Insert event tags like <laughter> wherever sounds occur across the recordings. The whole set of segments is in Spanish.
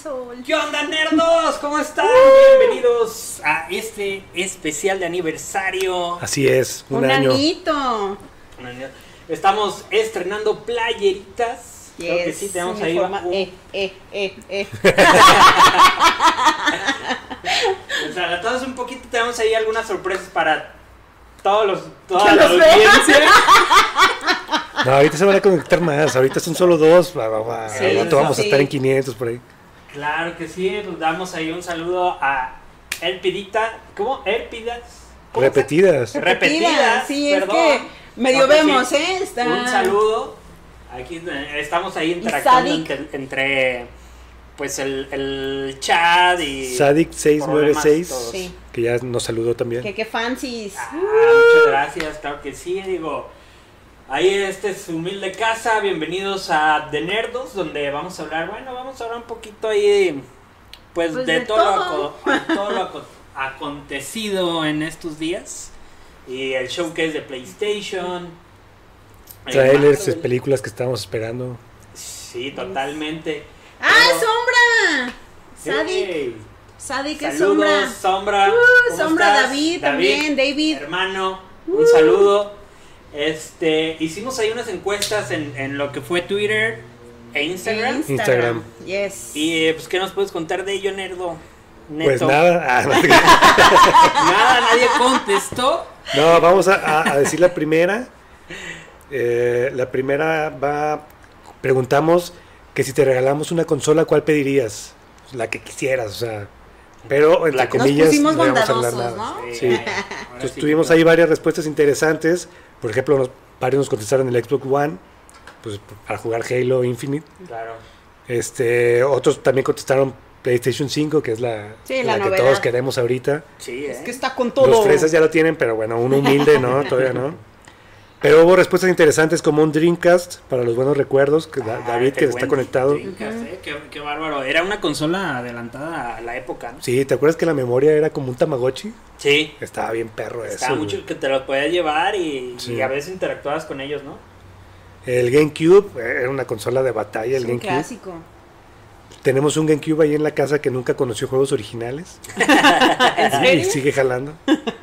sol. ¿Qué onda, nerdos? ¿Cómo están? Bienvenidos a este especial de aniversario. Así es, un, Un, año. anito. Estamos estrenando playeritas. Creo que Yes, sí, tenemos ahí uniforma- un- Eh, eh, eh, eh. o sea, todos un poquito, tenemos ahí algunas sorpresas para todos los, toda Que la los vea. audiencia. <laughs> No, ahorita se van a conectar más. Ahorita son solo dos. va, va, va. Sí, Al rato vamos sí. a estar en 500 por ahí. Claro que sí, nos damos ahí un saludo a Elpidita. ¿Cómo? Elpidas. ¿Cómo se- Repetidas. Repetidas, Sí, perdón. es que medio Porque sí, vemos, ¿eh? Está... Un saludo. Aquí eh, estamos ahí interactuando Sadik. entre, entre, pues el, el chat y problemas, Sadik696, Sí. que ya nos saludó también. Que, que fancies. Ah, muchas gracias, claro que sí, digo. Ahí este es su humilde casa, bienvenidos a The Nerdos, donde vamos a hablar, bueno, vamos a hablar un poquito ahí de, pues, Pues de de, todo, lo todo. aco- todo lo aco- acontecido en estos días. Y el showcase de PlayStation. el Trailers, Marvel. películas que estábamos esperando. Sí, totalmente. ¡Ah, Pero- sombra! Sadik. Hey, Sadik es sombra. Saludos, Sombra. Uh, ¿cómo sombra estás? David, también, David. Uh. Hermano, un saludo. Este, hicimos ahí unas encuestas en, en lo que fue Twitter e Instagram. Instagram. Instagram. Yes. Y eh, pues, ¿qué nos puedes contar de ello, Nerdo? Neto. Pues nada. <laughs> ah, no, <laughs> Nada, nadie <laughs> contestó. no, vamos a, a- a decir la primera. Eh, la primera va. Preguntamos que si te regalamos una consola, ¿cuál pedirías? La que quisieras, o sea. Pero, entre La que- Nos comillas, pusimos no íbamos a hablar bondadosos, nada. ¿no? Sí. ahora Entonces sí que tuvimos no. ahí varias respuestas interesantes. Por ejemplo, nos- varios nos contestaron el Xbox One, pues p- para jugar Halo Infinite. Claro. Este, otros también contestaron PlayStation 5, que es la, Sí, la que novedad. todos queremos ahorita. Sí, eh. Es que está con todo. Los fresas ya lo tienen, pero bueno, uno humilde, <laughs> ¿no? Todavía no. Pero hubo respuestas interesantes como un Dreamcast para los buenos recuerdos, que da- Ah, David qué que está buen conectado. Dreamcast, eh, qué, qué bárbaro. Era una consola adelantada a la época. ¿no? Sí, ¿te acuerdas que la memoria era como un Tamagotchi? Sí. Estaba bien perro eso. Estaba Pues güey. mucho que te los podías llevar y, Sí. y a veces interactuabas con ellos, ¿no? El GameCube eh, era una consola de batalla, Es el un GameCube. clásico. <laughs> Tenemos un GameCube ahí en la casa que nunca conoció juegos originales Ah, ¿En y serio? sigue jalando. <laughs>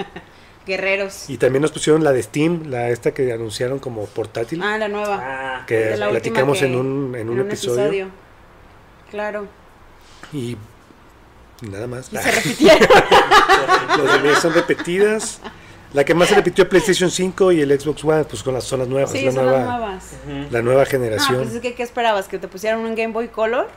Guerreros. Y también nos pusieron la de Steam, la esta que anunciaron como portátil, Ah, la nueva. Ah, que de la última platicamos que- en un, en un episodio. Claro. Y nada más. <laughs> Y se repitieron. Las demás son repetidas. La que más se repitió PlayStation 5 y el Xbox One, pues con las zonas nuevas, sí, la, son nueva, las nuevas. ujú. la nueva Ah, generación. pues es que ¿qué esperabas? ¿Que te pusieran un Game Boy Color?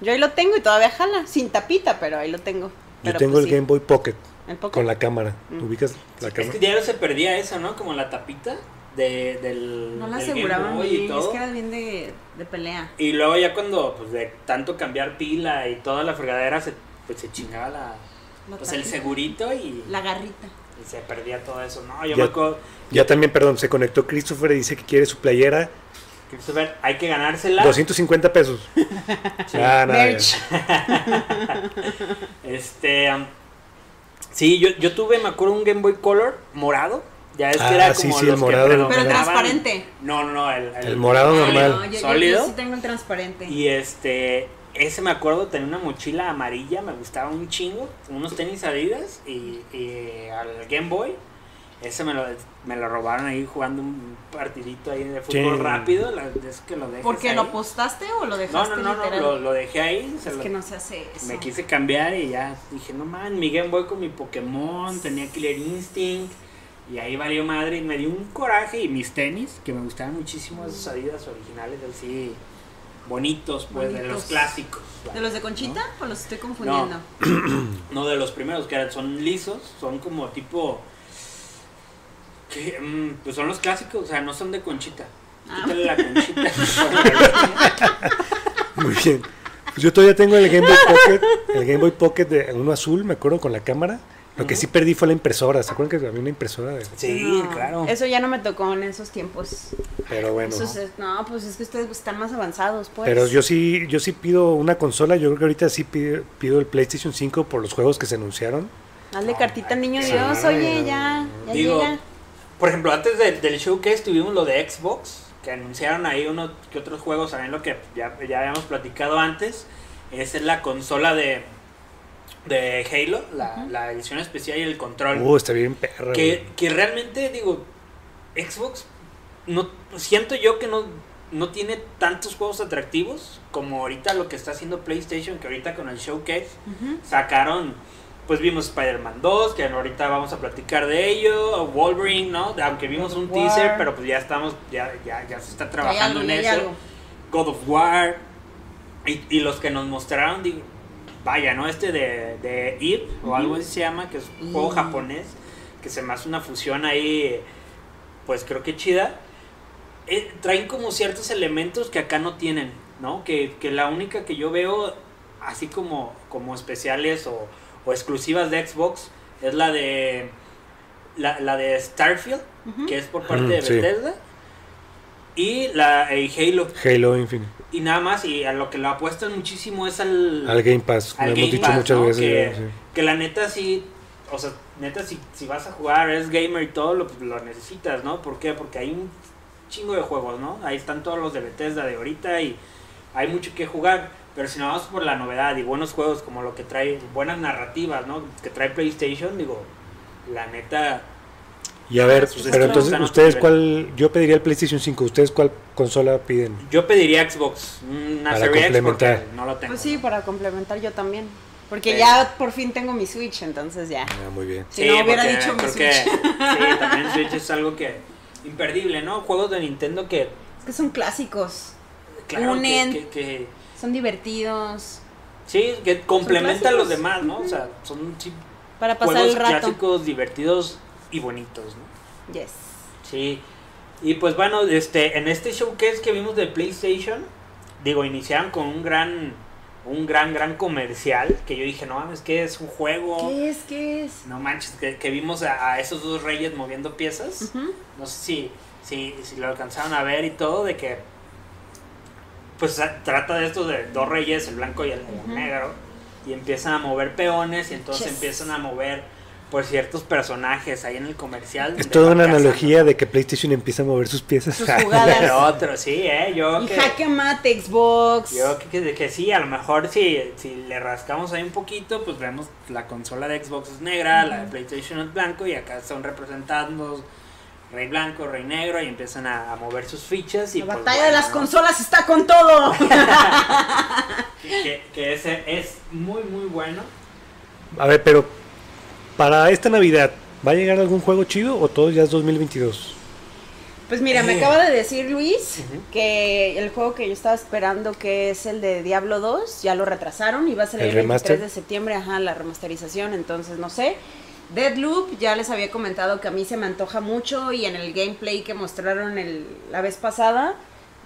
Yo ahí lo tengo y todavía jala, sin tapita, pero ahí lo tengo. Yo Pero, tengo pues, el sí, Game Boy Pocket el Pocket. con la cámara. Mm. ¿Ubicas la Es cámara? que ya no se perdía eso, ¿no? Como la tapita de, del. No la del Game aseguraban Boy bien, y todo. es que era bien de, de pelea. Y luego ya cuando, pues de tanto cambiar pila y toda la fregadera, se, pues se chingaba la, La pues, el tapita. segurito y, La garrita. y se perdía todo eso. No, yo Ya- me acuerdo. Ya también, perdón, se conectó Christopher y dice que quiere su playera. Christopher, hay que ganársela. 250 pesos. <laughs> Ah, nada, Merch. ya. Este. um, sí, yo, yo tuve, me acuerdo, un Game Boy Color morado. Ya es que Ah, era sí, como sí, los el que morado. Pero Pero el predominaban. transparente. No, no, no, el, El morado Ah, normal. no, yo- yo, yo Sólido. sí tengo el transparente. Y este, ese me acuerdo, tenía una mochila amarilla, me gustaba un chingo, unos tenis Adidas y, y al Game Boy. Ese me lo, me lo robaron ahí jugando un partidito ahí de fútbol Sí. rápido, la- de esos que lo dejas ¿Porque ahí. lo postaste o lo No, dejaste no, no, no, literal? lo, lo dejé ahí, se Es lo- que no se hace eso. me quise cambiar y ya dije, no man, mi Game Boy con mi Pokémon, tenía Killer Instinct y ahí valió madre y me dio un coraje y mis tenis, que me gustaban muchísimo esos Adidas originales, así bonitos, pues de los Bonitos. clásicos. ¿De los de Conchita o los estoy confundiendo? No de los primeros, que eran, son lisos, son como tipo... que, mm, pues son los clásicos, o sea, no son de conchita. Ah. Quítale <laughs> la conchita. Muy bien. Pues yo todavía tengo el Game Boy Pocket, el Game Boy Pocket de uno azul, me acuerdo, con la cámara. Lo que sí perdí fue la impresora. ¿Se acuerdan que había una impresora? de- sí, No, claro. Eso ya no me tocó en esos tiempos. Pero bueno. Eso es- no, pues es que ustedes están más avanzados, pues. Pero yo sí, yo sí pido una consola. Yo creo que ahorita sí pido, pido el PlayStation 5 por los juegos que se anunciaron. Hazle cartita al niño Sí. Dios, oye, ya, ya Digo, llega. por ejemplo, antes del- del showcase tuvimos lo de Xbox, que anunciaron ahí uno que otros juegos, también lo que ya, ya habíamos platicado antes. Esa es la consola de, de Halo, la, la edición especial y el control. Uh, está bien perra. que, güey. que realmente, digo, Xbox, no siento yo que no, no tiene tantos juegos atractivos como ahorita lo que está haciendo PlayStation, que ahorita con el showcase Ujú. sacaron, pues vimos Spider-Man 2, que ahorita vamos a platicar de ello, o Wolverine, ¿no? Aunque vimos un God of War. teaser, pero pues ya estamos, ya, ya, ya se está trabajando Hay algo, en hay eso. algo. God of War, y, y los que nos mostraron, digo, vaya, ¿no? Este de, de Eve, o algo así se llama, que es un juego Eve. japonés, que se me hace una fusión ahí, pues creo que chida. Eh, traen como ciertos elementos que acá no tienen, ¿no? Que, que la única que yo veo, así como, como especiales o, o exclusivas de Xbox, es la de. La, la de Starfield, Ujú. que es por parte Mm, de sí. Bethesda. Y la y Halo. Halo Infinite. Y nada más, y a lo que le apuestan muchísimo es al, Al Game Pass, al lo Game hemos dicho Pass, muchas ¿no? veces. Que- ya, sí. que la neta sí, o sea, neta si, si vas a jugar, eres gamer y todo, lo, lo necesitas, ¿no? ¿Por qué? Porque hay un chingo de juegos, ¿no? Ahí están todos los de Bethesda de ahorita y hay mucho que jugar, pero si no vamos por la novedad y buenos juegos como lo que trae, buenas narrativas, ¿no? Que trae PlayStation, digo, la neta, Y a ver, Sus pero estrellas entonces, están a otro ¿ustedes nivel. cuál? Yo pediría el PlayStation 5. ¿Ustedes cuál consola piden? yo pediría Xbox, una Para Serie X porque complementar. no lo tengo. Pues sí, para complementar yo también. Porque Sí. ya por fin tengo mi Switch, entonces ya. Ah, muy bien. Si no hubiera porque dicho mi creo Switch. que- <laughs> sí, también Switch es algo que imperdible, ¿no? Juegos de Nintendo que Es que son clásicos, claro que- Unen. que- que son divertidos. Sí, que complementa a los clásicos. demás, ¿no? O sea, son sí, Para pasar juegos el rato. clásicos, divertidos y bonitos, ¿no? Yes. Sí. Y pues bueno, este, en este showcase que vimos de PlayStation, digo, iniciaron con un gran, un gran, gran comercial, que yo dije, no mames, que es un juego. ¿Qué es? ¿Qué es? No manches, que, que vimos a, a esos dos reyes moviendo piezas. Ujú. no sé si, si, si lo alcanzaron a ver y todo, de que pues a- trata de esto de dos reyes, el blanco y el, el Ujú. negro, y empiezan a mover peones y entonces Yes. empiezan a mover pues ciertos personajes ahí en el comercial. donde Es toda van una cazando. analogía de que PlayStation empieza a mover sus piezas. Sus jugadas. Pero otro, sí, eh, yo Y que, jaque mate Xbox. yo que, que- que sí, a lo mejor si, si le rascamos ahí un poquito, pues vemos la consola de Xbox es negra, la de Ujú. PlayStation es blanco y acá están representando rey blanco, rey negro y empiezan a, a mover sus fichas y la pues, batalla de bueno, las ¿no? consolas está con todo. <laughs> que, que ese es muy muy bueno. A ver, pero para esta Navidad, ¿va a llegar algún juego chido o todo ya es 2022? Pues mira, me Eh. acaba de decir Luis Ujú. que el juego que yo estaba esperando, que es el de Diablo 2, ya lo retrasaron y va a salir ¿El el 23 remaster? de septiembre, ajá, la remasterización, entonces no sé. Deadloop, ya les había comentado que a mí se me antoja mucho y en el gameplay que mostraron el- la vez pasada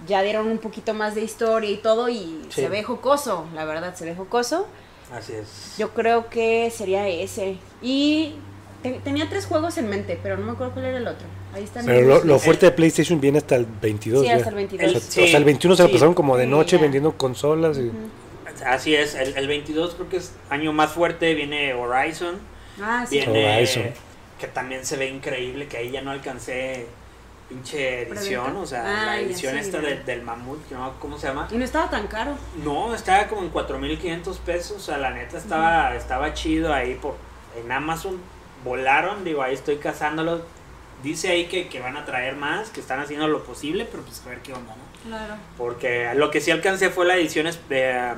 ya dieron un poquito más de historia y todo y Sí. se ve jocoso, la verdad se ve jocoso. Así es. Yo creo que sería ese. Y te- tenía tres juegos en mente, pero no me acuerdo cuál era el otro. Ahí están. Pero en lo, los- lo fuerte de PlayStation viene hasta el 22. Sí, ya. hasta el 22. O sea, Sí, o sea, el 21 se lo sí. pasaron como de Sí, noche ya. vendiendo consolas. y- Ujú. Así es, el, el 22 creo que es año más fuerte, viene Horizon, Ah, sí. viene Horizon. que también se ve increíble, que ahí ya no alcancé pinche edición, Preventa. o sea, Ah, la ya, edición sí, esta ya. del- del mamut, que no me acuerdo ¿cómo se llama? Y no estaba tan caro. No, estaba como en 4.500 pesos, o sea, la neta estaba, estaba chido ahí por en Amazon volaron, digo, ahí estoy cazándolos. Dice ahí que, que van a traer más, que están haciendo lo posible, pero pues a ver qué onda, ¿no? Claro. Porque lo que sí alcancé fue la edición es- eh,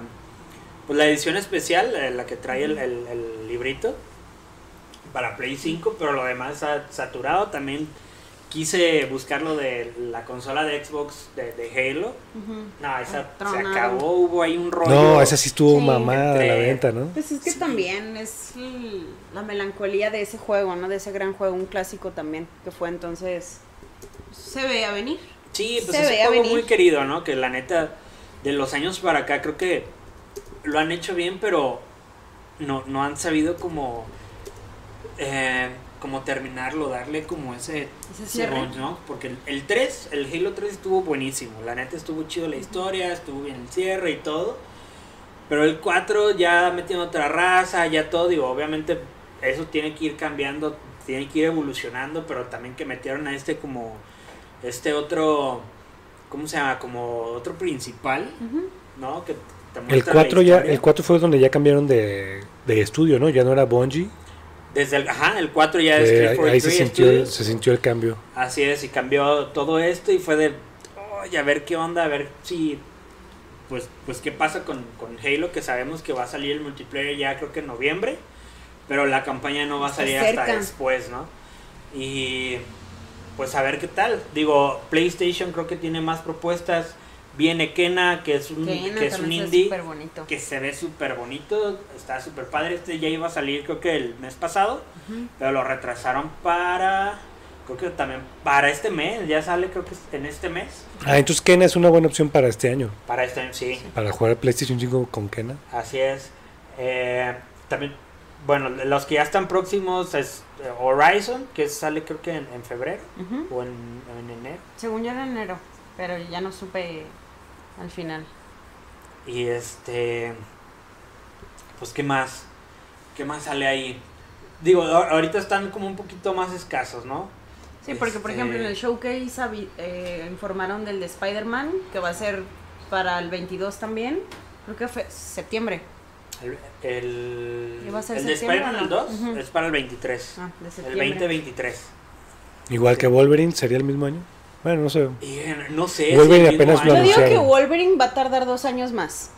pues la edición especial, eh, la que trae el, el- el librito para Play 5, pero lo demás está saturado. También quise buscar lo de la consola de Xbox de, de Halo. No, esa se Tronado. acabó, hubo ahí un rollo. No, esa sí estuvo Sí, mamada la entre- venta, ¿no? Pues es que Sí. también es l- la melancolía de ese juego, ¿no? De ese gran juego, un clásico también, que fue entonces. Se ve a venir. Sí, pues Se es veía un juego venir. muy querido, ¿no? Que la neta, de los años para acá, creo que lo han hecho bien, pero no, no han sabido como, eh, como terminarlo, darle como ese Ese cierre. cerrón, ¿no? Porque el, el 3, el Halo 3 estuvo buenísimo, la neta estuvo chido la historia, estuvo bien el cierre y todo. Pero el 4 ya metiendo otra raza, ya todo, digo, obviamente eso tiene que ir cambiando, tiene que ir evolucionando, pero también que metieron a este como este otro, ¿cómo se llama? Como otro principal, Ujú. ¿no? Que, te El muestra la 4 ya, historia. el 4 fue donde ya cambiaron de, de estudio, ¿no? Ya no era Bungie. Desde el, ajá, el 4 ya es eh, ahí 343 ahí se sintió, Studios. se sintió el cambio. Así es, y cambió todo esto y fue de, oye, a ver qué onda, a ver si, pues, pues qué pasa con, con Halo, que sabemos que va a salir el multiplayer ya creo que en noviembre, pero la campaña no va a Está salir hasta cerca. después, ¿no? Y pues a ver qué tal. Digo, PlayStation creo que tiene más propuestas. Viene Kena, que es un, Que que es un es indie súper bonito. que se ve súper bonito, está súper padre. Este ya iba a salir creo que el mes pasado, Ujú. pero lo retrasaron para, creo que también para este mes, ya sale creo que en este mes. Ah, entonces Kena es una buena opción para este año. Para este mes, sí, Para jugar a PlayStation 5 con Kena. así es. Eh, también, bueno, los que ya están próximos es eh, Horizon, que sale creo que en, en febrero Ujú. o en, en enero. Según yo era enero, pero ya no supe al final. Y este. Pues, ¿qué más? ¿Qué más sale ahí? Digo, a- ahorita están como un poquito más escasos, ¿no? Sí, porque por Este- ejemplo en el showcase avi- eh, informaron del de Spider-Man, que va a ser para el 22 también. Creo que fue septiembre. El. El, ¿Y va a ser el de septiembre Spider-Man o no? 2 Ujú. es para el 23. Ah, de el septiembre. 2023. Igual Sí. que Wolverine, sería el mismo año. Bueno, no sé. Y eh, no sé. Wolverine si el mismo apenas lo año- Yo digo que anunciaron. Wolverine va a tardar dos años más.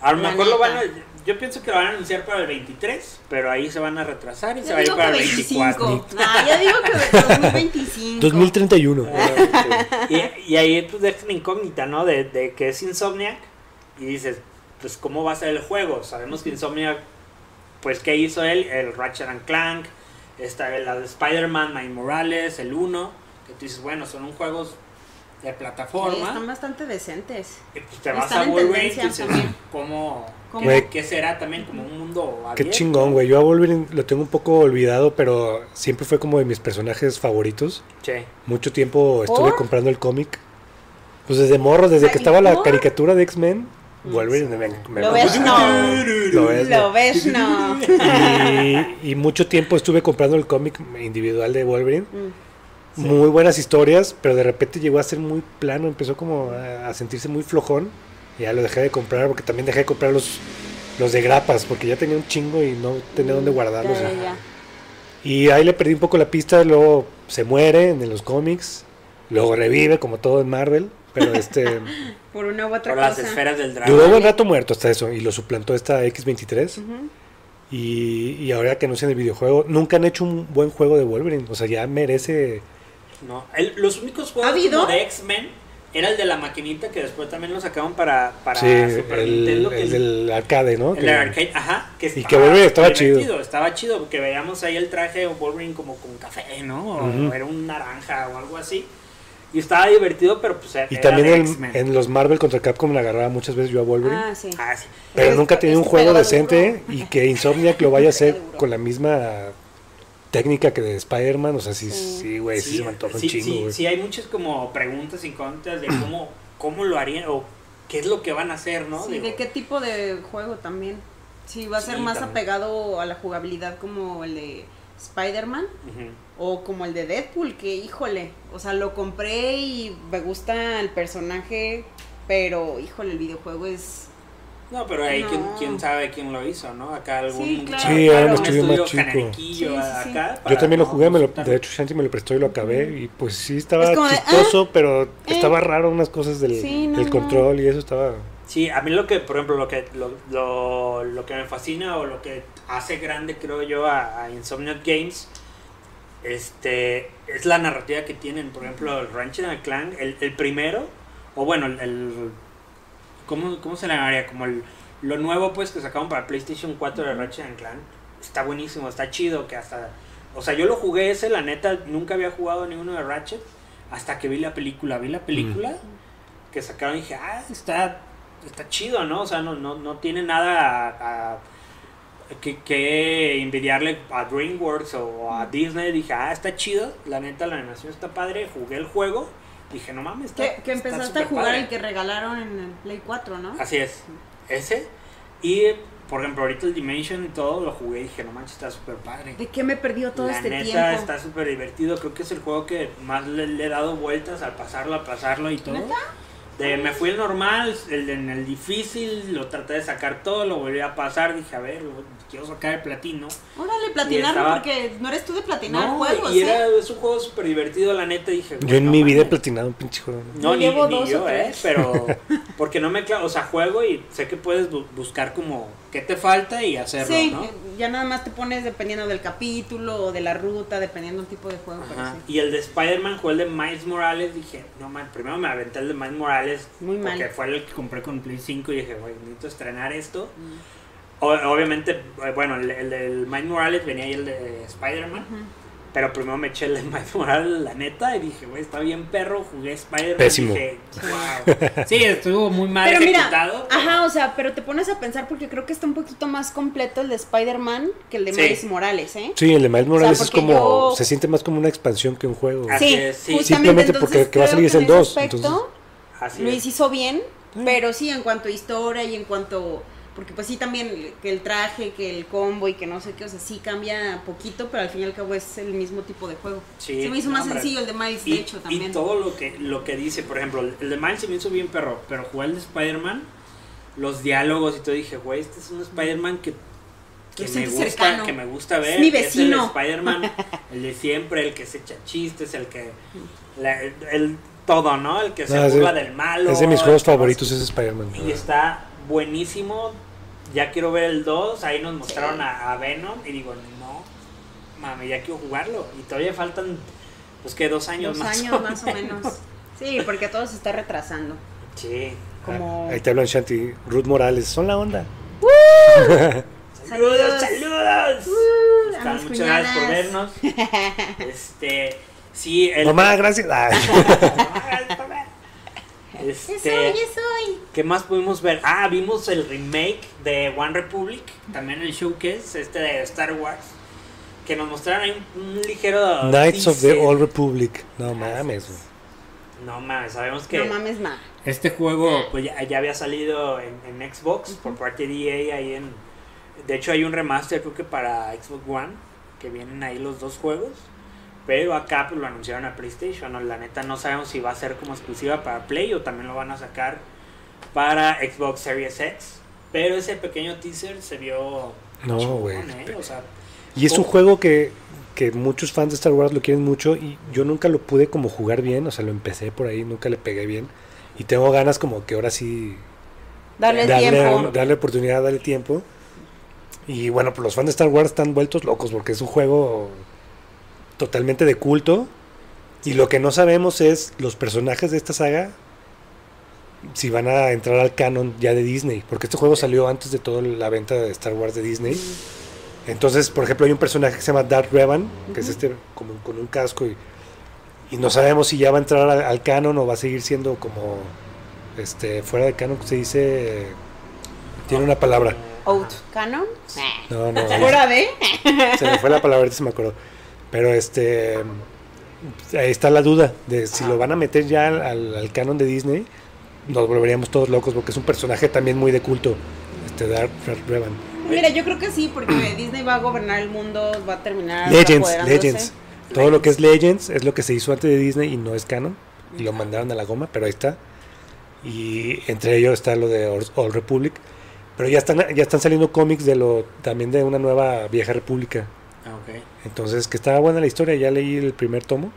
A lo la mejor lo van neta. a. Yo pienso que lo van a anunciar para el 23, pero ahí se van a retrasar y se Yo va a ir digo para que el 24. 25. Nah, yo digo que 2025. 2031. y, y ahí pues deja la incógnita, ¿no? De, de que es Insomniac y dices, pues cómo va a ser el juego. Sabemos que Insomniac, pues qué hizo él, el Ratchet and Clank, está la de Spider-Man, Miles Morales, el 1, que tú dices, bueno, son un juegos de Sí, plataforma. están bastante decentes. y pues te vas están a en Wolverine y tendencia dices, también. ¿cómo? ¿Cómo? ¿Qué, qué será también como un mundo abierto? Qué chingón, güey. Yo a Wolverine lo tengo un poco olvidado, pero siempre fue como de mis personajes favoritos. Che. Mucho tiempo estuve ¿Por? comprando el cómic. Pues desde morro, desde que estaba la ¿Por? caricatura de X-Men, Wolverine me, me Mm, Lo me ves, gustaba. no. Lo ves, no. Lo ves, no. <laughs> Y, y mucho tiempo estuve comprando el cómic individual de Wolverine. Mm. Muy buenas historias, pero de repente llegó a ser muy plano, empezó como a, a sentirse muy flojón. Y ya lo dejé de comprar, porque también dejé de comprar los, los de grapas, porque ya tenía un chingo y no tenía dónde guardarlos. Ya, ya, ya. Y ahí le perdí un poco la pista, luego se muere en los cómics, luego revive como todo en Marvel, <laughs> pero este Por una u otra Por las cosa. esferas del dragón. duró buen rato muerto hasta eso y lo suplantó esta X23 Ujú. y, y ahora que anuncian el videojuego, nunca han hecho un buen juego de Wolverine, o sea, ya merece No, el- los únicos juegos ¿Ha habido? como de X-Men era el de la maquinita que después también lo sacaron para, para sí, Super el, Nintendo. Que el es- del arcade, ¿no? el Que- del arcade, ajá. Que que Wolverine estaba chido. divertido, Estaba chido, porque veíamos ahí el traje de Wolverine como con café, ¿no? O Ujú. era un naranja o algo así. Y estaba divertido, pero pues era y también de en- X-Men. en los Marvel contra Capcom le agarraba muchas veces yo a Wolverine. Ah, sí. Ah, sí. Pero Pero nunca esto- tenía un esto juego pegaba decente y que Insomniac lo vaya <laughs> a hacer Pegaba duro. con la misma técnica que de Spider-Man. O sea, sí, Sí. sí, güey, sí, Sí, se me antoja sí, un chingo, sí, güey. sí, hay muchas como preguntas y contas de cómo, cómo lo harían o qué es lo que van a hacer, ¿no? Sí, Digo, ¿de qué tipo de juego también? Si va a ser Sí, más también. apegado a la jugabilidad como el de Spider-Man ujú. o como el de Deadpool, que híjole, o sea, lo compré y me gusta el personaje, pero híjole, el videojuego es... No, pero ahí No. quién, quién sabe quién lo hizo, ¿no? Acá algún Sí, claro. Sí, era un algún estudio más estudio chico. canariquillo Sí, sí, sí. acá Yo para también lo no jugué, me lo, asustar. de hecho Shanti me lo prestó y lo acabé y pues sí estaba Es como de, ah, eh. chistoso, pero estaba raro unas cosas del, Sí, no, del no. control y eso estaba... Sí, a mí lo que, por ejemplo, lo que lo, lo, lo que me fascina o lo que hace grande, creo yo, a, a Insomniac Games, este, es la narrativa que tienen, por ejemplo, el Ratchet and Clank, el, el primero, o bueno, el, el- ¿cómo, cómo se le llamaría? Como el, lo nuevo, pues, que sacaron para PlayStation 4 de Ratchet and Clank, está buenísimo, está chido, que hasta, o sea, yo lo jugué ese, la neta, nunca había jugado ninguno de Ratchet, hasta que vi la película, vi la película que sacaron y dije, ah, está, está chido, ¿no? O sea, no, no, no tiene nada a- a- que, que envidiarle a DreamWorks o Mm. a Disney. Dije, ah, está chido, la neta, la animación está padre, jugué el juego, dije, no mames, está Que, que está empezaste a superpadre". jugar el que regalaron en el Play 4, ¿no? Mm. Así es, ese. Y, por ejemplo, ahorita el Dimension y todo, lo jugué y dije, no manches, está súper padre. ¿De qué me perdió todo la este neta tiempo? está súper divertido, creo que es el juego que más le, le he dado vueltas al pasarlo, al pasarlo y todo. De, me fui el normal, el, en el difícil, lo traté de sacar todo, lo volví a pasar, dije, a ver, lo- quiero sacar el platino. Órale, platinarlo, estaba- porque no eres tú de platinar No, juegos, y ¿eh? era, es un juego súper divertido, la neta, dije. Yo güey, en no mi vida he mames. platinado un pinche juego. ¿no? No, Yo ni, llevo ni dos o yo, ¿eh? tres. <laughs> Pero, porque no me, cla- o sea, juego y sé que puedes bu- buscar como qué te falta y hacerlo, Sí, ¿no? eh, ya nada más te pones dependiendo del capítulo o de la ruta, dependiendo del tipo de juego. pero Ajá. sí. Y el de Spider-Man jugué el de Miles Morales. Dije, no man, primero me aventé el de Miles Morales. Muy mal. Porque fue el que compré con Play 5 y dije, güey, necesito estrenar esto. Mm. O- obviamente, eh, bueno, el, el del Miles Morales venía y el de Spider-Man. Pero primero me eché el de Miles Morales, la neta. Y dije, güey, está bien perro. Jugué Spider-Man. Pésimo. <laughs> Dije, wow. Sí, estuvo muy mal Pero mira, ah, ejecutado. ajá, o sea, pero te pones a pensar porque creo que está un poquito más completo el de Spider-Man que el de Sí. Miles Morales, ¿eh? Sí, el de Miles Morales es porque como. yo- Se siente más como una expansión que un juego. Ah, Así Sí, es, sí. justamente Simplemente porque el entonces que va a creo salir que es el en ese dos, aspecto entonces- Así Luis es. hizo bien, pero sí en cuanto a historia y en cuanto porque pues sí también que el traje, que el combo y que no sé qué, o sea, sí cambia poquito, pero al fin y al cabo es el mismo tipo de juego. Sí, Se me hizo no, más hombre. sencillo el de Miles, de y, hecho, también. y todo lo que, lo que dice, por ejemplo, el de Miles se me hizo bien perro, pero jugar el de Spider-Man, los diálogos y todo, dije, güey, este es un Spider-Man que, Lo que me sientes gusta, cercano. que me gusta ver. Es mi es el vecino. <laughs> Spider-Man, el de siempre, el que se echa chistes, el que. la- el, el- todo, ¿no? El que se No, es de- burla del malo. Ah, Es de mis el juegos que no favoritos, es Spider-Man. y está buenísimo. Ya quiero ver el 2. Ahí nos mostraron a, a Venom. Y digo, no, mami, ya quiero jugarlo. Y todavía faltan, pues que dos años Dos más. <laughs> años más o menos. Sí, porque todo se está retrasando. Sí. Como Ahí te hablan Shanti, Ruth Morales, son la onda. Saludos, Saludos. saludos. Uh, a Están, mis Pues, muchas gracias por cuñadas. <laughs> vernos. Este, sí, el. Mamá, gracias. Ah, <laughs> Mamá, gracias por ver. Es Este, hoy, es hoy. ¿Qué más pudimos ver? Ah, vimos el remake de One Republic, también el showcase, este de Star Wars, que nos mostraron ahí un, un ligero... <laughs> Knights of the teaser. Old Republic. No mames. güey. No mames, sabemos que No mames, ma. este juego pues, ya, ya había salido en, en Xbox por parte de EA ahí en... De hecho hay un remaster creo que para Xbox One, que vienen ahí los dos juegos. Pero acá pues, lo anunciaron a PlayStation. ¿no? La neta no sabemos si va a ser como exclusiva para Play o también lo van a sacar para Xbox Series X. Pero ese pequeño teaser se vio... No, chingón, güey. ¿eh? O sea, Y es un juego que, que muchos fans de Star Wars lo quieren mucho y yo nunca lo pude como jugar bien, o sea, lo empecé por ahí, nunca le pegué bien. Y tengo ganas como que ahora sí Darle el darle, tiempo. darle oportunidad, darle tiempo. Y bueno, pues los fans de Star Wars están vueltos locos porque es un juego totalmente de culto. Y lo que no sabemos es los personajes de esta saga si van a entrar al canon ya de Disney, porque este juego salió antes de toda la venta de Star Wars de Disney. Entonces, por ejemplo, hay un personaje que se llama Darth Revan, que es este como con un casco y, y no sabemos si ya va a entrar al, al canon o va a seguir siendo como este fuera de canon que se dice tiene una palabra. Out Canon. Nah. No, no. <laughs> Fuera de. se me fue la palabra, ahorita se me acordó. Pero este ahí está la duda de si lo van a meter ya al, al- al canon de Disney, nos volveríamos todos locos porque es un personaje también muy de culto, este Darth Revan. Mira, yo creo que sí, porque <clears throat> Disney va a gobernar el mundo, va a terminar. Legends, Ah, apoderándose. Legends. Todo lo que es Legends es lo que se hizo antes de Disney y no es canon. Y lo mandaron a la goma, pero ahí está. Y entre ellos está lo de Or- Old Republic. Pero ya están, ya están saliendo cómics de lo, también de una nueva vieja república. Ah, ok. Entonces, que estaba buena la historia, ya leí el primer tomo.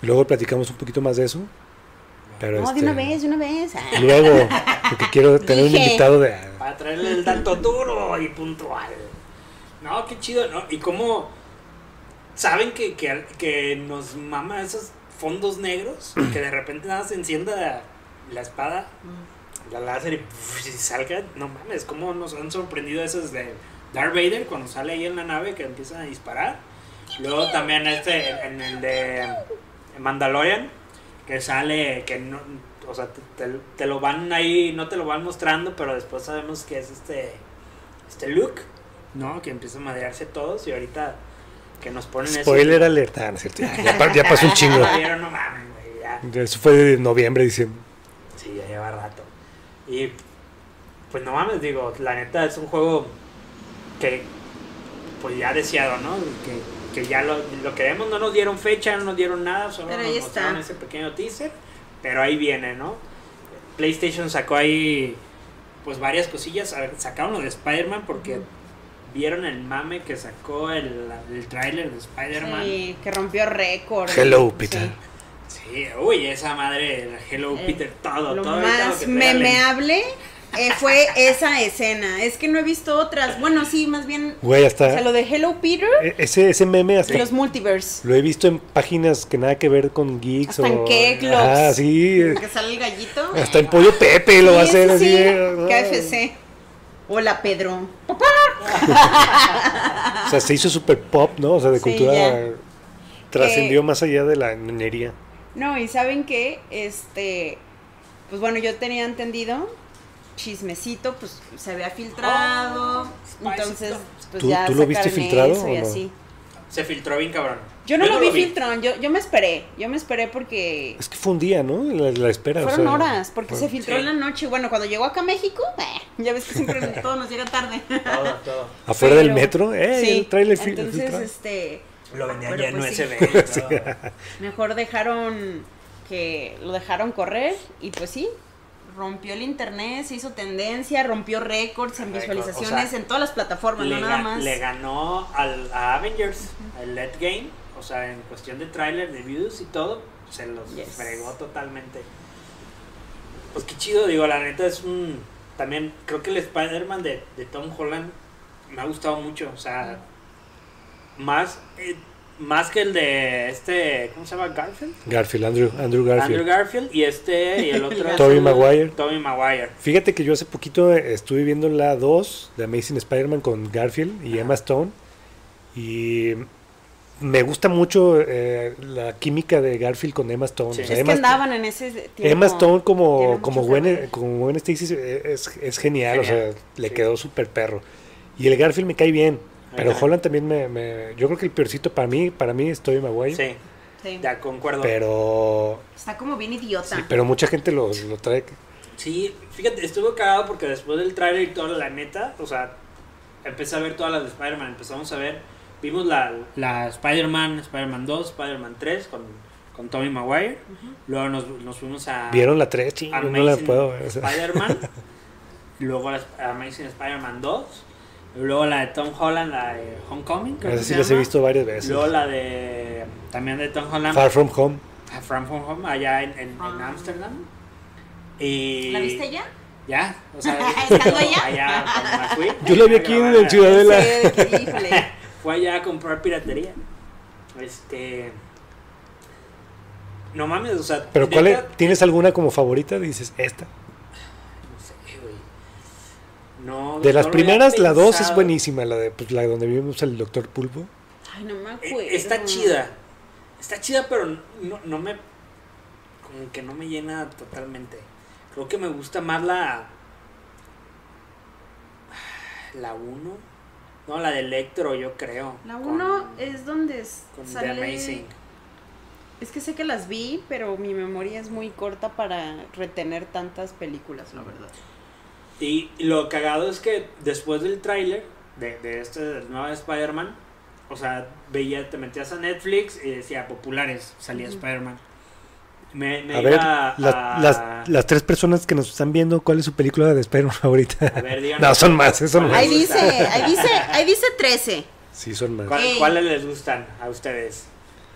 Luego platicamos un poquito más de eso. Pero No, de este, una vez, de una vez. Ah. Luego, porque <laughs> quiero tener un Dije. invitado de... Para traerle el dato duro y puntual. No, qué chido, ¿no? Y cómo saben que, que, que nos mama esos fondos negros y que de repente nada se encienda la, la espada, la láser y, pf, y salga. No mames, cómo nos han sorprendido esos de Darth Vader cuando sale ahí en la nave que empiezan a disparar. Luego también este, en el de Mandalorian, que sale, que no, o sea, te, te- te lo van ahí, no te lo van mostrando, pero después sabemos que es este, este Luke, ¿no? Que empieza a madrearse todos y ahorita que nos ponen eso. Spoiler alerta, ¿no es cierto? Ya, ya pa- ya pasó un chingo. <laughs> Ya <laughs> vieron, no mames, güey, ya. Eso fue de noviembre, diciembre. Sí, ya lleva rato. Y pues no mames, digo, la neta es un juego que pues ya deseado, ¿no? Que, que ya lo, lo queremos, no nos dieron fecha, no nos dieron nada, solo Pero nos ahí mostraron está. ese pequeño teaser, pero ahí viene, ¿no? PlayStation sacó ahí pues varias cosillas. A ver, sacaron lo de Spider-Man porque vieron el mame que sacó el, el tráiler de Spider-Man. Sí. Sí, que rompió récord. Hello, Peter. Sí. uy, esa madre, el Hello Eh, Peter, todo, Lo todo. todo más que pégale. memeable eh, fue esa escena. Es que no he visto otras. Bueno, sí, más bien. Güey, O sea, hasta. lo de Hello Peter e- Ese, ese meme hasta. y los multiverse. Lo he visto en páginas que nada que ver con geeks Hasta en o. Keglogs. Ah, sí. Que sale el gallito. Hasta en Pollo Pepe lo va a Sí, hacer eso así. sí, eh, KFC. Hola, Pedro. O sea, se hizo super pop, ¿no? O sea, de Sí, cultura. ya. Trascendió Eh, más allá de la niñería. No, y saben que, este, pues bueno, yo tenía entendido, chismecito, pues se había filtrado, Oh, entonces, spicecito. pues ¿Tú- ya tú lo viste sacaron filtrado eso y o no? así. Se filtró bien cabrón. Yo no lo vi filtrón, yo, yo me esperé, yo me esperé porque Es que fue un día, ¿no? La, la espera. o fueron sea, pues, horas, porque fue- se filtró sí. en la noche, bueno, cuando llegó acá a México, eh, ya ves que <laughs> siempre todo nos llega tarde. Todo, todo. Afuera del Pero- metro, eh, Sí, el trailer fil- entonces, filtrado. este, Lo vendían Pero ya en pues <laughs> sí. USB. y todo. Mejor dejaron que lo dejaron correr y pues sí, rompió el internet, se hizo tendencia, rompió récords en Récord, visualizaciones, o sea, en todas las plataformas, le, no nada ga- más. le ganó al, a Avengers, al Let Game, o sea, en cuestión de tráiler, de views y todo, se los Yes. fregó totalmente. Pues qué chido, digo, la neta es un... También creo que el Spider-Man de, de Tom Holland me ha gustado mucho, o sea, más, eh, más que el de este, ¿cómo se llama? Garfield. Garfield, Andrew, Andrew Garfield. Andrew Garfield y este y el otro es Tobey el- Maguire. Tobey Maguire. Fíjate que yo hace poquito eh, estuve viendo la 2 de Amazing Spider-Man con Garfield y Emma Stone. Y me gusta mucho eh, la química de Garfield con Emma Stone. Sí. O sea, es Emma, que andaban en ese tiempo. Emma Stone Tiene como, como, mucho Gwen, fervor. como Gwen Stacy eh, es, es Genial, genial, o sea, le sí. quedó súper perro. Y el Garfield me cae bien, pero Ajá. Holland también me, me- Yo creo que el peorcito para mí, para mí es Tobey Maguire. Sí, Sí. ya concuerdo. Pero, Está como bien idiota. Ah. pero mucha gente lo, lo trae. Sí, fíjate, estuvo cagado porque después del tráiler y toda la neta, o sea, empecé a ver todas las de Spider-Man, empezamos a ver, vimos la, la Spider-Man, Spider-Man 2, Spider-Man 3 con, con Tommy Maguire, luego nos, nos fuimos a ¿Vieron la 3? a no la Ah. Amazing puedo ver. o sea. <laughs> Spider-Man, luego la Sp- Amazing Spider-Man 2, luego la de Tom Holland, la de Homecoming, creo Esas que sí se las he llama, visto varias veces. luego la de, también de Tom Holland, Far From Home. From Home Home, allá en, en, en Ah. Amsterdam. Y ¿La viste ya? ya, o sea, <laughs> ¿Estando allá? allá cuando me fui. Yo la vi aquí en el Sí, Ciudadela. de que, <laughs> híjole. Fue allá a comprar piratería. Este. No mames, o sea. Pero ¿cuál neta, es- ¿Tienes alguna como favorita? Dices, esta. No sé, güey. No, De las no lo había primeras, la 2 es pensado. buenísima, la de pues, la donde vivimos el Doctor Pulpo. Ay, no me Eh, acuerdo. Está chida. Está chida, pero no, no me. Como que no me llena totalmente. Creo que me gusta más la. La 1. No, la de Electro, yo creo. La Con- 1 es donde Con The sale... Amazing. Es que sé que las vi, pero mi memoria es muy corta para retener tantas películas, la verdad. Y lo cagado es que después del tráiler de, de este del nuevo Spider-Man, o sea, veía, te metías a Netflix y decía populares, salía Ujú. Spider-Man. Me, me a iba ver, a, las, las, las tres personas que nos están viendo, ¿cuál es su película de Spider-Man <laughs> favorita? a ver, díganme. No, son más, eh, son ¿Cuál más. Ahí dice, ahí dice, ahí dice 13. Sí, son más. ¿Cuál- Ey. ¿Cuáles les gustan a ustedes?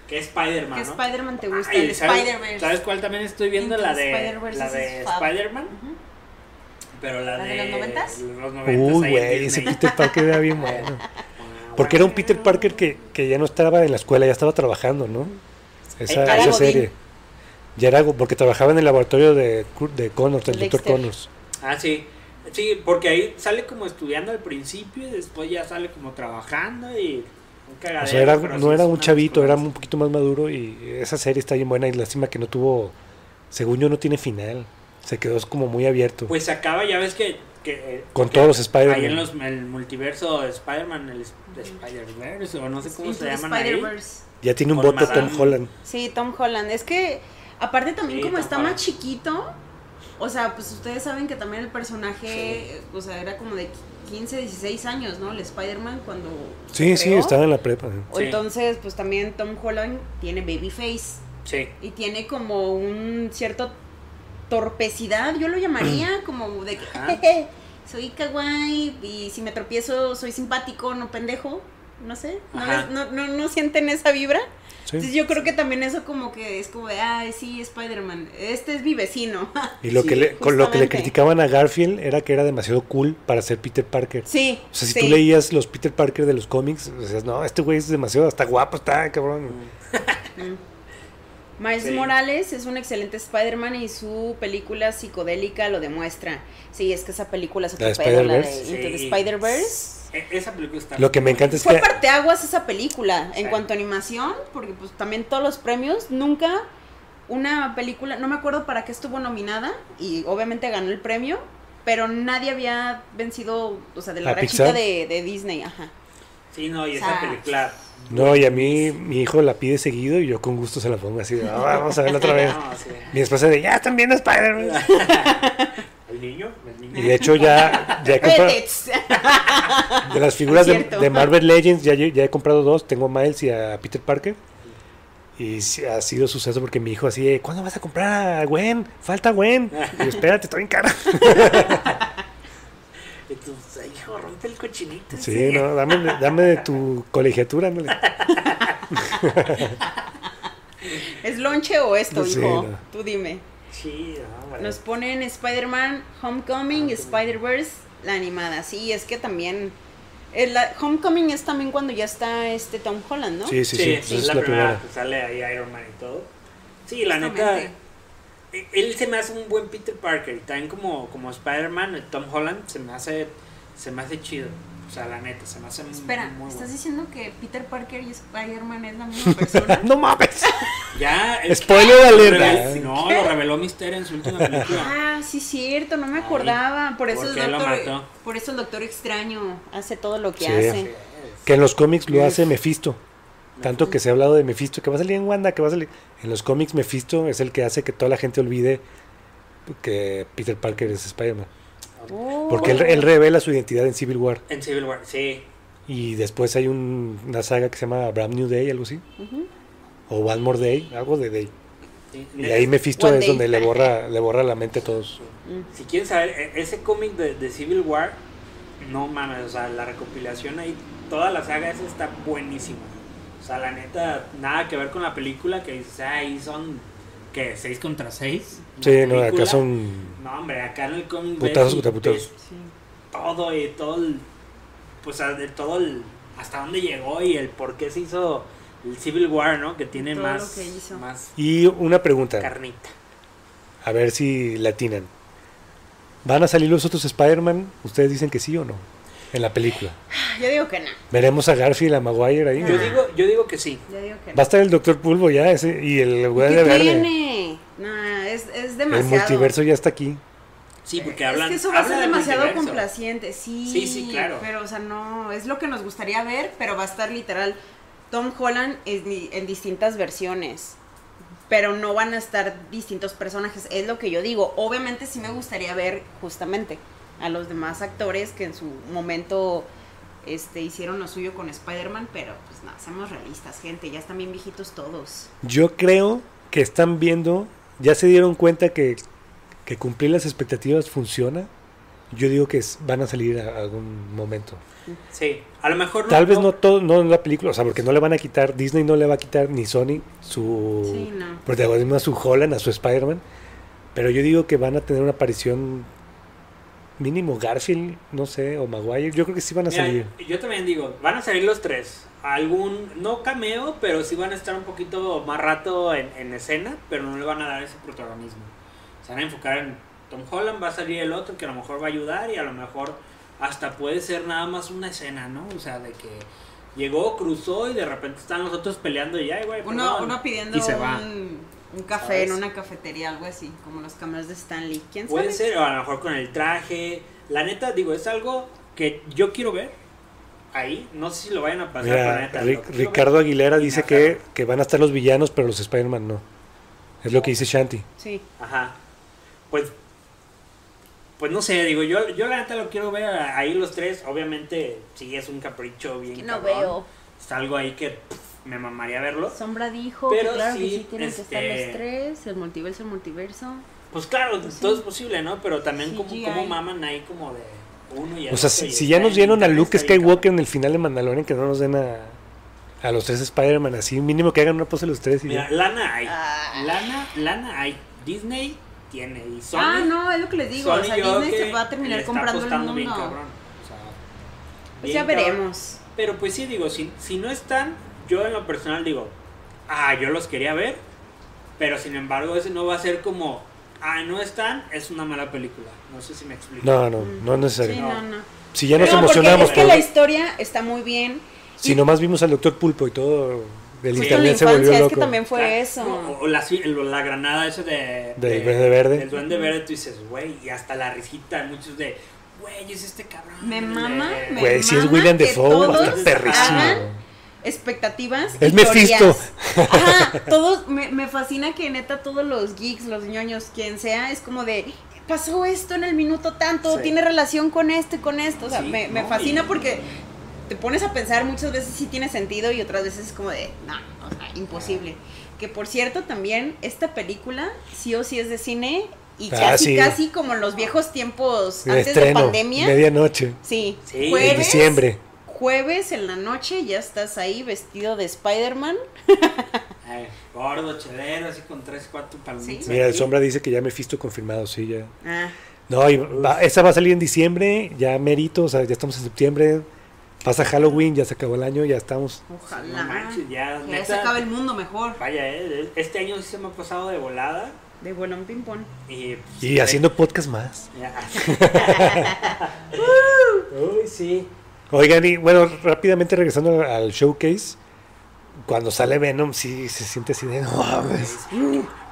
¿Qué Spider-Man? ¿Qué no? Spiderman te gusta? Ay, el ¿sabes- Spider-Verse. ¿Sabes cuál también estoy viendo? Into La the de, Spider-Verse la is de fab. Spider-Man. Pero la, ¿La de los noventas? Los noventas. Uy, ahí Ah, en güey, ese Disney. Ah, Peter Parker era <laughs> bien bueno. Porque era un Peter Parker que, que ya no estaba en la escuela, ya estaba trabajando, ¿no? Esa, Era esa Godín. serie. Ya era go- porque trabajaba en el laboratorio de, Cur- de Connors, del Dexter. doctor Connors. Ah, sí. Sí, porque ahí sale como estudiando al principio y después ya sale como trabajando y un O cagadero, sea, era- pero no sí era es un una chavito, era cosa. un poquito más maduro y esa serie está bien buena y lástima que no tuvo, según yo no tiene final, se quedó como muy abierto. Pues se acaba, ya ves que... que eh, con que todos los Ahí en Spider-Man. los, el multiverso de Spider-Man, el es- de Spider-Verse, o no sé cómo Into se the llaman ahí. Spider-Verse. Ya tiene un con bote Tom Madame. Holland. Sí, Tom Holland. Es que, aparte también Sí, como Tom está Holland. más chiquito, o sea, pues ustedes saben que también el personaje, o sea, era como de 15, 16 años, ¿no? El Spider-Man cuando... Sí, se sí, creó. estaba en la prepa. ¿eh? O Sí. Entonces, pues también Tom Holland tiene baby face. Sí. y tiene como un cierto torpecidad, yo lo Mm. llamaría como de que Ajá. "Jeje, soy kawaii y si me tropiezo soy simpático, no pendejo, no sé, ¿no, Ajá. les- no, no, no sienten esa vibra. Sí. Entonces yo creo que también eso como que es como de, ay, sí, Spider-Man, este es mi vecino. <laughs> Y lo, Sí, que le, con lo que le justamente. criticaban a Garfield era que era demasiado cool para ser Peter Parker. sí. O sea, si sí. tú leías los Peter Parker de los cómics, decías, no, este güey es demasiado, está guapo, está cabrón. Mm. Miles Sí. Morales es un excelente Spider-Man y su película psicodélica lo demuestra. Sí, es que esa película es La otra de pedo, la de Spider-Verse. Into the Sí. Spider-Verse. E- Esa película está. Lo que me encanta es Fue que parteaguas esa película en Sí. cuanto a animación, porque pues también todos los premios, nunca una película, no me acuerdo para qué estuvo nominada y obviamente ganó el premio, pero nadie había vencido, o sea, de la ¿A rachita Pixar? de, de Disney, ajá. Sí, no, y O esa sea, película. no, y a mí mi hijo la pide seguido y yo con gusto se la pongo así de, "Ah, vamos a verla otra vez. No, <laughs> sí. Mi esposa de, ya están viendo Spider-Man. El niño, el Y niño. de hecho ya, <laughs> ya he comprado, Vete, tss. de las figuras de, Cierto. de Marvel Legends, ya, ya he comprado dos, tengo a Miles y a Peter Parker. Y sí, ha sido suceso porque mi hijo así, de, ¿cuándo vas a comprar a Gwen? Falta Gwen. Y yo, espérate, estoy <laughs> en cara. Y tú, "Ay, hijo, rompe el cochinito. Sí, no, dame, dame de tu colegiatura. ¿no? ¿Es lonche o esto, Sí, hijo? no. Tú dime. Sí, no, bueno. Nos ponen Spider-Man, Homecoming, Homecoming. Spider-Verse, la animada. Sí, es que también. el- la- Homecoming es también cuando ya está este Tom Holland, <laughs> ¿no? Sí, sí, sí, pues, sí, es la, primera. que sale ahí Iron Man y todo. Sí, la neta. Justamente. e- Él se me hace un buen Peter Parker. Y también como, como Spider-Man, el Tom Holland, se me hace se me hace chido. O sea, la neta, se me hace muy- Espera, muy, ¿estás bueno. diciendo que Peter Parker y Spider-Man es la misma <laughs> persona? <laughs> No mames. Ya, es que Spoiler Ah. lo alerta. revel- No, lo reveló Mister en su última película. ah, sí, cierto, no me Ay, acordaba. Por eso, ¿por el qué lo doctor, mató? por eso el doctor extraño hace todo lo que Sí. hace. Que en los cómics lo hace Mephisto. Tanto que se ha hablado de Mephisto, que va a salir en Wanda, que va a salir. En los cómics, Mephisto es el que hace que toda la gente olvide que Peter Parker es Spider-Man. Oh. Porque él, él revela su identidad en Civil War. En Civil War, sí. Y después hay un- una saga que se llama Bram New Day, algo así. Ujú. O One More Day, algo de Day. sí. Y ahí Mephisto One es Day. donde le borra, le borra la mente a todos. Mm. Si quieren saber, e- ese cómic de, de Civil War, no mames, o sea, la recopilación ahí, toda la saga esa está buenísima. O sea, la neta, nada que ver con la película que dices, ah, ahí son, ¿qué? ¿6 contra 6? Sí, no, acá son. No, hombre, acá en el cómic ves Putazos y contra putazos. Sí. ves todo y todo el, pues, a- de todo el, hasta dónde llegó y el por qué se hizo el Civil War, ¿no? Que tiene Todo más, lo que hizo. más Y una pregunta. carnita. A ver si latinan. ¿Van a salir los otros Spider-Man? ¿Ustedes dicen que sí o no? En la película. Ah, Yo digo que no. Veremos a Garfield, a Maguire ahí. Yo Ah. digo, yo digo que sí. Yo digo que no. Va a estar el Doctor Pulvo ya ese, y el güey de ¿Qué verde. tiene? No, es, es El demasiado. multiverso ya está aquí. Sí, porque hablan. Eh, es que eso va a habla ser del demasiado multiverso. complaciente, sí. Sí, sí, claro. Pero, o sea, no, es lo que nos gustaría ver, pero va a estar literal Tom Holland en, di- en distintas versiones. Pero no van a estar distintos personajes, es lo que yo digo. Obviamente sí me gustaría ver justamente a los demás actores que en su momento este, hicieron lo suyo con Spider-Man, pero pues no, seamos realistas, gente, ya están bien viejitos todos. Yo creo que están viendo, ya se dieron cuenta que, que cumplir las expectativas funciona. Yo digo que es- van a salir a algún momento. Sí, a lo mejor Tal vez no todo, no en la película, o sea, porque no le van a quitar, Disney no le va a quitar ni Sony su Sí, no. protagonismo a su Holland, a su Spider-Man. Pero yo digo que van a tener una aparición mínimo Garfield, no sé, o Maguire. Yo creo que sí van a Mira, salir. Yo también digo, van a salir los tres. Algún, no cameo, pero sí van a estar un poquito más rato en, en escena, pero no le van a dar ese protagonismo. Se van a enfocar en Tom Holland, va a salir el otro que a lo mejor va a ayudar y a lo mejor hasta puede ser nada más una escena, ¿no? O sea, de que llegó, cruzó y de repente están los otros peleando y ay, güey, Uno, perdón", uno pidiendo y se va. un, un café ¿Sabes? en una cafetería, algo así, como los cameos de Stanley. ¿Quién sabe? Puede ser, o a lo mejor con el traje. La neta, digo, es algo que yo quiero ver ahí. No sé si lo vayan a pasar, Mira, la neta, Ri- lo que quiero Ricardo ver- Aguilera Y dice nada. que, que van a estar los villanos, pero los Spider-Man no. Es lo que dice Shanti. Sí. Ajá. Pues. Pues no sé, digo, yo, yo la neta lo quiero ver a- ahí los tres. Obviamente, sí es un capricho bien. Que no cabrón. veo. Es algo ahí que pff, me mamaría verlo. Sombra dijo Pero que claro sí, que sí tienen este- que estar los tres, el multiverso, el multiverso. Pues claro, todo es posible, ¿no? Pero también como, CGI. como maman ahí como de uno y al O sea, otro si, y si está ya nos en dieron a internet, Luke está bien cabrón. Skywalker en el final de Mandalorian, que no nos den a, a los tres Spider-Man así, mínimo que hagan una pose los tres y Mira, ya. lana hay. Ah. Lana, lana hay. Disney tiene. Y Sony, Ah, no, es lo que les digo. Sony o sea, yo Disney creo se que va a terminar le está comprando el apostando bien mundo. cabrón, o sea, Pues bien ya cabrón. veremos. Pero pues sí, digo, si, si no están, yo en lo personal digo, ah, yo los quería ver, pero sin embargo ese no va a ser como, ah, no están, es una mala película. No sé si me explico. No, no, no es necesario. Mm. Sí, no, no. Si ya nos No, porque emocionamos, Es que por- la historia está muy bien. si nomás vimos al Doctor Pulpo y todo, el Justo en la internet se infancia volvió es loco. que también fue Claro, eso. no, o, o la, fi- lo- la granada esa de, Del Duende Verde. Del duende verde, tú dices, güey, y hasta la risita, muchos de, güey, es este cabrón. Me de- mama, me Güey, si es mama William que Defoe, va a estar todos perrísimo. hagan Expectativas. Es y Mephisto. teorías. Ajá, todos, me, me fascina que neta todos los geeks, los ñoños, quien sea, es como de, pasó esto en el minuto tanto, Sí. tiene relación con esto y con esto. O sea, Sí, me, me no, fascina y- porque te pones a pensar muchas veces si tiene sentido y otras veces es como de, no, o sea, imposible. Que por cierto, también esta película sí o sí es de cine y Ah, casi, sí. casi como en los viejos tiempos El antes estreno, de pandemia. medianoche, Sí, Sí. En en ¿Jueves? diciembre. Jueves en la noche ya estás ahí vestido de Spider-Man. Ay, gordo, chelero, así con tres, cuatro palomitas. Sí. Mira, el aquí. Sombra dice que ya Mephisto confirmado, sí, ya. Ah, No, y va- esa va a salir en diciembre, ya merito, o sea, ya estamos en septiembre, pasa Halloween, ya se acabó el año, ya estamos. ojalá. No manches, ya, Que neta. se acabe el mundo mejor. Vaya, eh, este año sí se me ha pasado de volada. De bolón ping pong. Y, pues, Y haciendo podcast más. <laughs> Ya. <laughs> Uy, sí. Oigan, y bueno, rápidamente regresando al showcase, cuando sale Venom, sí se siente así de no mames.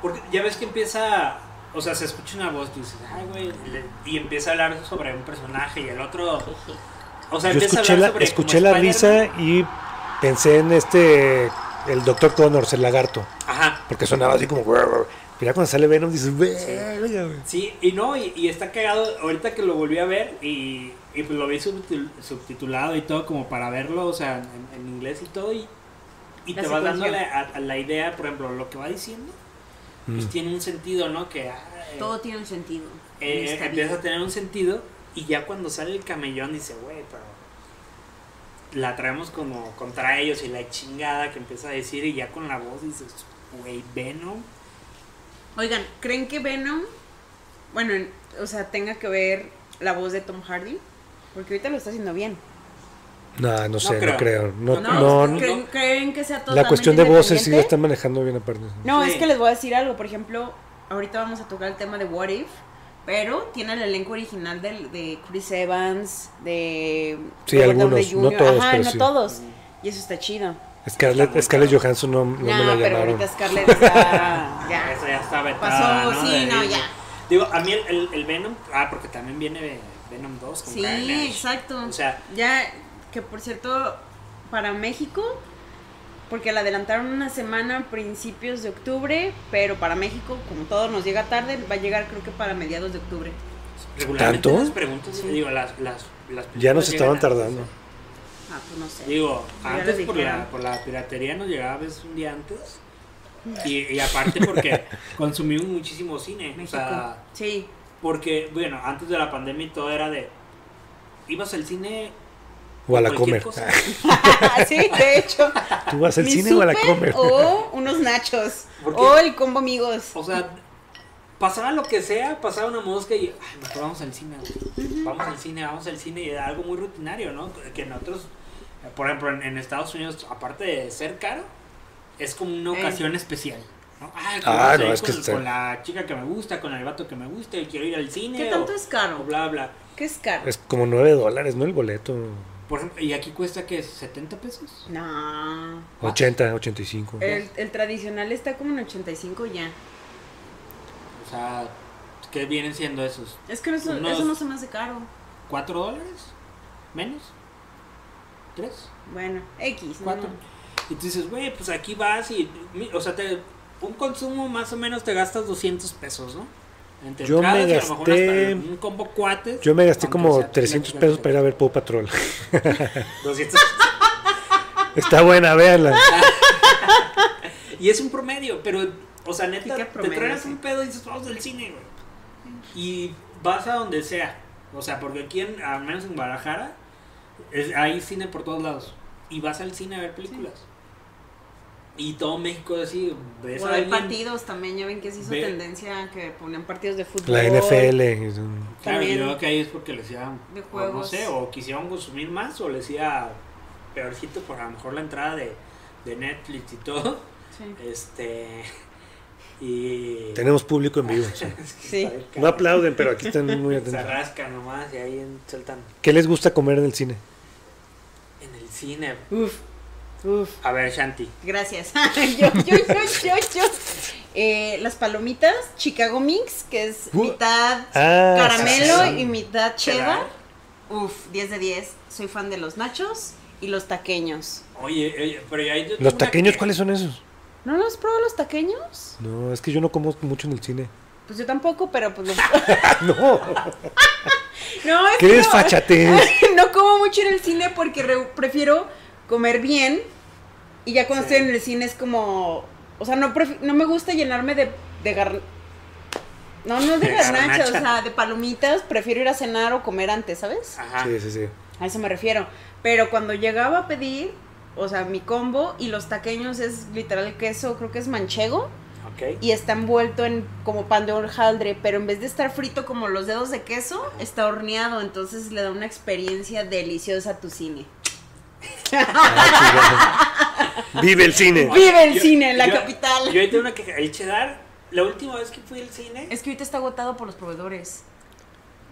Porque ya ves que empieza, o sea, se escucha una voz, tú dices, ay, güey, le- y empieza a hablar sobre un personaje y el otro. O sea, Yo empieza a escuché la, hablar sobre. escuché como la Spider-Man. risa y pensé en este, el Dr. Connors, el lagarto, Ajá. porque sonaba así como. Mira, cuando sale Venom, dices, "Verga, güey". Sí, y no, y, y está cagado. Ahorita que lo volví a ver y, y pues lo vi subtitul- subtitulado y todo, como para verlo, o sea, en, en inglés y todo. Y, y La te vas dando la, situación. a, a la idea, por ejemplo, lo que va diciendo, pues Mm. tiene un sentido, ¿no? Que ah, eh, Todo tiene un sentido. eh, en esta empieza a vida. tener un sentido. Y ya cuando sale el camellón, dice, güey, pero la traemos como contra ellos y la chingada que empieza a decir. Y ya con la voz dices, güey, Venom. Oigan, ¿creen que Venom, bueno, en- o sea, tenga que ver la voz de Tom Hardy? Porque ahorita lo está haciendo bien. No, no sé, no creo. creo. No, ¿No? no, ¿Creen, creen que sea totalmente la cuestión de voces sí la independiente? están manejando bien aparte. No, Sí. es que les voy a decir algo. Por ejemplo, ahorita vamos a tocar el tema de What If, pero tiene el elenco original del- de, Chris Evans, de. Sí, Robert algunos, Downey Jr.. no todos, Ajá, pero no sí. todos. Mm. Y eso está chido. Scarlett, muy Scarlett raro. Johansson no, no me no, la pero llamaron. ahorita Scarlett <laughs> está. Eso ya. ya está vetada, Pasó, sí, De- no, ya. Digo, a mí el, el- el Venom, ah, porque también viene Venom 2 con Sí, Karen Nash. exacto. O sea, Ya, que por cierto, para México, porque la adelantaron una semana a principios de octubre, pero para México, como todo nos llega tarde, va a llegar creo que para mediados de octubre. regularmente ¿Tanto? las preguntas, digo, las, las, las Ya nos películas estaban llegan tardando. antes. Ah, pues no sé. Digo, Ya antes les por dijeron. la, por la piratería nos llegaba a veces un día antes. Mm. Y, y aparte <laughs> porque consumimos muchísimo cine. O sea, sí. <laughs> porque, bueno, antes de la pandemia y todo era de... Ibas al cine... O a la cualquier comer. cosa. <laughs> sí, de <laughs> hecho. ¿Tú vas al Mi cine o a la súper comer? O unos nachos. ¿Por qué? O el combo amigos. O sea, pasaba lo que sea, pasaba una mosca y, ay, mejor vamos al cine, güey. Vamos al cine, vamos al cine, y era algo muy rutinario, ¿no? Que en otros, eh, por ejemplo, en, en Estados Unidos, aparte de ser caro, es como una Eh. ocasión especial. ¿no? Ah, Ah, vamos a no, ir es que con, está- con la chica que me gusta, con el vato que me gusta, y quiero ir al cine. ¿Qué o- tanto es o caro? bla, bla. ¿Qué es caro? Es como 9 dólares, ¿no? El boleto. Por ejemplo, y aquí cuesta que 70 pesos. No. Ah. 80, 85. El, el tradicional está como en 85 ya. O sea, ¿qué vienen siendo esos? Es que no se- Unos- eso no se me hace caro. ¿4 dólares? ¿Menos? ¿Tres? Bueno, X. ¿no? cuatro. Y tú dices, güey, pues aquí vas y, mi- o sea, te- un consumo más o menos te gastas 200 pesos, ¿no? Entre Yo me entradas y a lo mejor gasté- hasta un combo cuates. Yo me gasté aunque como sea 300 platicar, pesos para ir a ver Paw Patrol. <laughs> 200. Está buena, véanla. y es un promedio, pero, O sea, neta, Ticket te promedio, traes sí. un pedo y dices, vamos del cine, güey. Y vas a donde sea. O sea, porque aquí, en, al menos en Guadalajara, es- hay cine por todos lados. Y vas al cine a ver películas. Y todo México es así, ves Bueno, a hay alguien- partidos también, ya ven que se hizo Ve- tendencia que ponían partidos de fútbol. La NFL. es un- Claro, yo También. creo que ahí es porque les iba, De o no juegos. sé, o quisieron consumir más, o les iba peorcito por a lo mejor la entrada de, de Netflix <laughs> y todo. Sí. Este. Y. Tenemos público en vivo. sí. <laughs> Es que Sí. está bien No cabrón. aplauden, pero aquí están muy Se atentos. rascan nomás y ahí en- sueltan ¿Qué les gusta comer en el cine? en el cine. Uf, uf. A ver, Shanti. Gracias. <laughs> yo, yo, yo, yo, yo. Eh, las palomitas, Chicago Mix, que es Uh, mitad Ah, caramelo sí, sí. y mitad cheddar. Cheddar. Uf, 10 de 10. Soy fan de los nachos y los taqueños. Oye, oye, pero ahí yo tengo ¿Los una taqueños que- cuáles son esos? ¿No los probado los taqueños? No, es que yo no como mucho en el cine. Pues yo tampoco, pero pues los... <laughs> No, No, es qué que no. <laughs> desfachatez. no como mucho en el cine porque re- prefiero comer bien. Y ya cuando Sí. estoy en el cine es como. O sea, no, prefi- no me gusta llenarme de, de gar- No, no es de, De garnacha, o garnacha. sea, de palomitas. Prefiero ir a cenar o comer antes, ¿sabes? Ajá. Sí, sí, sí. A eso me refiero. Pero cuando llegaba a pedir, o sea, mi combo y los taqueños es literal queso, creo que es manchego. Ok. Y está envuelto en como pan de hojaldre, pero en vez de estar frito como los dedos de queso, está horneado, entonces le da una experiencia deliciosa a tu cine. Ah, chingada. Vive el cine. Vive el Yo- cine, la yo- capital. Yo ahí tengo una queja. El cheddar, la última vez que fui al cine, Es que ahorita está agotado por los proveedores.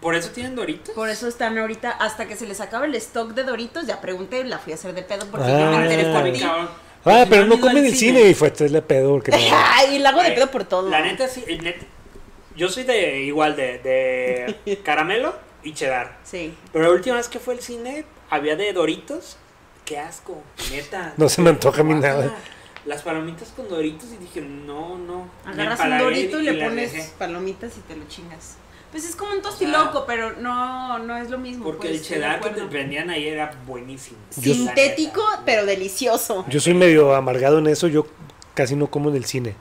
por eso tienen doritos. Por eso están ahorita, hasta que se les acabe el stock de Doritos, ya pregunté, la fui a hacer de pedo porque yo Ah. me enteré Está por bien, <laughs> ti. <laughs> cabrón. Pues Ah, Si pero han no ido comen al en el cine. Y fue, es la pedo. Que <laughs> no. Ay, la hago de Eh, pedo por todo. La neta, sí, el net- yo soy de igual de, <laughs> de caramelo y cheddar. Sí. Pero la última vez que fue al cine, había de doritos. Qué asco, neta. No se me antoja a mí Guácala. nada. Las palomitas con doritos y dije, no, no. Me Agarras un empalagué dorito y le las pones dejé. palomitas y te lo chingas. Pues es como un tostiloco, pero no, no es lo mismo. Porque pues, el estoy de cheddar que te acuerdo. vendían ahí era buenísimo. Yo- Sintético, La neta. pero delicioso. Yo soy medio amargado en eso. Yo casi no como en el cine.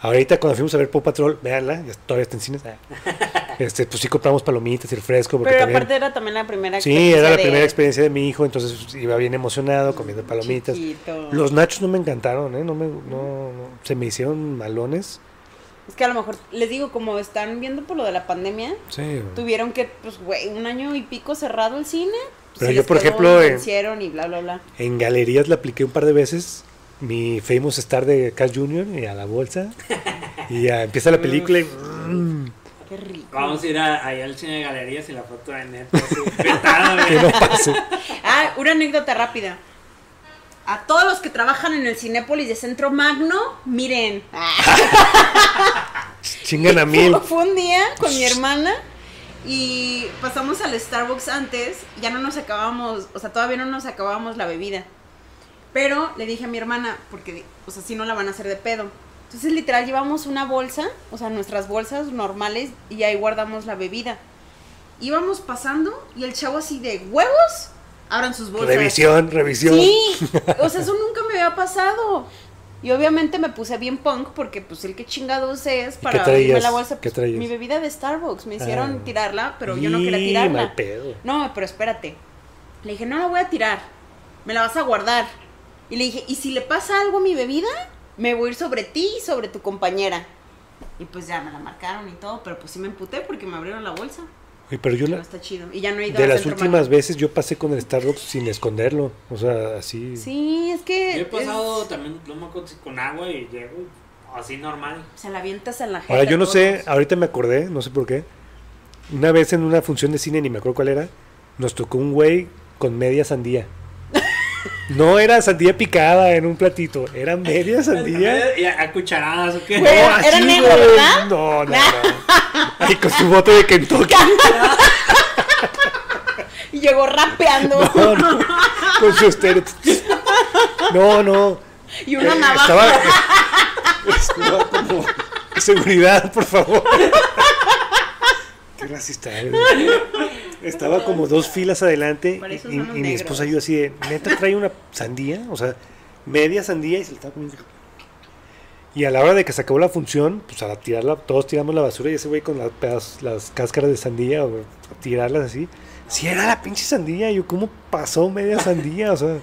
Ahorita cuando fuimos a ver Paw Patrol, véanla, ya- todavía está en cines. Ah. <laughs> Este, pues sí compramos palomitas y refresco. Porque Pero también- aparte era también la primera Sí, era la de- primera experiencia de mi hijo, entonces iba bien emocionado comiendo palomitas. Chiquito. Los nachos no me encantaron, ¿eh? No me, no, no, se me hicieron malones. Es que a lo mejor, les digo, como están viendo por lo de la pandemia, Sí. tuvieron que, pues, güey, un año y pico cerrado el cine. pues, Pero se yo, les por quedó ejemplo, y en- vencieron y bla, bla, bla. En galerías la apliqué un par de veces. Mi famous star de Carl Jr. y a la bolsa. y ya empieza la película y. mm, Qué rico. Vamos a ir a- ahí al cine de galerías y la foto de neta. así, <laughs> petada, güey. <laughs> que no pase. Ah, una anécdota rápida. A todos los que trabajan en el Cinépolis de Centro Magno, miren. Chingan a mil. <laughs> Fue un día con mi hermana y pasamos al Starbucks antes, ya no nos acabamos, o sea, todavía no nos acabábamos la bebida. Pero le dije a mi hermana, porque, o sea, si no la van a hacer de pedo. Entonces, literal, llevamos una bolsa, o sea, nuestras bolsas normales y ahí guardamos la bebida. Íbamos pasando y el chavo así de huevos, abran sus bolsas. Revisión, revisión. Sí, o sea, eso nunca me había pasado. Y obviamente me puse bien punk porque pues el que chingados es para qué traías? abrirme la bolsa. ¿Qué pues, traías? mi bebida de Starbucks, me hicieron Ah. tirarla, pero yo no Y quería mal tirarla. pedo. No, pero espérate. Le dije, no la voy a tirar, me la vas a guardar. Y le dije, ¿y si le pasa algo a mi bebida? Me voy a ir sobre ti y sobre tu compañera. Y pues ya me la marcaron y todo, pero pues sí me emputé porque me abrieron la bolsa. Oye, pero yo No la- está chido. Y ya no he ido de al las Centro últimas Magno. veces yo pasé con el Starbucks sin esconderlo. O sea, así. Sí, es que. Yo he pasado es- también, no me acuerdo si con agua y llego así normal. se la avientas en la gente. Ahora, yo no sé, ahorita me acordé, no sé por qué. Una vez en una función de cine, ni me acuerdo cuál era, nos tocó un güey con <laughs> media sandía. No era sandía picada en un platito, <laughs> era media sandía. Y a, a cucharadas o qué. Güey. Era- así, era negro, güey. ¿verdad? No, no, no. <laughs> Ay, con su bote de Kentucky. Y llegó rapeando. <laughs> No, no. Con su estéreo. No, no. <laughs> Y una Eh, navaja. Estaba, eh, estaba como. Seguridad, por favor. Qué racista eres. Estaba como dos filas adelante Para y, eso y- son los y mi negros. esposa yo así de, neta trae una sandía, o sea, media sandía y se la estaba comiendo. Y a la hora de que se acabó la función, pues a tirarla, todos tiramos la basura y ese güey con las, pedaz- las cáscaras de sandía, o a tirarlas así. Si era la pinche sandía, yo cómo pasó media sandía, o sea, de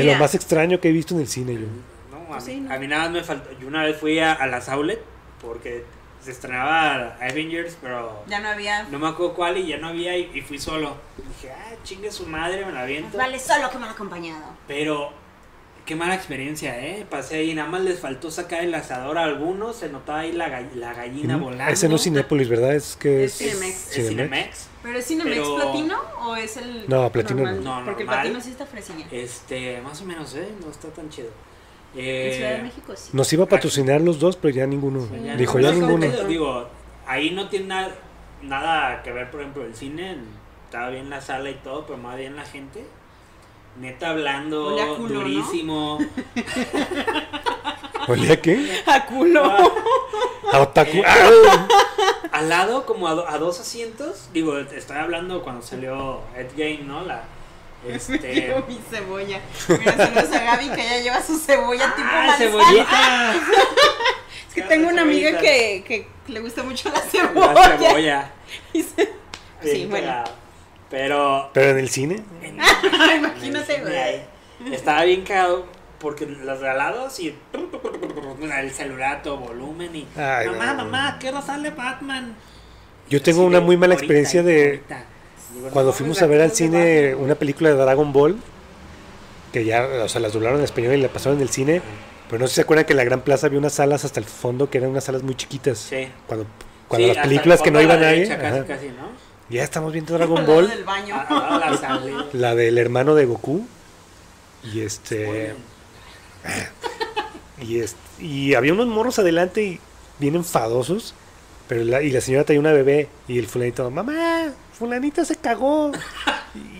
Mira. lo más extraño que he visto en el cine, yo. No, a, Pues mí- sí, ¿no? a mí nada más me faltó. Yo una vez fui a, a las outlet porque se estrenaba Avengers, pero Ya no había. no me acuerdo cuál y ya no había y, y fui solo. Dije, ah, chingue su madre, me la aviento. Vale, solo que me han acompañado. Pero qué mala experiencia, ¿eh? Pasé ahí, nada más les faltó sacar el asador a algunos, se notaba ahí la, gall- la gallina Ujú. volando. Ese no es Cinépolis, ¿verdad? Es que Es es, Cinemex. Es Cinemex. ¿Pero es Cinemex Pero- platino o es el.? No, platino normal? no. No, Porque el normal. platino sí está fresilla. Este, más o menos, ¿eh? No está tan chido. en Ciudad de Eh, México sí. <laughs> Nos iba a patrocinar los dos, pero ya ninguno. Sí, ya Dijo, no- ya no, <laughs> ninguno. pero Digo, ahí no tiene nada, nada que ver, por ejemplo, el cine. Estaba bien la sala y todo, pero más bien la gente. Neta hablando, Olía a culo, ¿no? durísimo. ¿Olía qué? <laughs> ¡A culo! A otaku. Eh. ¡Ah! Al lado, como a, do- a dos asientos. Digo, estoy hablando cuando salió Endgame, ¿no? <laughs> La, este, Yo mi cebolla. Mira, saludos a Gaby que ya lleva su cebolla tipo ¡Ah, manzana. cebollita! <laughs> Es que tengo una amiga Cebollita. que, que le gusta mucho la <laughs> cebolla. <laughs> La cebolla. Y se- Bien Sí, bueno. Ah, cagado. Pero Pero en el cine. <laughs> en- Imagínate, en el cine ahí, Estaba bien cagado porque los regalados y el celular, todo volumen y. Ay, mamá, no. mamá, quiero sale Batman. Yo tengo Así una de, muy mala "Ahorita, experiencia de- ahorita". Digo, Cuando "No, fuimos oiga, a ver al ¿qué cine Batman?". una película de Dragon Ball, que ya, o sea, las doblaron en español y la pasaron en el cine, pero no sé si se acuerdan que en la Gran Plaza había unas salas hasta el fondo que eran unas salas muy chiquitas. Sí. Cuando, cuando Sí, las hasta películas el que no fondo a iba la nadie, derecha, Casi, ajá, casi, ¿no? ya estamos viendo Al Dragon lado Ball, del baño. Al lado de la sala. la del hermano de Goku, y este... Oye, Y, es- y había unos morros adelante y bien enfadosos. Pero la, y la señora traía una bebé y el fulanito, mamá, fulanita se <laughs> cagó.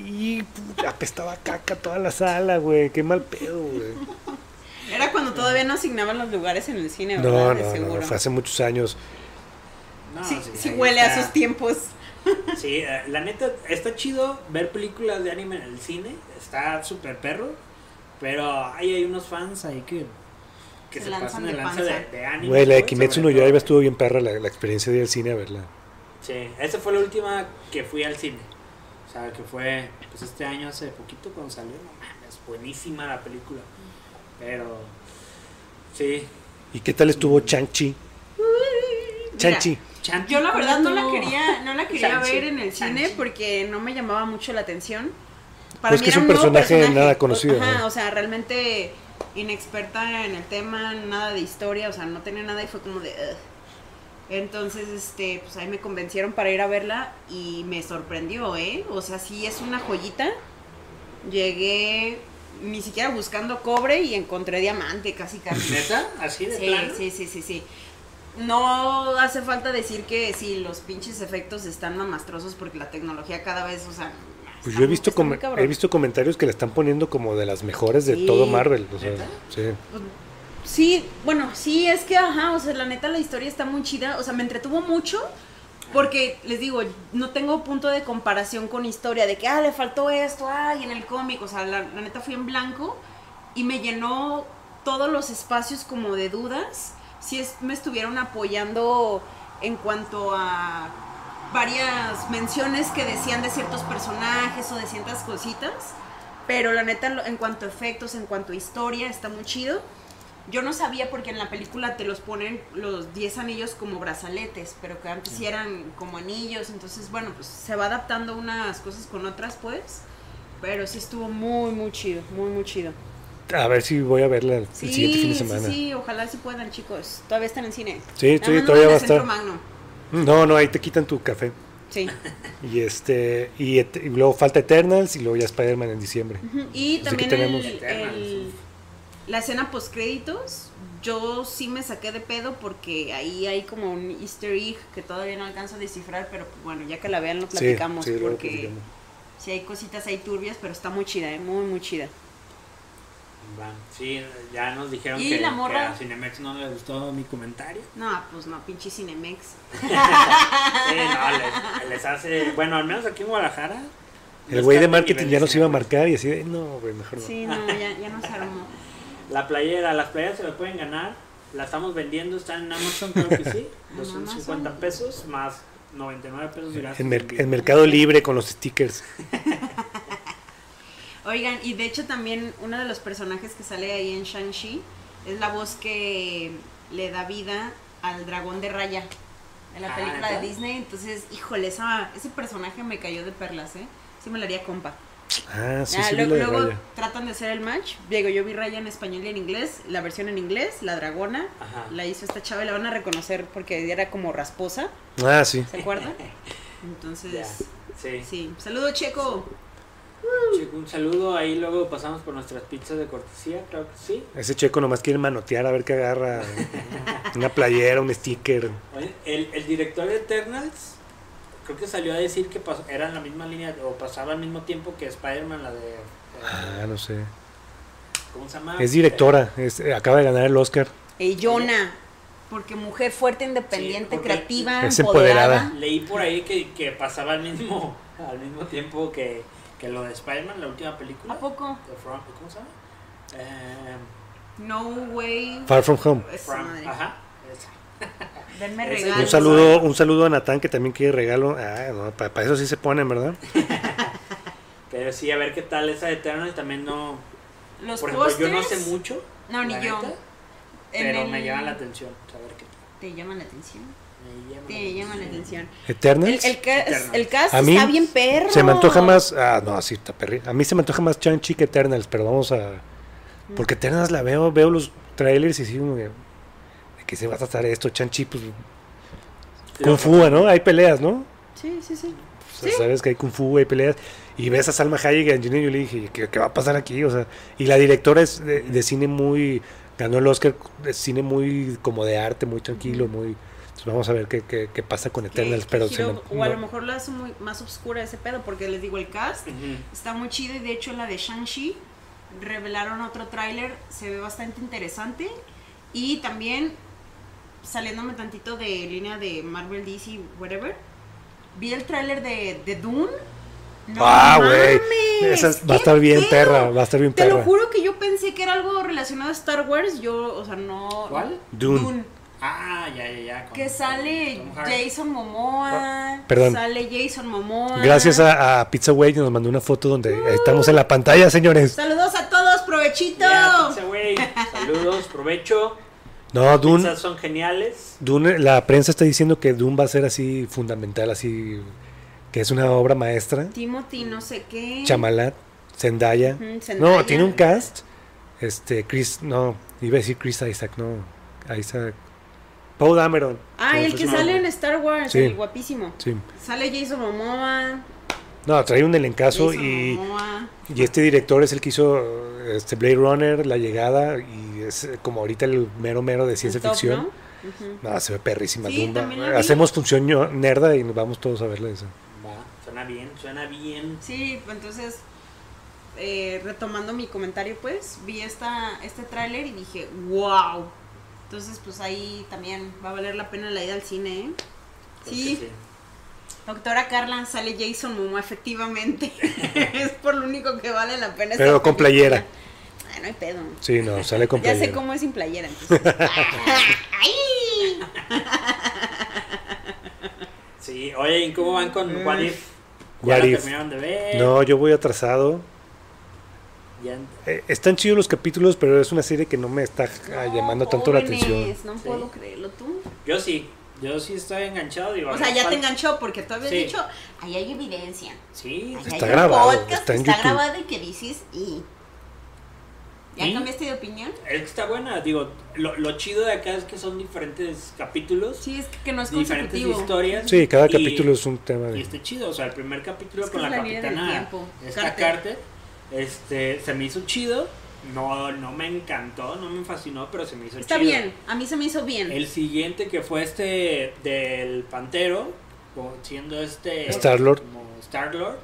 Y puta, apestaba caca toda la sala, güey. Qué mal pedo, güey. Era cuando todavía no asignaban los lugares en el cine, No, ¿verdad? De no, no, seguro. fue hace muchos años. no, sí, sí Ah, ahí huele a está. esos tiempos. Sí, eh, la neta, está chido ver películas de anime en el cine, está súper perro, pero ahí hay unos fans ahí que, que Se se, lanzan pasan de de lanza de, panza. de anime. Güey, la de güey, Kimetsu no sobre Yaiba todo. estuvo bien perra la, la experiencia de ir al cine a verla. Sí, esa fue la última que fui al cine, o sea, que fue pues este año hace poquito cuando salió, no mames, buenísima la película, pero sí. ¿Y qué tal estuvo Mm. Chang-Chi? Chang-Chi. Chan- Yo la verdad no la ¿cómo? quería, no la quería Sanchi, ver en el cine Sanchi. porque no me llamaba mucho la atención. Pues que es un nuevo personaje nada conocido, Ajá, ¿no? o sea, realmente inexperta en el tema, nada de historia, o sea, no tenía nada y fue como de. "Ugh". Entonces, este, pues ahí me convencieron para ir a verla y me sorprendió, ¿eh? O sea, sí es una joyita. Llegué ni siquiera buscando cobre y encontré diamante, casi <laughs> casi. ¿Neta? ¿Así de Sí, plano? sí, sí, sí, sí. No hace falta decir que sí, los pinches efectos están mamastrosos porque la tecnología cada vez, o sea... Pues está yo he muy- visto, está muy come- cabrón. he visto comentarios que la están poniendo como de las mejores de Sí. todo Marvel. o sea, ¿Neta? sí. Sí, bueno, sí, es que, ajá, o sea, la neta la historia está muy chida, o sea, me entretuvo mucho porque, les digo, no tengo punto de comparación con historia de que, ah, le faltó esto, ay, en el cómic, o sea, la, la neta fui en blanco y me llenó todos los espacios como de dudas, si es, me estuvieron apoyando en cuanto a varias menciones que decían de ciertos personajes o de ciertas cositas, pero la neta lo- en cuanto a efectos, en cuanto a historia, está muy chido. Yo no sabía porque en la película te los ponen los 10 anillos como brazaletes, pero que antes sí eran como anillos, entonces bueno, pues se va adaptando unas cosas con otras pues, pero sí estuvo muy, muy chido, muy, muy chido. A ver si voy a verla el Sí, siguiente fin de semana. sí, sí, ojalá sí puedan, chicos. Todavía están en cine. Sí, Nada sí, más no todavía en va a el Centro estar. Magno. No, no, ahí te quitan tu café. <laughs> Sí. Y este y, et- y luego falta Eternals y luego ya Spider-Man en diciembre. Ujú, Y Pues aquí también tenemos- el- el- la escena post créditos, yo sí me saqué de pedo porque ahí hay como un easter egg que todavía no alcanzo a descifrar, pero pues, bueno, ya que la vean lo Sí, platicamos sí, luego porque platicamos. sí hay cositas ahí turbias, pero está muy chida, ¿eh? muy muy chida. Va, Sí, ya nos dijeron ¿Y que, la que morra? a Cinemex no le gustó mi comentario. <laughs> No, pues no, pinche Cinemex. Sí, no, les, les hace. Bueno, al menos aquí en Guadalajara. El güey de rescatan marketing ya niveles, nos iba a ¿no? marcar y así de, no, güey, mejor no. Sí, no, ya, ya no se armó. La playera, las playeras se las pueden ganar La estamos vendiendo, está en Amazon, creo que <laughs> sí. En 250 Amazon. pesos más 99 pesos de gastos En, de mer- envío. en Mercado Libre con los stickers. Oigan, y de hecho también uno de los personajes que sale ahí en Shang-Chi es la voz que le da vida al dragón de Raya en la Ah, película de ¿neta? Disney. Entonces, híjole, esa- ese personaje me cayó de perlas, ¿eh? Sí me lo haría compa. Ah, sí, Ah, sí, vi luego la de luego Raya. tratan de hacer el match. Digo, yo vi Raya en español y en inglés, la versión en inglés, la dragona. Ajá. La hizo esta chava y la van a reconocer porque era como rasposa, Ah, sí. ¿se <laughs> acuerdan? Entonces, Ya, Sí. sí. Saludo, Checo. Chico, un saludo. Ahí luego pasamos por nuestras pizzas de cortesía, creo que sí. Ese checo nomás quiere manotear a ver <laughs> qué agarra. Una playera, un sticker. Oye, El, el director de Eternals creo que salió a decir que pas- era en la misma línea o pasaba al mismo tiempo que Spider-Man, la de... eh, Ah, no sé. ¿Cómo se Ah, llama? Es directora. es- acaba de ganar el Oscar. Ey, Yona, porque mujer fuerte, independiente, Sí, porque- creativa, Es empoderada. empoderada. Leí por ahí que, que pasaba al mismo, <laughs> al mismo tiempo que, que lo de Spider-Man, la última película. ¿A poco? The From- ¿Cómo se llama? Eh, No way. Far From Home. Esa From- madre. ajá, esa. Denme Ese- regalos. Un saludo, un saludo a Natán que también quiere regalo. Ah, no, para, eso sí se ponen, ¿verdad? Pero sí, a ver qué tal esa de Eternals. También no. Los por ejemplo, pósters. yo no sé mucho. No, ni la yo. neta, en pero el- me llama la atención. Saber qué tal. Te llaman la atención. Me llama Te llaman la atención. El, Eternals. el, ca- Eternals. el cast A mí está bien perro. Se me antoja más. Ah, no, sí, está perri. A mí se me antoja más Chanchi que Eternals, pero vamos a. Mm. Porque Eternals la veo, veo los trailers y sí, como que. ¿De qué se va a tratar esto? Chanchi, pues. Kung Fu, ¿no? Hay peleas, ¿no? Sí, sí, sí. O sea, sabes que hay Kung Fu, hay peleas. Y ves a Salma Hayek y a Angelina Jolie y dije, ¿qué, qué va a pasar aquí? O sea, y la directora es de, de cine muy. Ganó el Oscar de cine muy como de arte, muy Mm. tranquilo, muy. Entonces vamos a ver qué, qué, qué pasa con Que- Eternals. que pero se giro- me- o a lo no. mejor la hace muy, más oscura ese pedo, porque les digo, el cast Ujú. está muy chido y de hecho la de Shang-Chi revelaron otro tráiler, se ve bastante interesante y también saliéndome tantito de línea de Marvel DC whatever, vi el tráiler de, de Dune. No ah, güey. mames, Esa es- va ¿qué a estar bien pedo? perra, va a estar bien Te perra. lo juro que yo pensé que era algo relacionado a Star Wars, yo, o sea, no ¿Cuál? Dune. Ah, ya, ya, ya. con- que sale con Tom Hardy. Jason Momoa, Perdón. sale Jason Momoa. Gracias a, a Pizza Way que nos mandó una foto donde eh, estamos en la pantalla, señores. Saludos a todos, provechito. Ya, pues, pizza, güey. Saludos, provecho. No, Dune, Pizzas son geniales. Dune, la prensa está diciendo que Dune va a ser así fundamental, así que es una obra maestra. Timothy no sé qué. Chamalat, Zendaya. Ujú, No, Mm, Zendaya. tiene un cast. Este, Chris, no, iba a decir Chris Isaac, no. Isaac. Paul Dameron. Ah, Sí, el fue que su sale en nombre. Star Wars, Sí. el guapísimo. Sí. Sale Jason Momoa. No, trae un elencazo Jason y. Momoa. Y este director es el que hizo eh, este Blade Runner, La Llegada, y es eh, como ahorita el mero mero de ciencia El top, ficción. ¿no? Ujú. ¿no? se ve perrísima. Sí, Dumba. también la vi. Hacemos función ño- nerda y nos vamos todos a verla esa. Va, suena bien, suena bien. Sí, entonces, eh, retomando mi comentario, pues, vi esta, este tráiler y dije, wow. Entonces, pues ahí también va a valer la pena la ida al cine, ¿eh? Creo Sí. que Doctora Carla, sale Jason Momoa, efectivamente. <laughs> es por lo único que vale la pena. esta Pero con película. playera. Ah, no hay pedo. Sí, <laughs> no, sale con Ya playera. sé cómo es sin playera, <laughs> entonces. ¡Ay! Sí, oye, ¿y cómo van Mm. con What If? ¿Ya What la If. terminaron de ver? No, yo voy atrasado. Ya- Eh, están chidos los capítulos, pero es una serie que no me está ah, No, llamando tanto la jóvenes, atención. No Sí. puedo creerlo tú. yo sí, yo sí estoy enganchado. Digo, O a sea, ver, ya fal- te enganchó porque tú habías Sí. dicho, ahí hay evidencia. Sí, Ahí Está hay un grabado, podcast está en que está YouTube. grabado y que dices, y. ¿Ya ¿Y? cambiaste de opinión? es que está buena. Digo, lo, lo chido de acá es que son diferentes capítulos, Sí, es que, que no es diferentes consecutivo. historias. Sí, cada y- capítulo es un tema Y este de... está chido, o sea, el primer capítulo Es que con es la, la línea del capitana tiempo. esta Carter. Carter, este, se me hizo chido. No, no me encantó, no me fascinó, pero se me hizo Está chido. bien, a mí se me hizo bien. El siguiente que fue este del Pantero, como siendo este... Star-Lord. Star Lord.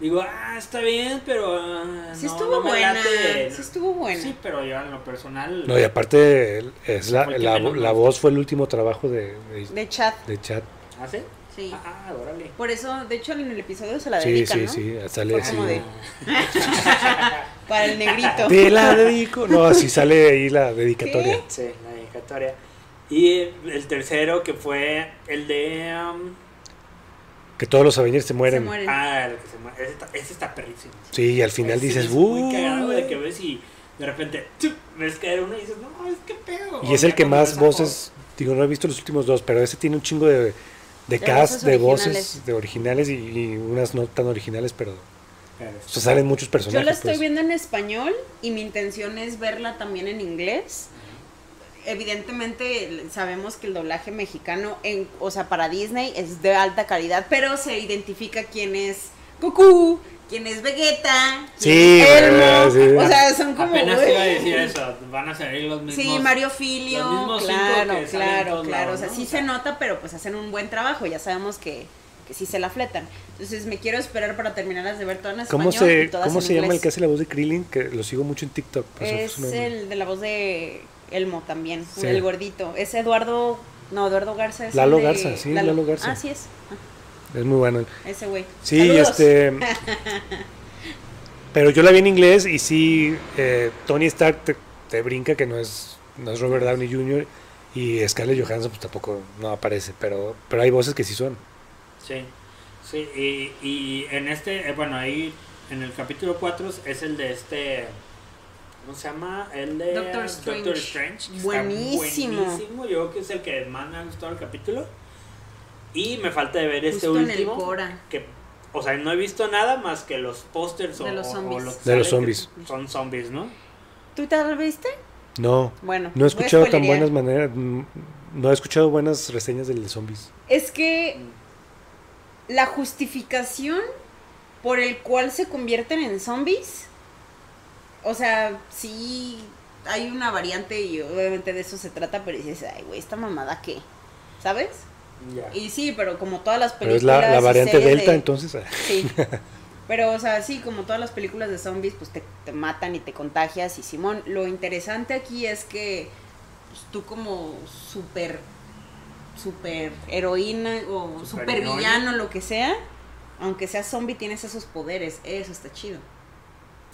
Digo, ah, está bien, pero... ah, sí no, estuvo no me buena, late". sí estuvo buena. Sí, pero yo en lo personal... No, y aparte es la, Fue el que la, menos me la gustó. voz fue el último trabajo de, de, De chat, de Chat. ¿Ah, sí? sí. Ah, ah, órale. Por eso, de hecho, en el episodio se la Sí, dedican, sí, ¿no? sí, Fue sale sí. como de- Ah, Para el negrito. Te la dedico. No, así sale ahí la dedicatoria. Sí, la hija historia. Y el tercero que fue el de... um, Que todos los Avengers se mueren. Se mueren. ah, lo que se llama- Ese está, ese está perrísimo. Sí, y al final Ese dices, es muy "Uh". cagado de que ves y de repente ¡chup! ves caer uno y dices, no, es que pedo. Y es el Ya que cuando más ves a voces, digo, no he visto los últimos dos, pero ese tiene un chingo de, de, cast, voces de voces, originales. de originales y, y unas no tan originales, pero o Hulk, sea, salen muchos Yo personajes. la estoy pues. viendo en español y mi intención es verla también en inglés. Evidentemente el- sabemos que el doblaje mexicano, en, o sea, para Disney es de alta calidad, pero se identifica quién es Goku, quién es Vegeta, quién Sí, es Elmo. sí. O sea, son como... Apenas iba a "Uy". decir eso, van a salir los mismos. Sí, Mario Filio, los mismos cinco claro, que salen en claro, todos claro. lados, O sea, ¿no? sí O sea- se nota, pero pues hacen un buen trabajo. Ya sabemos que, que sí se la fletan. Entonces me quiero esperar para terminarlas de ver todas en español ¿Cómo se, y todas ¿cómo en se llama el inglés. que hace la voz de Krillin? Que lo sigo mucho en TikTok. por Pues eso Es su nombre. el de la voz de Elmo también, Sí. el gordito. Es Eduardo, no, Eduardo Garza. Es Lalo el de- Garza, sí, Lalo Garza. Ah, sí es, Ah, Es muy bueno. ese güey. Sí, Saludos. este. pero yo la vi en inglés y sí, eh, Tony Stark te, te brinca que no es, no es Robert Downey Jr. y Scarlett Johansson pues tampoco no aparece, pero, pero hay voces que sí son. Sí, sí, y, y en este, eh, bueno, ahí en el capítulo 4 es el de este, ¿cómo se llama? El de Doctor Strange. Doctor Strange, que está Buenísimo. buenísimo, yo creo que es el que más me ha gustado el capítulo. Y me falta de ver este Justo en el último. Cora. que, o sea, no he visto nada más que los pósters o, De los o- o zombies. lo que De sale, los que zombies. Son zombies, ¿no? ¿Tú te la viste? No, Bueno. no he voy a escuchado tan spoilerear. buenas maneras, mm, no he escuchado buenas reseñas del de zombies. Es que la justificación por el cual se convierten en zombies, o sea, sí hay una variante y obviamente de eso se trata, pero dices, ay, güey, esta mamada qué, ¿sabes? Ya. Y sí, pero como todas las Pero es películas. la, la y variante series Delta, de- entonces. ah, Sí. Pero, o sea, sí, como todas las películas de zombies, pues te, te matan y te contagias. Y Simón, lo interesante aquí es que pues, tú como super, super heroína o super Superheroína. villano, lo que sea, aunque seas zombie, tienes esos poderes. Eso está chido.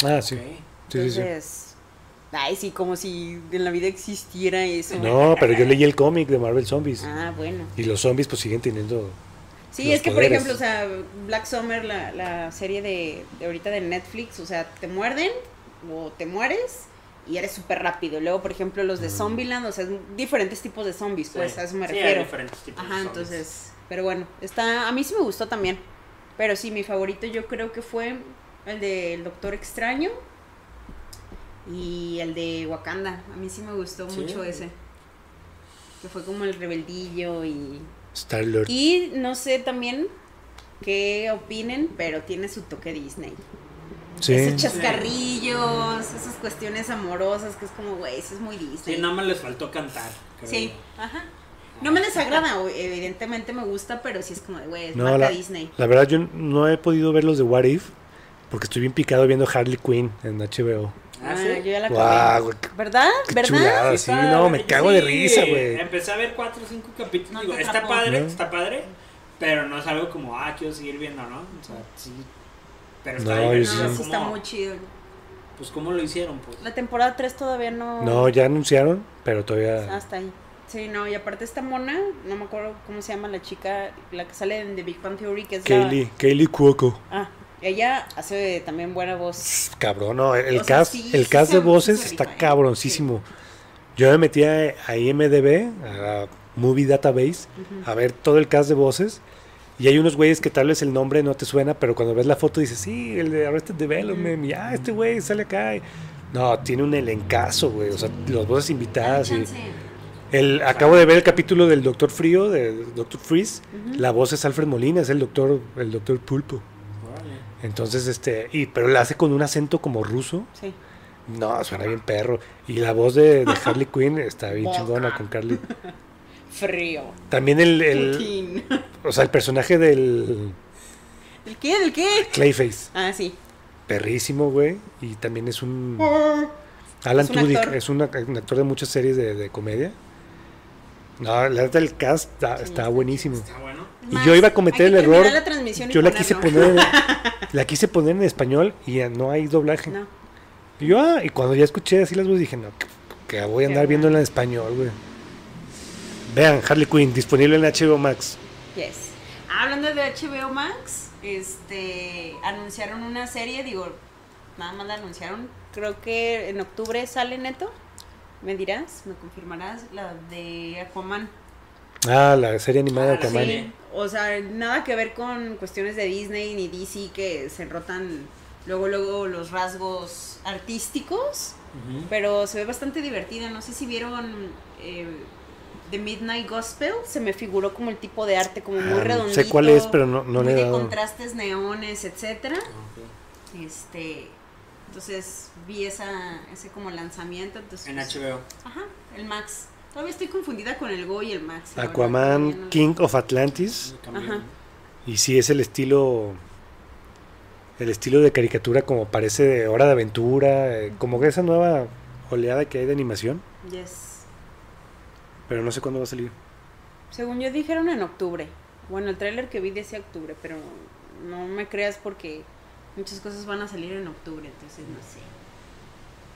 Ah, sí. Ok. Sí, sí, sí. Entonces, ay, sí, como si en la vida existiera eso. No, pero yo leí el cómic de Marvel Zombies. Ah, bueno. Y los zombies pues siguen teniendo... Sí, los es que poderes. por ejemplo, o sea, Black Summer, la, la serie de, de ahorita de Netflix, o sea, te muerden o te mueres y eres súper rápido. Luego, por ejemplo, los de Zombieland, o sea, es diferentes tipos de zombies, pues Sí. a eso me Sí, hay refiero. diferentes tipos de Ajá, zombies. entonces, pero bueno, está, a mí sí me gustó también. Pero sí, mi favorito yo creo que fue el del Doctor Extraño y el de Wakanda. A mí sí me gustó Sí. mucho ese. Que fue como el rebeldillo y Star-Lord. y no sé también qué opinen, pero tiene su toque Disney. Sí. Esos chascarrillos, esas cuestiones amorosas que es como, güey, eso es muy Disney. Sí, nada más les faltó cantar. creo Sí, yo. ajá. No me desagrada, o- evidentemente me gusta, pero sí es como de, güey, es No, marca la, Disney. la verdad yo no he podido ver los de What If porque estoy bien picado viendo Harley Quinn en HBO. Ah, Ah, sí. yo ya la Guau, acabé. güey, qué- ¿Verdad? qué ¿Verdad? chulada. Ah, sí, no, me cago de risa, güey. Empecé a ver cuatro o cinco capítulos. No digo, te está atrapó. padre, No. está padre, pero no es algo como, ah, quiero seguir viendo, ¿no? O sea, sí. Pero No, está yo No, bien, sí. sí está ¿Cómo- muy chido. Pues, ¿cómo lo hicieron? Pues, La temporada 3 todavía no... No, ya anunciaron, pero todavía... Hasta ahí. Oh. Ah, Sí, no, y aparte esta mona, no me acuerdo cómo se llama la chica, la que sale en The Big Bang Theory, que es la- Kaylee, Kaylee Cuoco. Ah, ella hace también buena voz. Pff, Cabrón, no, el O sea, cast, sí, el sí cast se- de sí voces se está rifa, ¿eh? cabroncísimo. Yo me metí a, a IMDB, a la Movie Database, a ver todo el cast de voces. Y hay unos güeyes que tal vez el nombre no te suena, pero cuando ves la foto dices, sí, el de Arrested Development, y ah, este güey sale acá. y- No, tiene un elencazo, güey. O sea, las voces invitadas. y- El, acabo de ver el capítulo del Doctor Frío, de Doctor Freeze. La voz es Alfred Molina, es el doctor, el doctor Pulpo. órale. Entonces, este, y pero la hace con un acento como ruso. Sí. No, suena bien perro. Y la voz de, de <laughs> Harley Quinn está bien Boca. chingona con Carly. Frío. También el, el, Putin. o sea, el personaje del ¿El qué? ¿El qué? Clayface, Ah, sí. perrísimo, güey. Y también es un Alan Es un Tudyk, actor. es un, ac- un actor de muchas series de, de comedia. No, la verdad el cast está, está buenísimo. Está bueno. Es Y más, yo iba a cometer hay que el error. terminar La transmisión y Yo la quise ponerlo. <laughs> poner, la quise poner en español y ya no hay doblaje. No. Y yo, ah, y cuando ya escuché así las voces dije, no, que, que voy Qué a andar bueno. viéndola en español, güey. Vean, Harley Quinn, disponible en HBO Max. Yes. Hablando de HBO Max, este, anunciaron una serie, digo, nada más la anunciaron, creo que en octubre sale neto, me dirás, me confirmarás, la de Aquaman. Ah, la serie animada de Ah, la Aquaman. serie. O sea, nada que ver con cuestiones de Disney ni DC que se rotan luego, luego los rasgos artísticos, pero se ve bastante divertida, no sé si vieron... eh, The Midnight Gospel se me figuró como el tipo de arte como muy Ah, redondito. sé cuál es, pero no, no muy le he de dado. contrastes neones, etcétera. Este, entonces vi esa, ese como lanzamiento. Entonces, pues, En HBO. Ajá, el Max. Todavía estoy confundida con el Go y el Max. la verdad, todavía Aquaman, no. King of Atlantis. Ajá. Y sí, es el estilo. El estilo de caricatura, como parece de Hora de Aventura. eh, Como que esa nueva oleada que hay de animación. Yes. Pero no sé cuándo va a salir. Según yo dijeron en octubre. Bueno, el tráiler que vi decía octubre, pero no me creas porque muchas cosas van a salir en octubre, entonces no sé.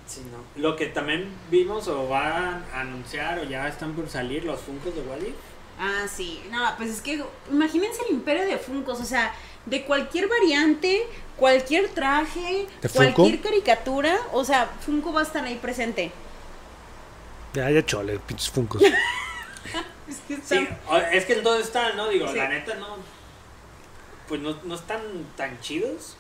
Sí, no. Lo que también vimos o van a anunciar o ya están por salir los Funkos de Wally. Ah, sí. No, pues es que imagínense el imperio de Funkos, o sea, de cualquier variante, cualquier traje, ¿De Funko? cualquier caricatura, o sea, Funko va a estar ahí presente. Ya, ya chole, <laughs> pinches funcos. Es que está- Sí, o- es que en todo están, ¿no? Digo, Sí. la neta no. Pues no, no están tan chidos,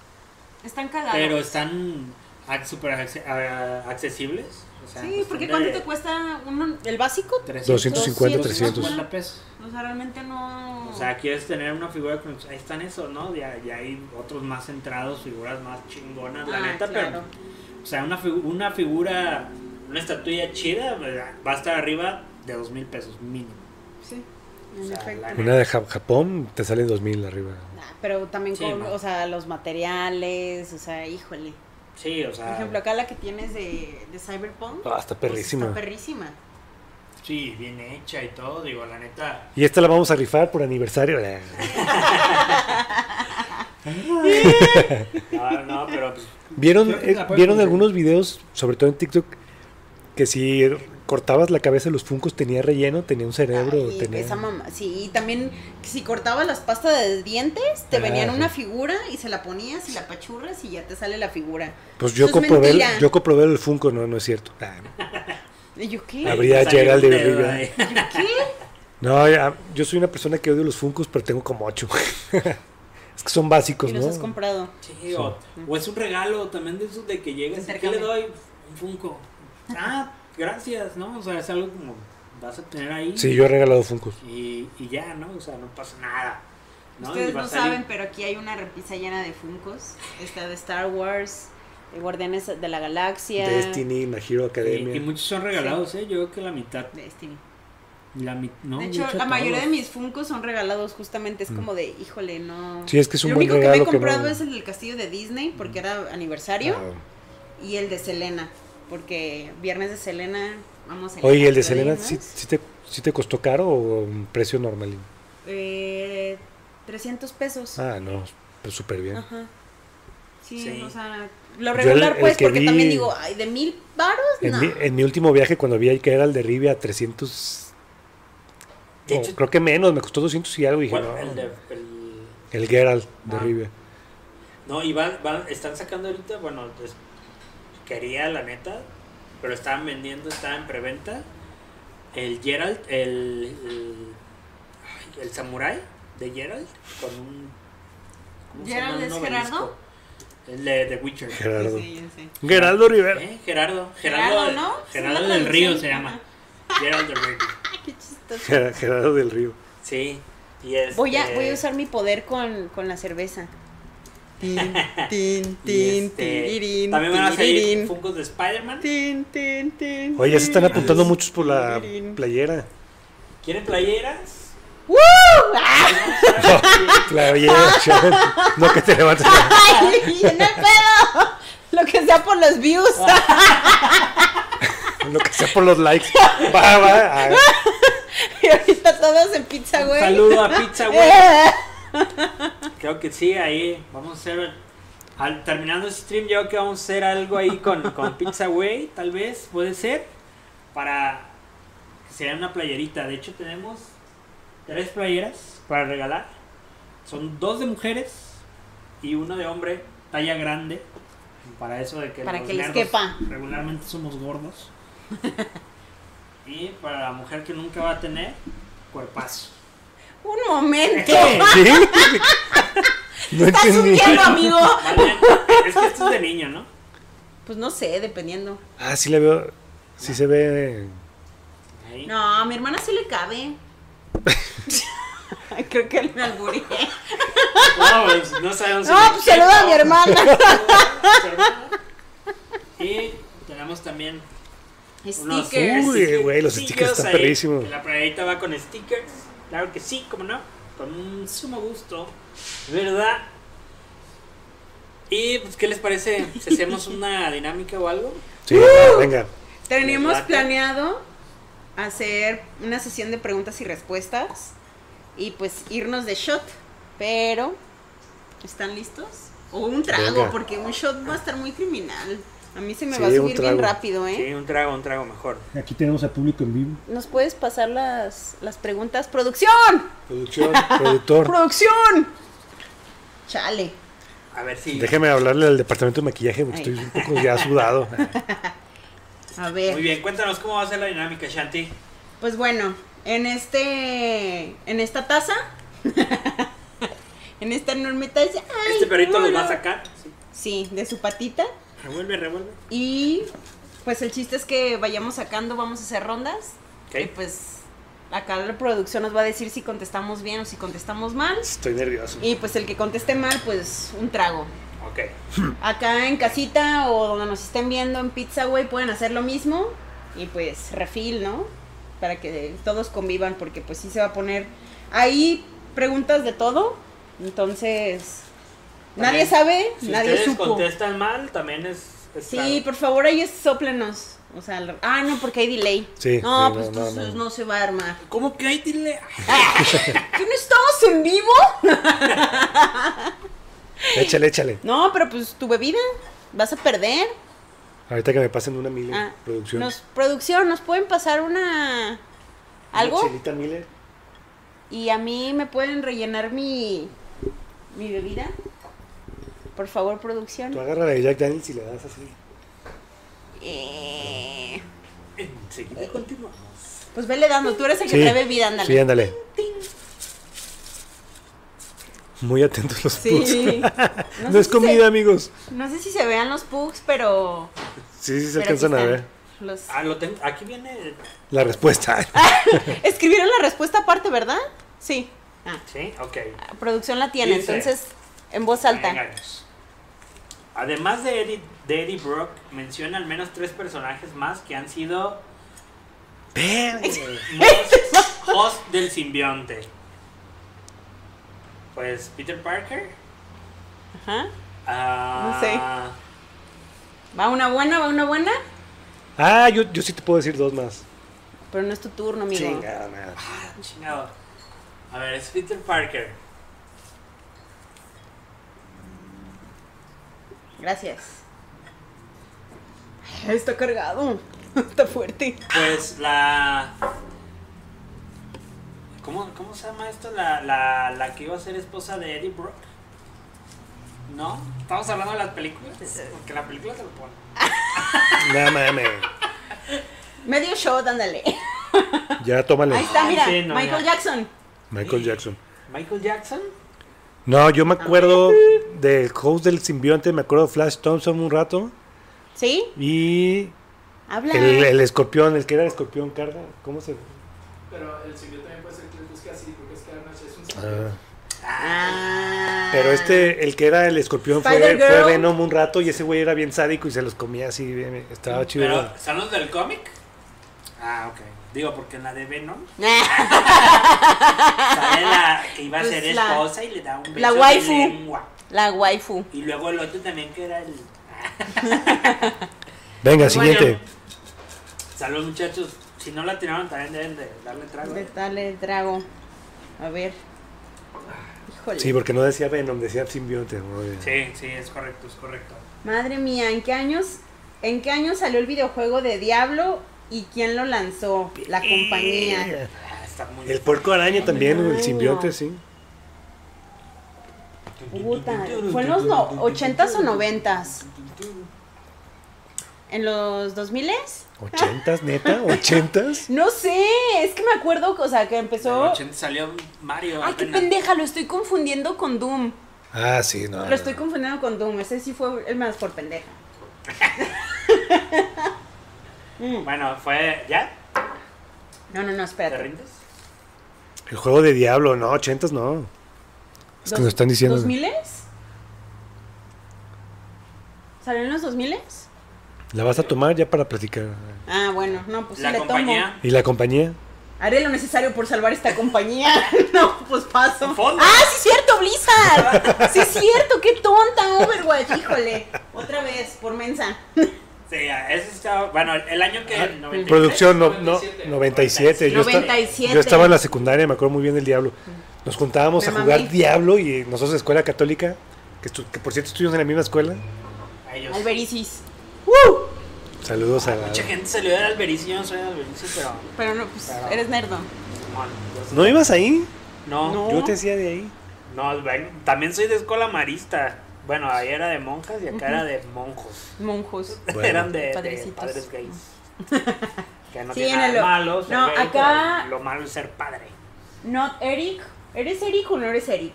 están cagados. pero están ac- súper acce- a- accesibles. O sea, pues, sí, porque cuando ¿cuánto te cuesta uno, el básico? 250, 300. 250 pesos. O sea, realmente no... O sea, quieres tener una figura con... Ahí están esos, ¿no? Ya, ya hay otros más centrados, figuras más chingonas, la Ah, neta, claro. pero... O sea, una, figu- una figura, una estatuilla chida, ¿verdad? va a estar arriba de dos mil pesos mínimo. sí, en o sea, efecto. la- Una de Ja- Japón te sale 2000 arriba. Ah, pero también Sí, con, ma. o sea, los materiales, o sea, híjole. Sí, o sea... Por ejemplo, acá la que tienes de, de Cyberpunk. Ah, está pues, perrísima. está perrísima. Sí, bien hecha y todo, digo, la neta... Y esta la vamos a rifar por aniversario. Eh, No, no, pero pues... ¿Vieron, Creo que eh, la puedes ¿vieron conseguir. algunos videos, sobre todo en TikTok, que si cortabas la cabeza de los funcos tenía relleno, tenía un cerebro? Ay, tenía... esa mamá- Sí, y también si cortabas las pastas de dientes, te Ah, venían sí. una figura y se la ponías y la pachurras y ya te sale la figura. Pues yo Eso es comprobé, mentira. yo comprobé el funco, no, no es cierto. Ah, no. ¿Y yo qué? Habría salió Gerald un de dedo Rivia. ahí. No, ya, yo soy una persona que odio los funcos, pero tengo como ocho. <laughs> es que son básicos, y los has ¿no? comprado. Sí, o, o es un regalo también de esos de que llegas y ¿qué le Intercambio. doy? Un Funko. Ah, gracias, ¿no? O sea, es algo como vas a tener ahí Sí, yo he regalado funcos. y, y ya, ¿no? O sea, no pasa nada. ¿no? Y Ustedes va no a salir- saben, pero aquí hay una repisa llena de Funkos. Está de Star Wars, de Guardianes de la Galaxia. Destiny, My Hero Academia. Y, y muchos son regalados, ¿eh? Yo creo que la mitad. Destiny. La mi- no, de hecho, la mayoría de mis Funkos son regalados justamente. Es como de, híjole, no... Mm. Sí, es que es un Lo buen único que me he regalo que comprado no- es el del castillo de Disney porque era aniversario. Ah. Y el de Selena, porque viernes de Selena, vamos a Oye, ¿el de ¿Lo Selena digas? sí, sí te, sí te costó caro o un precio normal? Eh, 300 pesos. Ah, no, pues súper bien. Ajá. Sí, Sí. o sea, lo Yo regular el- el pues, que porque vi- también digo, ay, de mil varos, En, pues no. mi, en mi último viaje, cuando vi que era el de Rivia, 300. De no, hecho- creo que menos, me costó 200 y algo. y Dije, ¿Cuál? no, El el, de- el- Geralt de Ah. Rivia. No, y van, van- están sacando ahorita, bueno, pues, quería la neta, pero estaban vendiendo, estaba en preventa. El Gerald, el, el, ay, el samurái de Gerald, con un... ¿cómo se llama? ¿Gerald Un es obelisco. Gerardo? El de, de Witcher. Gerardo. Sí, ya sé. Geraldo Rivera. ¿Eh? Gerardo. Gerardo, Gerardo, del- ¿no? Gerardo Es la del Río traducción, se llama. Gerald del Río. Ay, qué chistoso. Ger- Gerardo del Río. Sí. Y este es, Voy a, voy a usar mi poder con, con la cerveza. Tin, <laughs> tin, tin, tirirín, este también van a salir tirirín. Funkos de Spider-Man. Tin, tin, tin, Oye, ya se están tin. apuntando muchos por la Tirirín. playera. ¿Quieren playeras? ¡Woo! ¡Ah! Playera, chaval. No que te levantes. <laughs> ¡Ay! ¡En el pedo! Lo que sea por los views. Lo que sea por los likes. Va, va. ah. <laughs> Y ahorita todos en pizza, Un güey. <laughs> saludo a Pizza Güey. Eh. Creo que sí, ahí vamos a hacer. Al, terminando el stream, yo creo que vamos a hacer algo ahí con, con Pizza Way, tal vez, puede ser. Para que sería una playerita. De hecho, tenemos tres playeras para regalar. Son dos de mujeres y una de hombre, talla grande. Para eso de que, Para los que les nerdos quepa. regularmente somos <laughs> gordos. y para la mujer que nunca va a tener, cuerpazo. Un momento. ¿Sí? No Estás entendí. hundiendo, <laughs> amigo. Más bien, es que esto es de niño, ¿no? Pues no sé, dependiendo. Ah, sí la veo. Sí se ve. Ahí. No, a mi hermana sí le <laughs> cabe. Creo que me alburé. No, pues, no sabemos. si No, le pues saluda a mi quepa. hermana. Y tenemos también unos Stickers. Uy, güey, los stickers stickers están ahí. perrísimos. La playerita va con stickers. Claro que sí, como no. Con un sumo gusto. ¿Verdad? Y pues, ¿qué les parece <laughs> si hacemos una dinámica o algo? Sí, ¡Uh! va, venga. Tenemos Late. planeado hacer una sesión de preguntas y respuestas y pues irnos de shot, pero ¿están listos? O un trago, Venga. porque un shot va a estar muy criminal. A mí se me Sí, va a un subir bien trago. rápido, ¿eh? Sí, un trago, un trago mejor. Aquí tenemos a público en vivo. ¿Nos puedes pasar las, las preguntas? ¡Producción! Producción, <laughs> productor. ¡Producción! Chale. A ver si. Déjeme hablarle al departamento de maquillaje porque estoy un poco ya <laughs> sudado. A ver. Muy bien, cuéntanos cómo va a ser la dinámica, Shanti. Pues bueno, en este. En esta taza. <laughs> en esta enorme taza. ¡ay, Este perrito cómo los va a no! sacar. Sí. Sí, de su patita. Revuelve, revuelve. Y pues el chiste es que vayamos sacando, vamos a hacer rondas. Ok. Y pues acá la producción nos va a decir si contestamos bien o si contestamos mal. Estoy nervioso. Y pues el que conteste mal, pues un <clears throat> trago. Ok. Acá en casita o donde nos estén viendo en Pizza Way pueden hacer lo mismo. Y pues refil, ¿no? Para que todos convivan, porque pues sí se va a poner ahí preguntas de todo. Entonces, nadie También, sabe, Si nadie ustedes supo. contestan mal, también es. es Sí, trago. por favor, ellos soplenos. O sea, lo- ah, no, porque hay delay. Sí, No, sí, pues no, no, entonces no, no. se va a armar. ¿Cómo que hay dile? ¿Que no estamos en vivo? Échale, échale. No, pero pues tu bebida. Vas a perder. Ahorita que me pasen una Miller. Ah, producción. Nos, producción, ¿nos pueden pasar una. algo? Una chelita Miller. Y a mí me pueden rellenar mi. mi bebida. Por favor, Tú producción. agarra la de Jack Daniels y le das así. Eh, Enseguida continuamos. pues vele dando, tú eres el que trae bebida, ándale. Sí, ándale. Muy atentos los pugs. Sí. <laughs> No, sé es si comida, amigos. se- <laughs> no sé si se vean los pugs, pero. Sí, sí, se pero aquí alcanzan a están. ver. Los- Ah, lo tengo. Aquí viene. La <laughs> respuesta. Escribieron la respuesta aparte, ¿verdad? Sí. Ah, Sí, ok. la producción la tiene, Dice. entonces en voz alta. Engaños. Además de Eddie, de Eddie Brock, menciona al menos tres personajes más que han sido <laughs> most- host del simbionte. Pues Peter Parker. Ajá. ah, No sé. Va una buena, va una buena, Ah, yo, yo sí te puedo decir dos más. pero no es tu turno, amigo. Chingada madre. ah, chingado. A ver, es Peter Parker. Gracias. Está cargado. <laughs> Está fuerte. Pues la. ¿Cómo, cómo se llama esto? La, la, la que iba a ser esposa de Eddie Brock. ¿No? ¿Estamos hablando de las películas? Porque la película te lo pone. No mames. Medio shot, ándale. Ya tómale. Ahí está, mira. Sí, no, Michael ya. Jackson. Michael Jackson. ¿Michael Jackson? No, yo me acuerdo del host del simbionte, me acuerdo de Flash Thompson un rato. ¿Sí? Y Habla. el, el escorpión, el que era el escorpión carga. ¿Cómo se.? Pero el simbionte también puede ser Cletus Cassidy porque es que además es un simbionte. Ah. Ah. Pero este, el que era el escorpión fue, Spider-Girl. fue Venom un rato y ese güey era bien sádico y se los comía así, bien- Mm, estaba chido. Pero, ¿Son los del cómic? Ah, ok. Digo, porque en la de <laughs> Venom Ah, sale la que iba a Pues ser la- esposa y le da un beso la de waifu. lengua. <laughs> La waifu. Y luego el otro también que era el... <laughs> Venga, Bueno. siguiente. Saludos muchachos. Si no la tiraron también deben de darle trago. ¿eh? De- Dale, trago. A ver. Híjole. Sí, porque no decía Venom, decía simbionte. muy bien. Sí, sí, es correcto, es correcto. Madre mía, ¿en qué años? ¿En qué año salió el videojuego de Diablo ¿Y quién lo lanzó? La Eh. compañía. Ah, está muy El puerco araña también, Ay, el simbionte, no. sí. Puta, ¿fue en los no- 80s o 90s? ¿En los 2000 ¿Ochentas, neta? ¿Ochentas? No sé, es que me acuerdo, o sea, que En empezó. los 80 salió Mario. Ay, qué apenas. pendeja, lo estoy confundiendo con Doom. Ah, sí, no. Lo estoy confundiendo con Doom, ese sí fue el más por pendeja. Mm, Bueno, fue. ¿Ya? No, no, no, ¿Te espérate. rindes? El juego de Diablo, no, ochentas no. Es que Dos- nos están diciendo. ¿2000s? ¿Salió en los 2000s? La vas a tomar ya para platicar. Ah, bueno, no, pues sí La le compañía. tomo. ¿Y la compañía? Haré lo necesario por salvar esta compañía. <laughs> no, pues paso. Fondo. ¡Ah, sí es cierto, Blizzard! ¡Sí es cierto! ¡Qué tonta, Overwatch! ¡Híjole! Otra vez, por mensa. Sí, eso estaba. Bueno, el año que. Ah, 93. Producción no, no, 97. 97. Yo, esta- 97. yo estaba en la secundaria, me acuerdo muy bien del Diablo. Nos juntábamos Mm. Me a jugar mamé. Diablo y nosotros de escuela católica, que, estu- que por cierto estuvimos en la misma escuela. Ellos. Albericis. Saludos a la... Mucha gente se le dio al albericio, yo no soy de albericio, pero. Pero no, pues Pero- eres nerdo. bueno, yo soy- ¿No ibas ahí? No, No. no, Yo te decía de ahí. bueno, también soy de escuela marista. Bueno, ahí era de monjas y acá era de monjos. Monjos. Bueno. <laughs> Eran de, de Padrecitos. padres <laughs> gays. Que no Sí, tiene en nada el- de malo ser no, gay, acá- pero Lo malo es ser padre. Not Eric. ¿Eres Eric o no eres Eric?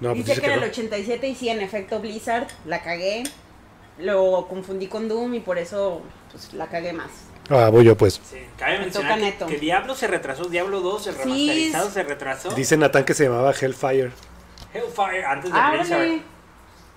No, pues Dice dice que, que era no. el 87 y sí, en efecto, Blizzard. La cagué. Lo confundí con Doom y por eso pues, la cagué más. Ah, voy yo pues. Sí, cabe Me mencionar toca que, neto. que Diablo se retrasó, Diablo 2 se Sí, remasterizado, es- se retrasó. Dice Natán que se llamaba Hellfire. Hellfire antes de ¡Ábrele! Blizzard.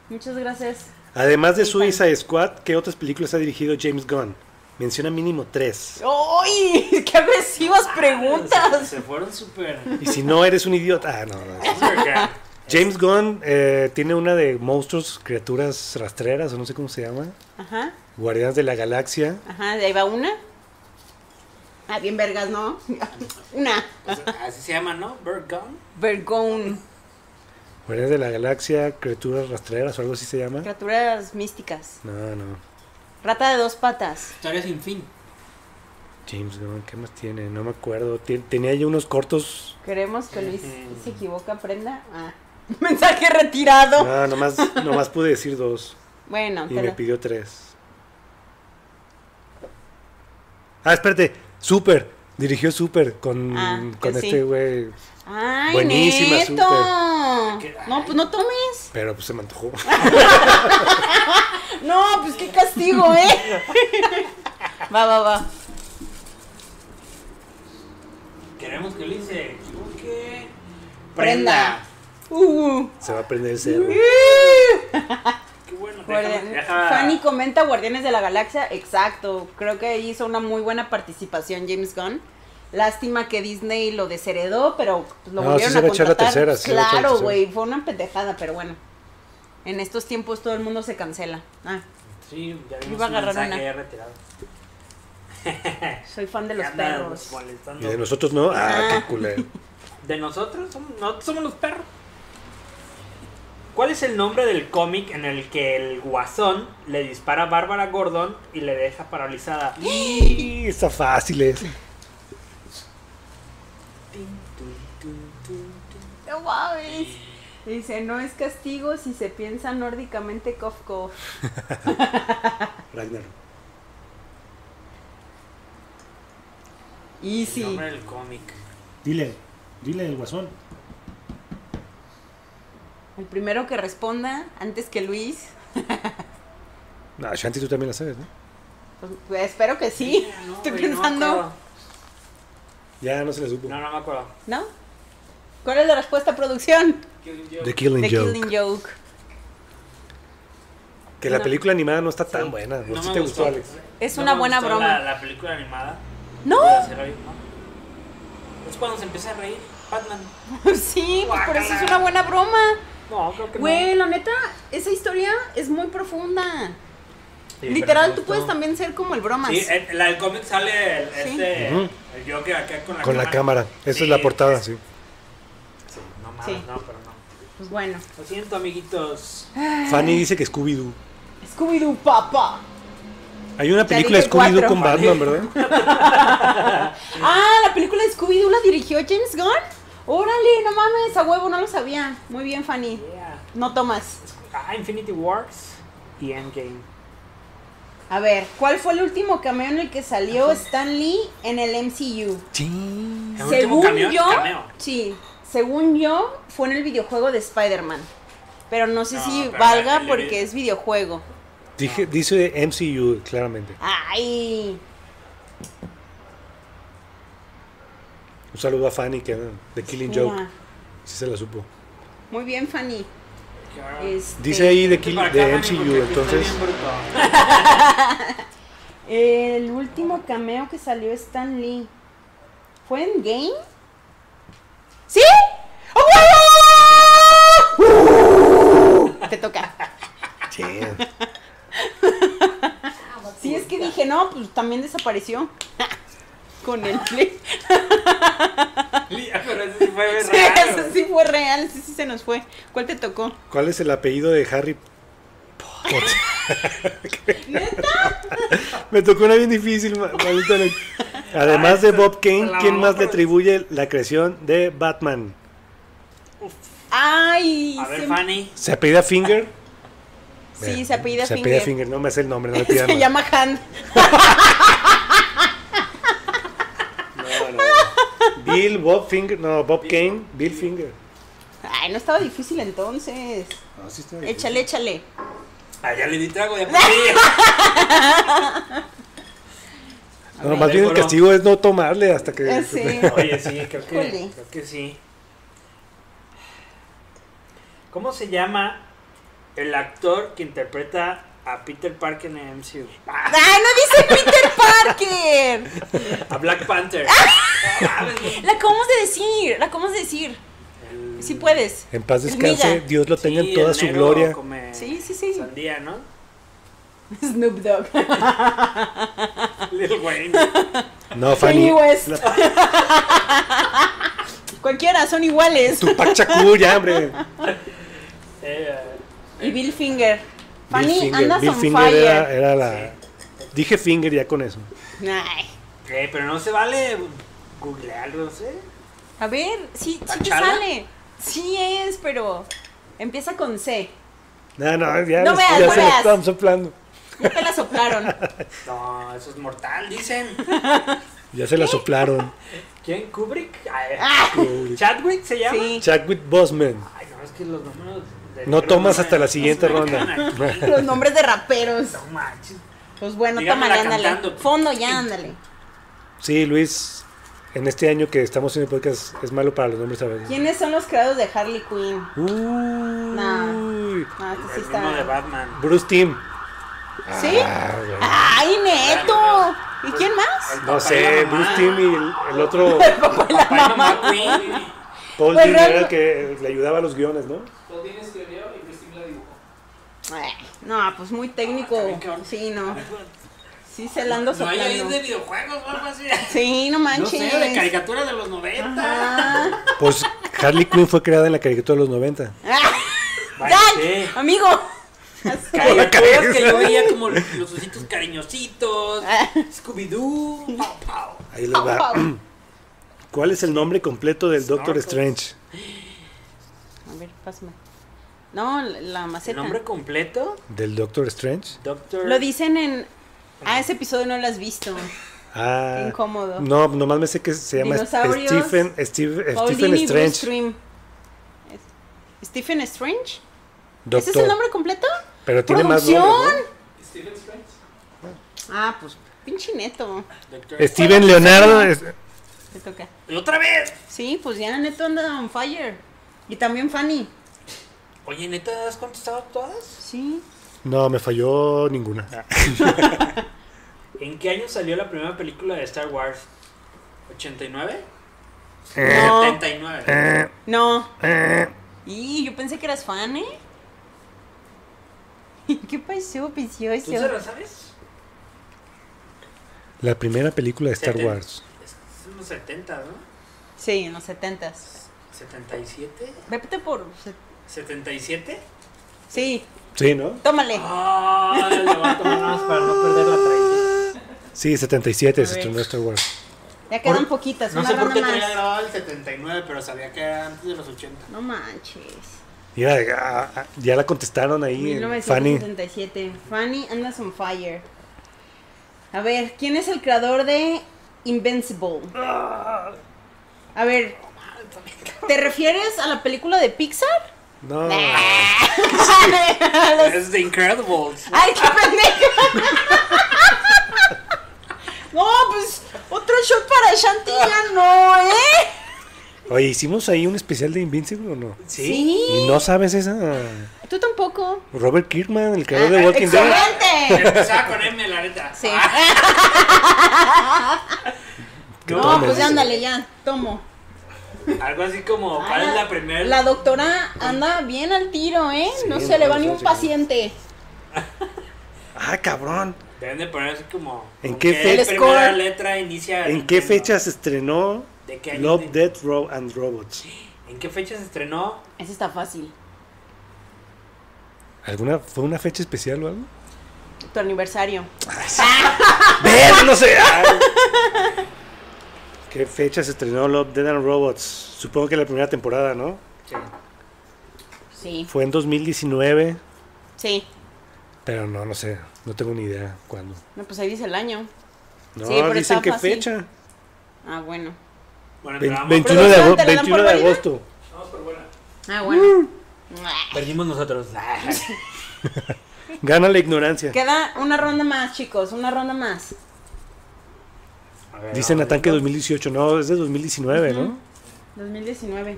Muchas gracias. Además de Sí, Suicide Squad, ¿qué otras películas ha dirigido James Gunn? Menciona mínimo tres. ¡Ay! <laughs> ¡Qué agresivas Ah, Se, preguntas! se fueron súper. Y si no, eres un idiota. Ah, no. no. súper <laughs> acá. James Gunn eh, tiene una de monstruos, criaturas rastreras, o no sé cómo se llama. Ajá, Guardianes de la Galaxia. ajá, de ahí va una. Ah, bien vergas, <laughs> ¿no? una. Pues, Así se llama, ¿no? Bird Gun. Vergón. Guardianes de la Galaxia, criaturas rastreras o algo así se llama. Criaturas místicas. No, no. Rata de dos patas. Historia sin fin. James Gunn, ¿qué más tiene? No me acuerdo. Tien- tenía ya unos cortos. Queremos que Luis Ujú. se equivoca, prenda. Ah. <laughs> Mensaje retirado. No, nomás, nomás pude decir dos. Bueno, te Y me lo- pidió tres. Ah, espérate. Super. Dirigió Super con, Ah, con que sí. este güey. ¡Ay, Buenísima, neto! súper. ¿Qué? No, pues no tomes. Pero pues se me antojó. <laughs> No, pues qué castigo, ¿eh? <laughs> va, va, va. Queremos que Luis se equivoque. Prenda. Uh. Se va a prender el cerro. Mm. Qué bueno. déjame- Guardianes- deja- Fanny comenta Guardianes de la Galaxia, exacto. Creo que hizo una muy buena participación James Gunn. Lástima que Disney lo desheredó, pero pues, lo No, sí volvieron se a va a echar la contratar. tercera, sí se va a echar la claro, tercera. güey, fue una pendejada, pero bueno. En estos tiempos todo el mundo se cancela. Ah, Sí, ya vimos Iba a un agarrar una. mensaje ya retirado. soy fan de los Ya andan perros. Y molestando. de nosotros no. Ah, qué <laughs> culero. ¿De nosotros? ¿Somos, nosotros somos los perros. ¿Cuál es el nombre del cómic en el que el guasón le dispara a Bárbara Gordon y le deja <gasps> paralizada? Y está fácil eh. es. No mames. Dice, no es castigo si se piensa nórdicamente cof cof. Ragnar. El Easy. nombre del cómic. Dile, dile el guasón. El primero que responda, antes que Luis, No, Shanti, tú también la sabes, ¿no? pues, pues, espero que sí. No, Estoy güey, no me pensando. acuerdo. Ya no se le supo. No, no me acuerdo. ¿No? ¿Cuál es la respuesta, producción? Killing Joke. The Killing The Joke. Killing Joke. Que la No. película animada no está tan Sí. buena. ¿No No sí me te gustó, Alex? Es No una me buena gustó broma. La, la película animada. ¡No! <laughs> de hacer ahí, ¿no? Es cuando se empieza a reír Batman. sí, pues por eso es Guácala. una buena broma. No, creo que Güey, la neta, esa historia es muy profunda. no. Literal, tú puedes también ser como el bromas. Sí, eh. en la del cómic sale el, Sí. este, Ujú. el Joker acá con la Con cámara. la cámara. Esa Sí, es la portada, sí. Sí, no mames, Sí. no, pero no. Pues bueno. Lo siento, amiguitos. Fanny dice que Scooby-Doo. Scooby-Doo, papá. Hay una Ya película de dije Scooby-Doo cuatro. con <laughs> Batman, ¿verdad? Ah, la película de Scooby-Doo la dirigió James Gunn. Órale, no mames, a huevo, no lo sabía. Muy bien, Fanny. Yeah. No tomas. Ah, Infinity Wars y Endgame. A ver, ¿cuál fue el último cameo en el que salió Stan Lee en el MCU? Sí. El último Según cameo- yo, cameo. sí, según yo fue en el videojuego de Spider-Man. Pero no sé No, si pero valga el de- porque es videojuego. Dije, dice MCU, claramente. Ay, Un saludo a Fanny, que era de Killing Joke. mira. Sí se la supo. Muy bien, Fanny. Claro. Este, Dice ahí de, Kill- Para acá, de Dani, porque MCU, aquí está entonces. bien bruto. <laughs> El último cameo que salió Stan Lee. ¿Fue en Game? ¿Sí? ¡Oh, ¡A huevo! ¡Uh! <laughs> Te toca. Damn. Sí, es que dije, no, pues también desapareció. <laughs> Con el play. Lía, pero eso sí fue bien <laughs> Sí, raro. eso sí fue real, ese sí se nos fue. ¿Cuál te tocó? ¿Cuál es el apellido de Harry Potter? Me tocó una bien difícil. ma- maldita la- Además de Bob Kane, la ¿quién mamá, más le pero- atribuye la creación de Batman? Ay, A ver, se- Fanny. ¿Se apellida Finger? sí, se apellida Se Finger. Finger, no me hace <laughs> el nombre, no me pidan se más. llama Han. No, no, no. Bill, Bob Finger, no, Bob Kane, Bill Finger. Ay, no estaba difícil entonces. No, sí está bien. Échale, échale. Ah, ya le di trago <laughs> de pastillas. No, más bien el Pero- castigo es no tomarle hasta que. Eh, sí. Oye, sí, creo que, Híjole. creo que sí. ¿Cómo se llama el actor que interpreta a Peter Parker en el MCU? ¡Ay, no dice Peter Parker! A Black <laughs> Panther. La acabamos de decir, la acabamos de decir. El- Sí puedes. En paz Es descanse, miga. Dios lo tenga Sí, en toda el su negro gloria. come Sí, sí, sí. Sandía, ¿no? Snoop Dogg. Ah. Lil <laughs> Wayne. No, Fanny. Kanye West. Cualquiera, son iguales. Tu Pachacu, ya, hombre. Eh, Y Bill Finger. Bill <laughs> Fanny, Finger, andas Bill on Finger fire. Era, eh. era la. Dije Finger ya con eso. Ay. eh, pero no se vale googlearlo, no sé. A ver, sí, sí te ¿Tachala? sale. Sí es, pero empieza con C. No, no, ya, No les- veas, ya no se lo veas. están soplando. Ya te la <laughs> soplaron. No, eso es mortal, dicen. Ya se <laughs> la soplaron. ¿Quién? ¿Kubrick? Ay, Ah, ¿Chadwick se llama? sí. Chadwick Bosman. Ay, no, es que los números. de No negro tomas me- hasta la no siguiente se me ronda. <laughs> quedan aquí. Los nombres de raperos. No manches. Pues bueno, Dígamela tómale, ándale. cantando. Fondo, ya, ándale. Sí, Luis, en este año que estamos haciendo podcast es malo para los nombres a veces. ¿Quiénes son los creados de Harley Quinn? Ah, este sí El mismo Uy, de está. Batman. Bruce Team. ¿Sí? Ah, ¡Ay, neto! pues, ¿Y quién más? El No papá sé, y la mamá. Bruce Team y el, el <laughs> otro Papá y mamá Queen. Paul Pues Dean era el realmente- que le ayudaba a los guiones, ¿no? Todo tiene escribió y Christine la dibujó. Ay, No, pues muy técnico. Ah, está bien, Sí, no. Sí, se la ando No hay ahí de soplando. videojuegos o algo así. Sí, no No manches. sé, de caricaturas de los 90. Ah. Pues Harley Quinn fue creada en la caricatura de los 90. <laughs> Ah. Vaya, ¡Ay, sí. amigo! Caricaturas que yo <laughs> veía como <laughs> los ositos cariñositos, Ah. Scooby-Doo, Pau Pau. Ahí les va. <clears throat> ¿Cuál es el nombre completo del Doctor Snorkel. Strange? A ver, pásame. No, la- la ¿El maceta. nombre completo? ¿Del Doctor Strange? Doctor. Lo dicen en. Ah, ese episodio no lo has visto. Ah, Qué incómodo. No, nomás me sé que se llama Dinosaurios. Stephen, Steve- eh, Stephen Pauline y Bruce Strange. Grimm. Es- ¿Stephen Strange? ¿Ese es Doctor. el nombre completo? Pero tiene ¡Producción! más nombres, Steven Strange. Ah, pues pinche neto. ¿no? Doctor- Steven Leonardo. es- Te toca. ¡Y otra vez! Sí, pues ya neto anda on fire. Y también Fanny. Oye, ¿neta has contestado todas? Sí. No, me falló ninguna. ¿En qué año salió la primera película de Star Wars? ¿89? No, Eh. 79. no. Y yo pensé que eras fan, ¿eh? <laughs> ¿Qué pasó, ¿Tú se picioso? la sabes? La primera película de Star Seten- Wars. Es es en los 70, ¿no? Sí, en los setentas. ¿77? Vete por. se- ¿77? Sí, Sí, ¿no? tómale. Ah, le voy a tomar nada más para no perder la tradición. Sí, 77 A se ver. estrenó Star Wars. Ya quedan Por- poquitas, No una sé por ronda qué tenía más. grabado el 79, pero sabía que era antes de los 80. No manches. Mira, ah, ah, ya la contestaron ahí, en Fanny. 1977. Fanny andas on fire. A ver, ¿quién es el creador de Invincible? Ah. A ver, ¿te refieres a la película de Pixar? No. Es The Incredibles. ¡Ay, qué pendeja! No, pues otro shot para Shanti ya no, ¿eh? Oye, ¿hicimos ahí un especial de Invincible o no? Sí. ¿Y no sabes esa? Tú tampoco. Robert Kirkman, el creador Ah, de Walking Dead. Ah. ¡Excelente! Empezaba con M, la neta. Ah. Sí. Que No, tomes. pues ándale ya, tomo. Algo así como, ¿cuál Ah, es la primera? La doctora anda bien al tiro, ¿eh? Sí, no no, se le va no, ni no, un sí, no. paciente. Ah, cabrón. Deben de poner así como. ¿En con qué fe- El primera score. letra inicia? ¿En qué Nintendo? fecha se estrenó ¿De qué año? Love, Death, Row and Robots? ¿En qué fecha se estrenó? Ese está fácil. ¿Alguna, ¿Fue una fecha especial <laughs> o algo? Tu aniversario. ¡Ver, no sé! <laughs> Ay. ¿Qué fecha se estrenó Love, Death and Robots? Supongo que la primera temporada, ¿no? Sí. Sí, Fue en 2019, sí. pero no, no sé. No tengo ni idea cuándo. No, pues ahí dice el año. No, Sí, pero dicen está qué fácil. fecha. Ah, bueno. Bueno, Ve- entramos. 21 de, ¿Producción ago- te la dan 21 por de válida? agosto. Vamos por buena. Ah, bueno. Mm. Perdimos nosotros. <laughs> Gana la ignorancia. Queda una ronda más, chicos, una ronda más. Dicen Ataque 2018. No, es de 2019, ¿no? 2019.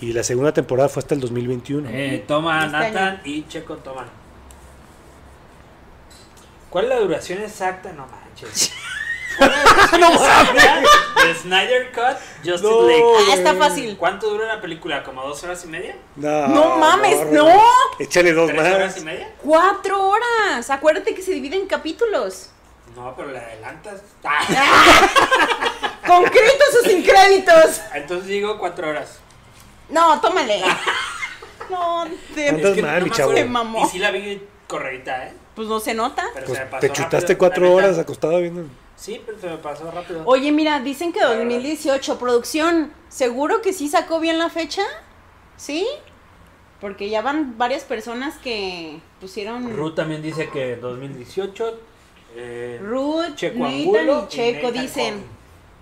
Y la segunda temporada fue hasta el 2021. Eh, toma Este Nathan año. y Checo toman. ¿Cuál es la duración exacta? No <laughs> manches. <laughs> no mames. De Snyder Cut, Justin No. Lake. Ah, está fácil. ¿Cuánto dura la película? ¿Como dos horas y media? No, ¡No mames, no! Échale dos ¿Tres horas y más. media? ¡Cuatro horas! Acuérdate que se divide en capítulos. No, pero la adelantas. Ah. ¿Con créditos o sin créditos? Entonces digo cuatro horas. No, tómale. <laughs> No, Andas te... Es que mal, no mi me chavo. acuerdo. Se mamó. Y sí la vi correcta, ¿eh? pues no se nota. Pero Pues se me pasó te chutaste rápido, la cuatro neta. horas acostado viendo. Sí, pero se me pasó rápido. Oye, mira, dicen que La verdad. 2018, producción, ¿seguro que sí sacó bien la fecha? ¿Sí? Porque ya van varias personas que pusieron Ru también dice que 2018. Eh, Ruth, Checo Angulo Nathan y Checo, dicen.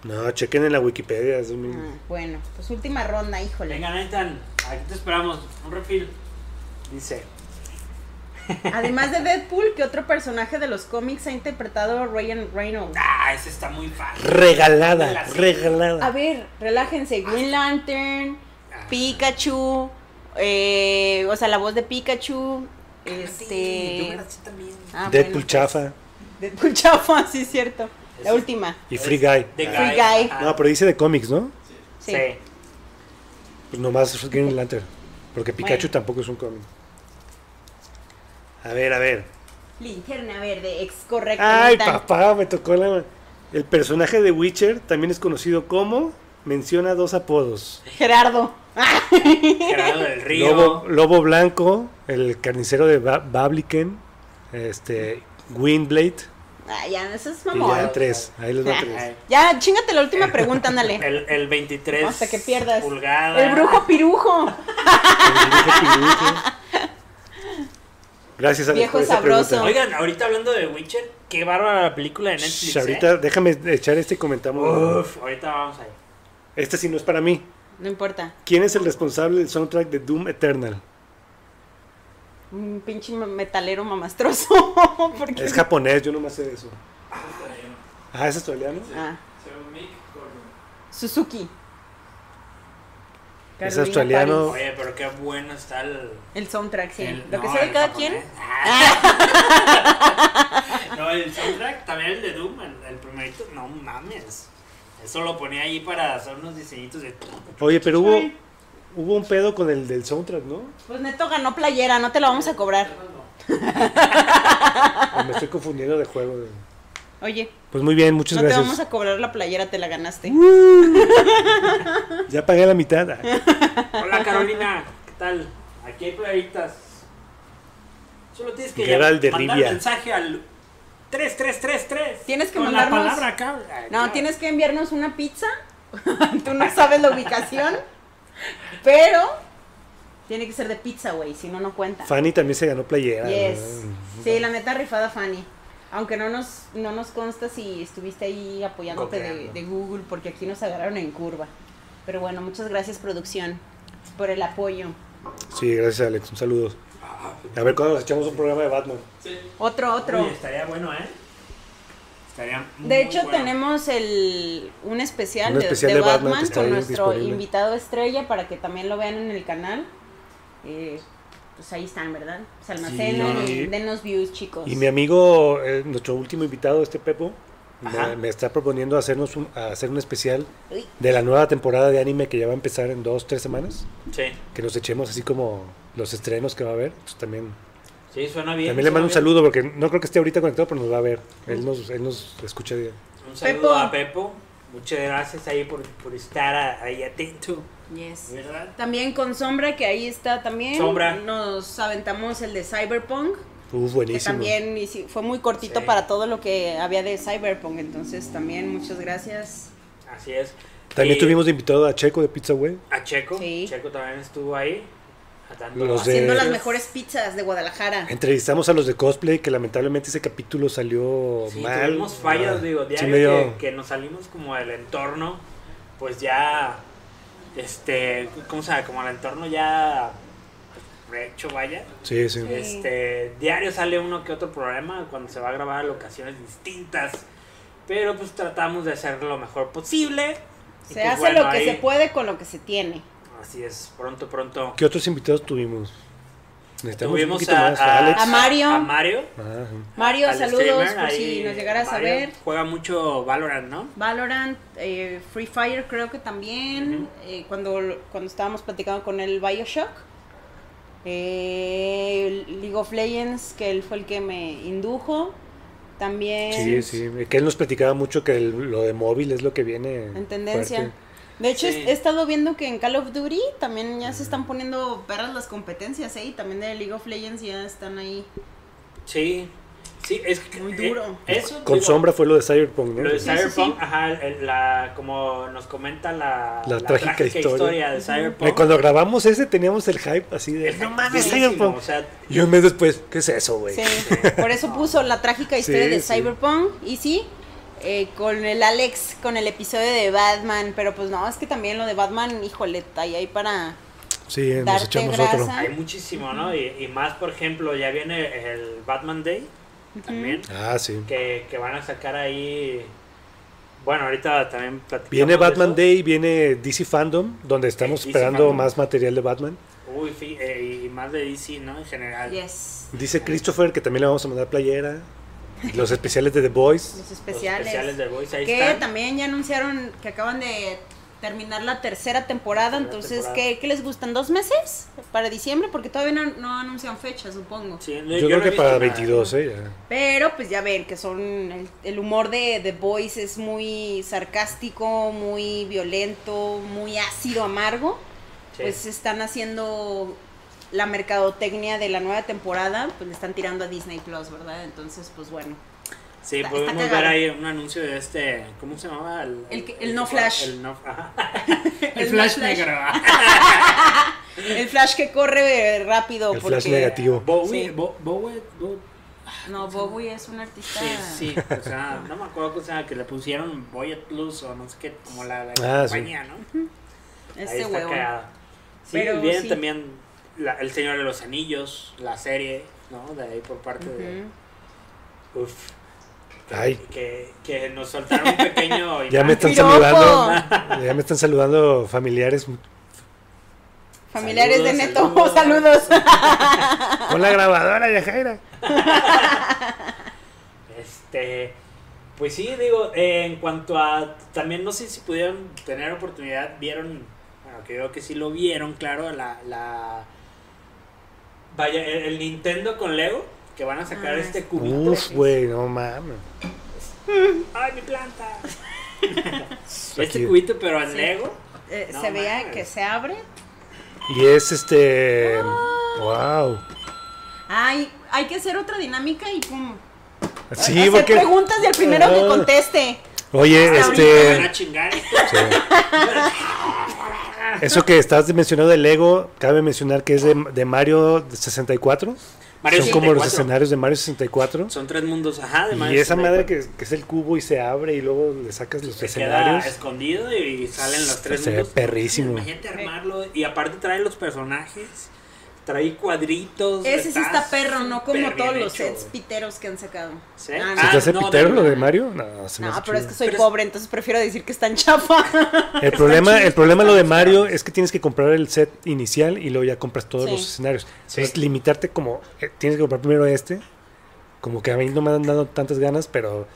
No, chequen en la Wikipedia. es 2000. Ah, bueno, pues última ronda, híjole. Venga, Nathan, aquí te esperamos. Un refil. Dice. <laughs> Además de Deadpool, ¿qué otro personaje de los cómics ha interpretado Ryan Reynolds? Ah, ese está muy fácil. Regalada, La serie. regalada. A ver, relájense. Green Lantern, Ah. Pikachu, eh, o sea, la voz de Pikachu. Ah, Este. también. ah, Deadpool bueno, chafa <laughs> Deadpool chafa, sí, cierto. La Eso. última. y Free Guy. The Free Guy. Ah, No, pero dice de cómics, ¿no? Sí. Sí. Pues nomás Green Lantern. Porque Pikachu tampoco es un cómic. A ver, a ver. Linterna verde, ex correcto. Ay, Nathan. papá, me tocó la. El personaje de Witcher también es conocido como. Menciona dos apodos: Gerardo. Gerardo del Río. Lobo, Lobo Blanco, el carnicero de Ba- Babliken, este, Windblade, Ah, ya, eso es y mamón. ya tres. Ahí les va Ah. <laughs> tres. Ya, chingate la última pregunta, <laughs> ándale. El, el 23. Hasta que pierdas. Pulgada. El brujo pirujo. Gracias a Viejo por esa sabroso. pregunta. Oigan, ahorita hablando de Witcher, qué bárbara la película de Netflix. Shh, ¿eh? ahorita déjame echar este y comentamos. Uf, ahorita vamos ahí. Este sí no es para mí. No importa. ¿Quién es el responsable del soundtrack de Doom Eternal? Un pinche metalero mamastroso. <laughs> Porque... Es japonés, yo nomás sé de eso. Ah, ¿es australiano? Ah, Según Mick Gordon. Suzuki. Es Carolina australiano. París. Oye, pero qué bueno está el. El soundtrack, sí. el- Lo que no, sea de el cada japonés. quien. <laughs> no, el soundtrack, también el de Doom, el, el primerito, no mames. Eso lo ponía ahí para hacer unos diseñitos de. Oye, pero hubo, hubo un pedo con el del soundtrack, ¿no? Pues Neto ganó playera, no te la vamos a cobrar. O me estoy confundiendo de juego. Oye, Pues muy bien, muchas no te vamos gracias. a cobrar la playera, te la ganaste. Ya pagué la mitad. Ah, Hola Carolina, ¿qué tal? Aquí hay playeritas. Solo tienes que Geralt de mandar Rivia. mensaje al 3333. Tienes que con mandarnos- la palabra acá. Ah, No, claro. tienes que enviarnos una pizza. <laughs> Tú no sabes la ubicación. Pero tiene que ser de pizza, güey. Si no, no cuenta. Fanny también se ganó playera. Yes. ¿no? Sí, la neta rifada, Fanny. Aunque no nos, no nos consta si estuviste ahí apoyándote de, Coqueando. de Google, porque aquí nos agarraron en curva. Pero bueno, muchas gracias, producción, por el apoyo. Sí, gracias Alex, un saludo. Ah, A ver cuándo nos echamos un programa de Batman. Sí. Otro, otro. Oye, estaría bueno, ¿eh? Estaría muy De hecho, bueno. tenemos el, un especial, Un de- especial de, de Batman que Batman, está con ahí nuestro disponible. invitado estrella para que también lo vean en el canal. Eh, pues ahí están, ¿verdad? Se almacenan Sí. y denos views, chicos. Y mi amigo, eh, nuestro último invitado, este Pepo, Ajá. me, me está proponiendo hacernos un, a hacer un especial Uy, de la nueva temporada de anime que ya va a empezar en dos, tres semanas. Sí, Que nos echemos así como los estrenos que va a haber. Entonces, también sí, suena bien. También le mando un suena saludo porque no creo que esté ahorita conectado, pero nos va a ver. Él nos, él nos escucha. de- bien. Un saludo Pepo. a Pepo. Muchas gracias ahí por, por estar a- ahí atento, yes. ¿verdad? También con Sombra, que ahí está también. Sombra. Nos aventamos el de Cyberpunk, Uf, que uh, buenísimo. también hici- fue muy cortito Sí. para todo lo que había de Cyberpunk. Entonces, también muchas gracias. Así es. También Y tuvimos de invitado a Checo de Pizza Way. a Checo. Sí. Checo también estuvo ahí. A tanto- Los de- Haciendo las Yes. mejores pizzas de Guadalajara. Entrevistamos a los de cosplay, que lamentablemente ese capítulo salió Sí, mal. tuvimos fallas, Ah, digo, sí, diario medio- que, que nos salimos como del entorno, pues ya, este, ¿cómo se llama? Como el entorno ya pues, hecho, vaya. Sí, sí. Sí. Este, diario sale uno que otro programa cuando se va a grabar a ocasiones distintas, pero pues tratamos de hacer lo mejor posible. Y, Se pues, hace bueno, lo que ahí- se puede con lo que se tiene. Así es, pronto, pronto. ¿Qué otros invitados tuvimos? Necesitamos Tuvimos un poquito a- más. a- Alex. A Mario. A Mario. Ah, ajá. Mario, al saludos streamer, por si ahí nos llegaras Mario a ver. Juega mucho Valorant, ¿no? Valorant, eh, Free Fire creo que también, eh, cuando, cuando estábamos platicando con el Bioshock, eh, League of Legends, que él fue el que me indujo, también Sí, sí. Que él nos platicaba mucho que el- lo de móvil es lo que viene. en tendencia. fuerte. De hecho, Sí. he estado viendo que en Call of Duty también ya se están poniendo perras las competencias, ¿eh? Y también de League of Legends ya están ahí. Sí, sí, es que- Muy duro. eh, eso, Con digo, sombra fue lo de Cyberpunk, ¿no? Lo de Sí, sí, sí. Cyberpunk, ajá, el- la, como nos comenta la, La trágica historia. de Eh, Cyberpunk. Cuando grabamos ese teníamos el hype así de... Es No mames, durísimo, Cyberpunk. O sea, Y un mes después, ¿qué es eso, güey? Sí, por eso puso la trágica historia pues. Sí, de sí. Cyberpunk y sí, eh, con el Alex, con el episodio de Batman, pero pues no, es que también lo de Batman, híjole, ahí ahí para... Sí, nos Darte echamos grasa. otro. hay muchísimo, ¿no? Y, y más, por ejemplo, ya viene el Batman Day también, Ah, sí. que, que van a sacar ahí. Bueno, ahorita también platicamos. Viene de Batman eso. Day, viene DC Fandom, donde estamos DC esperando Fandom. más material de Batman. Uy, fi- eh, y más de DC, ¿no? En general. Yes, Dice Christopher que también le vamos a mandar playera. Los especiales de The Boys. los Los especiales. especiales de Voice, ahí que están. también ya anunciaron que acaban de terminar la tercera temporada, Tercera entonces, temporada. ¿qué, qué les gustan? ¿Dos meses? Para diciembre, porque todavía no, no anuncian fecha, supongo. Sí, Yo, no creo he que visto para nada. 22, ¿eh? ya. Pero pues ya ven que son el, el humor de The Voice es muy sarcástico, muy violento, muy ácido, amargo. Sí. Pues están haciendo la mercadotecnia de la nueva temporada, pues le están tirando a Disney Plus, ¿verdad? Entonces, pues bueno. Sí, Está- está podemos ver cagado. ahí un anuncio de este. ¿Cómo se llamaba? El, El que- el no flash. El no, ajá. <laughs> El <laughs> el no flash, flash. negro. El Flash que corre eh, rápido El porque Flash negativo. Bowie. Sí. Bo- Bowie. Bo- no Bowie es un artista. sí, sí. O sea, no me acuerdo o sea, que le pusieron Boyet Plus o no sé qué, como la, la Ah, sí. compañía, ¿no? Este huevo. cagado. Sí, Pero viene sí. también la- El Señor de los Anillos, la serie, ¿no? De ahí por parte de. Uf. Que- Ay. Que, que nos soltaron un pequeño. <laughs> Ya me imán. están Ah, Piropo. saludando. Ya me están saludando <laughs> familiares. Familiares de Saludos, Neto, <laughs> saludos. saludos. Con la grabadora de Jaira. Este, pues sí, digo, eh, en cuanto a, también no sé si pudieron tener oportunidad, vieron, bueno, que creo que sí lo vieron, claro, la, la, vaya, el, el Nintendo con Lego, que van a sacar Ah, este sí. cubito. Uf, güey, no mames. ¡Ay, mi planta! Aquí. este cubito, pero en Sí. Lego. Eh, No se veía mames. que se abre. Y es este. Wow. Ay, hay que hacer otra dinámica y pum. Sí, hacer porque. preguntas y el primero que Ah. conteste. Oye, Hasta Me van ahorita. este. a chingar. sí. Eso que estás mencionando del Lego, cabe mencionar que es de, de Mario 64. Mario Son como los 64. escenarios de Mario 64. Son tres mundos, ajá, de y Mario esa 64. madre que, que es el cubo y se abre y luego le sacas los se queda escenarios. escondido y salen los tres Se ve mundos. perrísimo. Imagínate armarlo y aparte trae los personajes, trae cuadritos. Ese sí Pues está perro, no como súper todos bien los hecho, sets güey. piteros que han sacado. Ah, ¿Sí? ¿Se te Ah, hace no, pitero de- lo de Mario? No, se me No, hace pero es chido. que soy Pero es- pobre, entonces prefiero decir que están <laughs> chafa. El problema, chidos, el problema lo de están Mario es que tienes que comprar el set inicial y luego ya compras todos Sí. los escenarios. Entonces, limitarte como eh, tienes que comprar primero este, como que a mí no me han dado tantas ganas, pero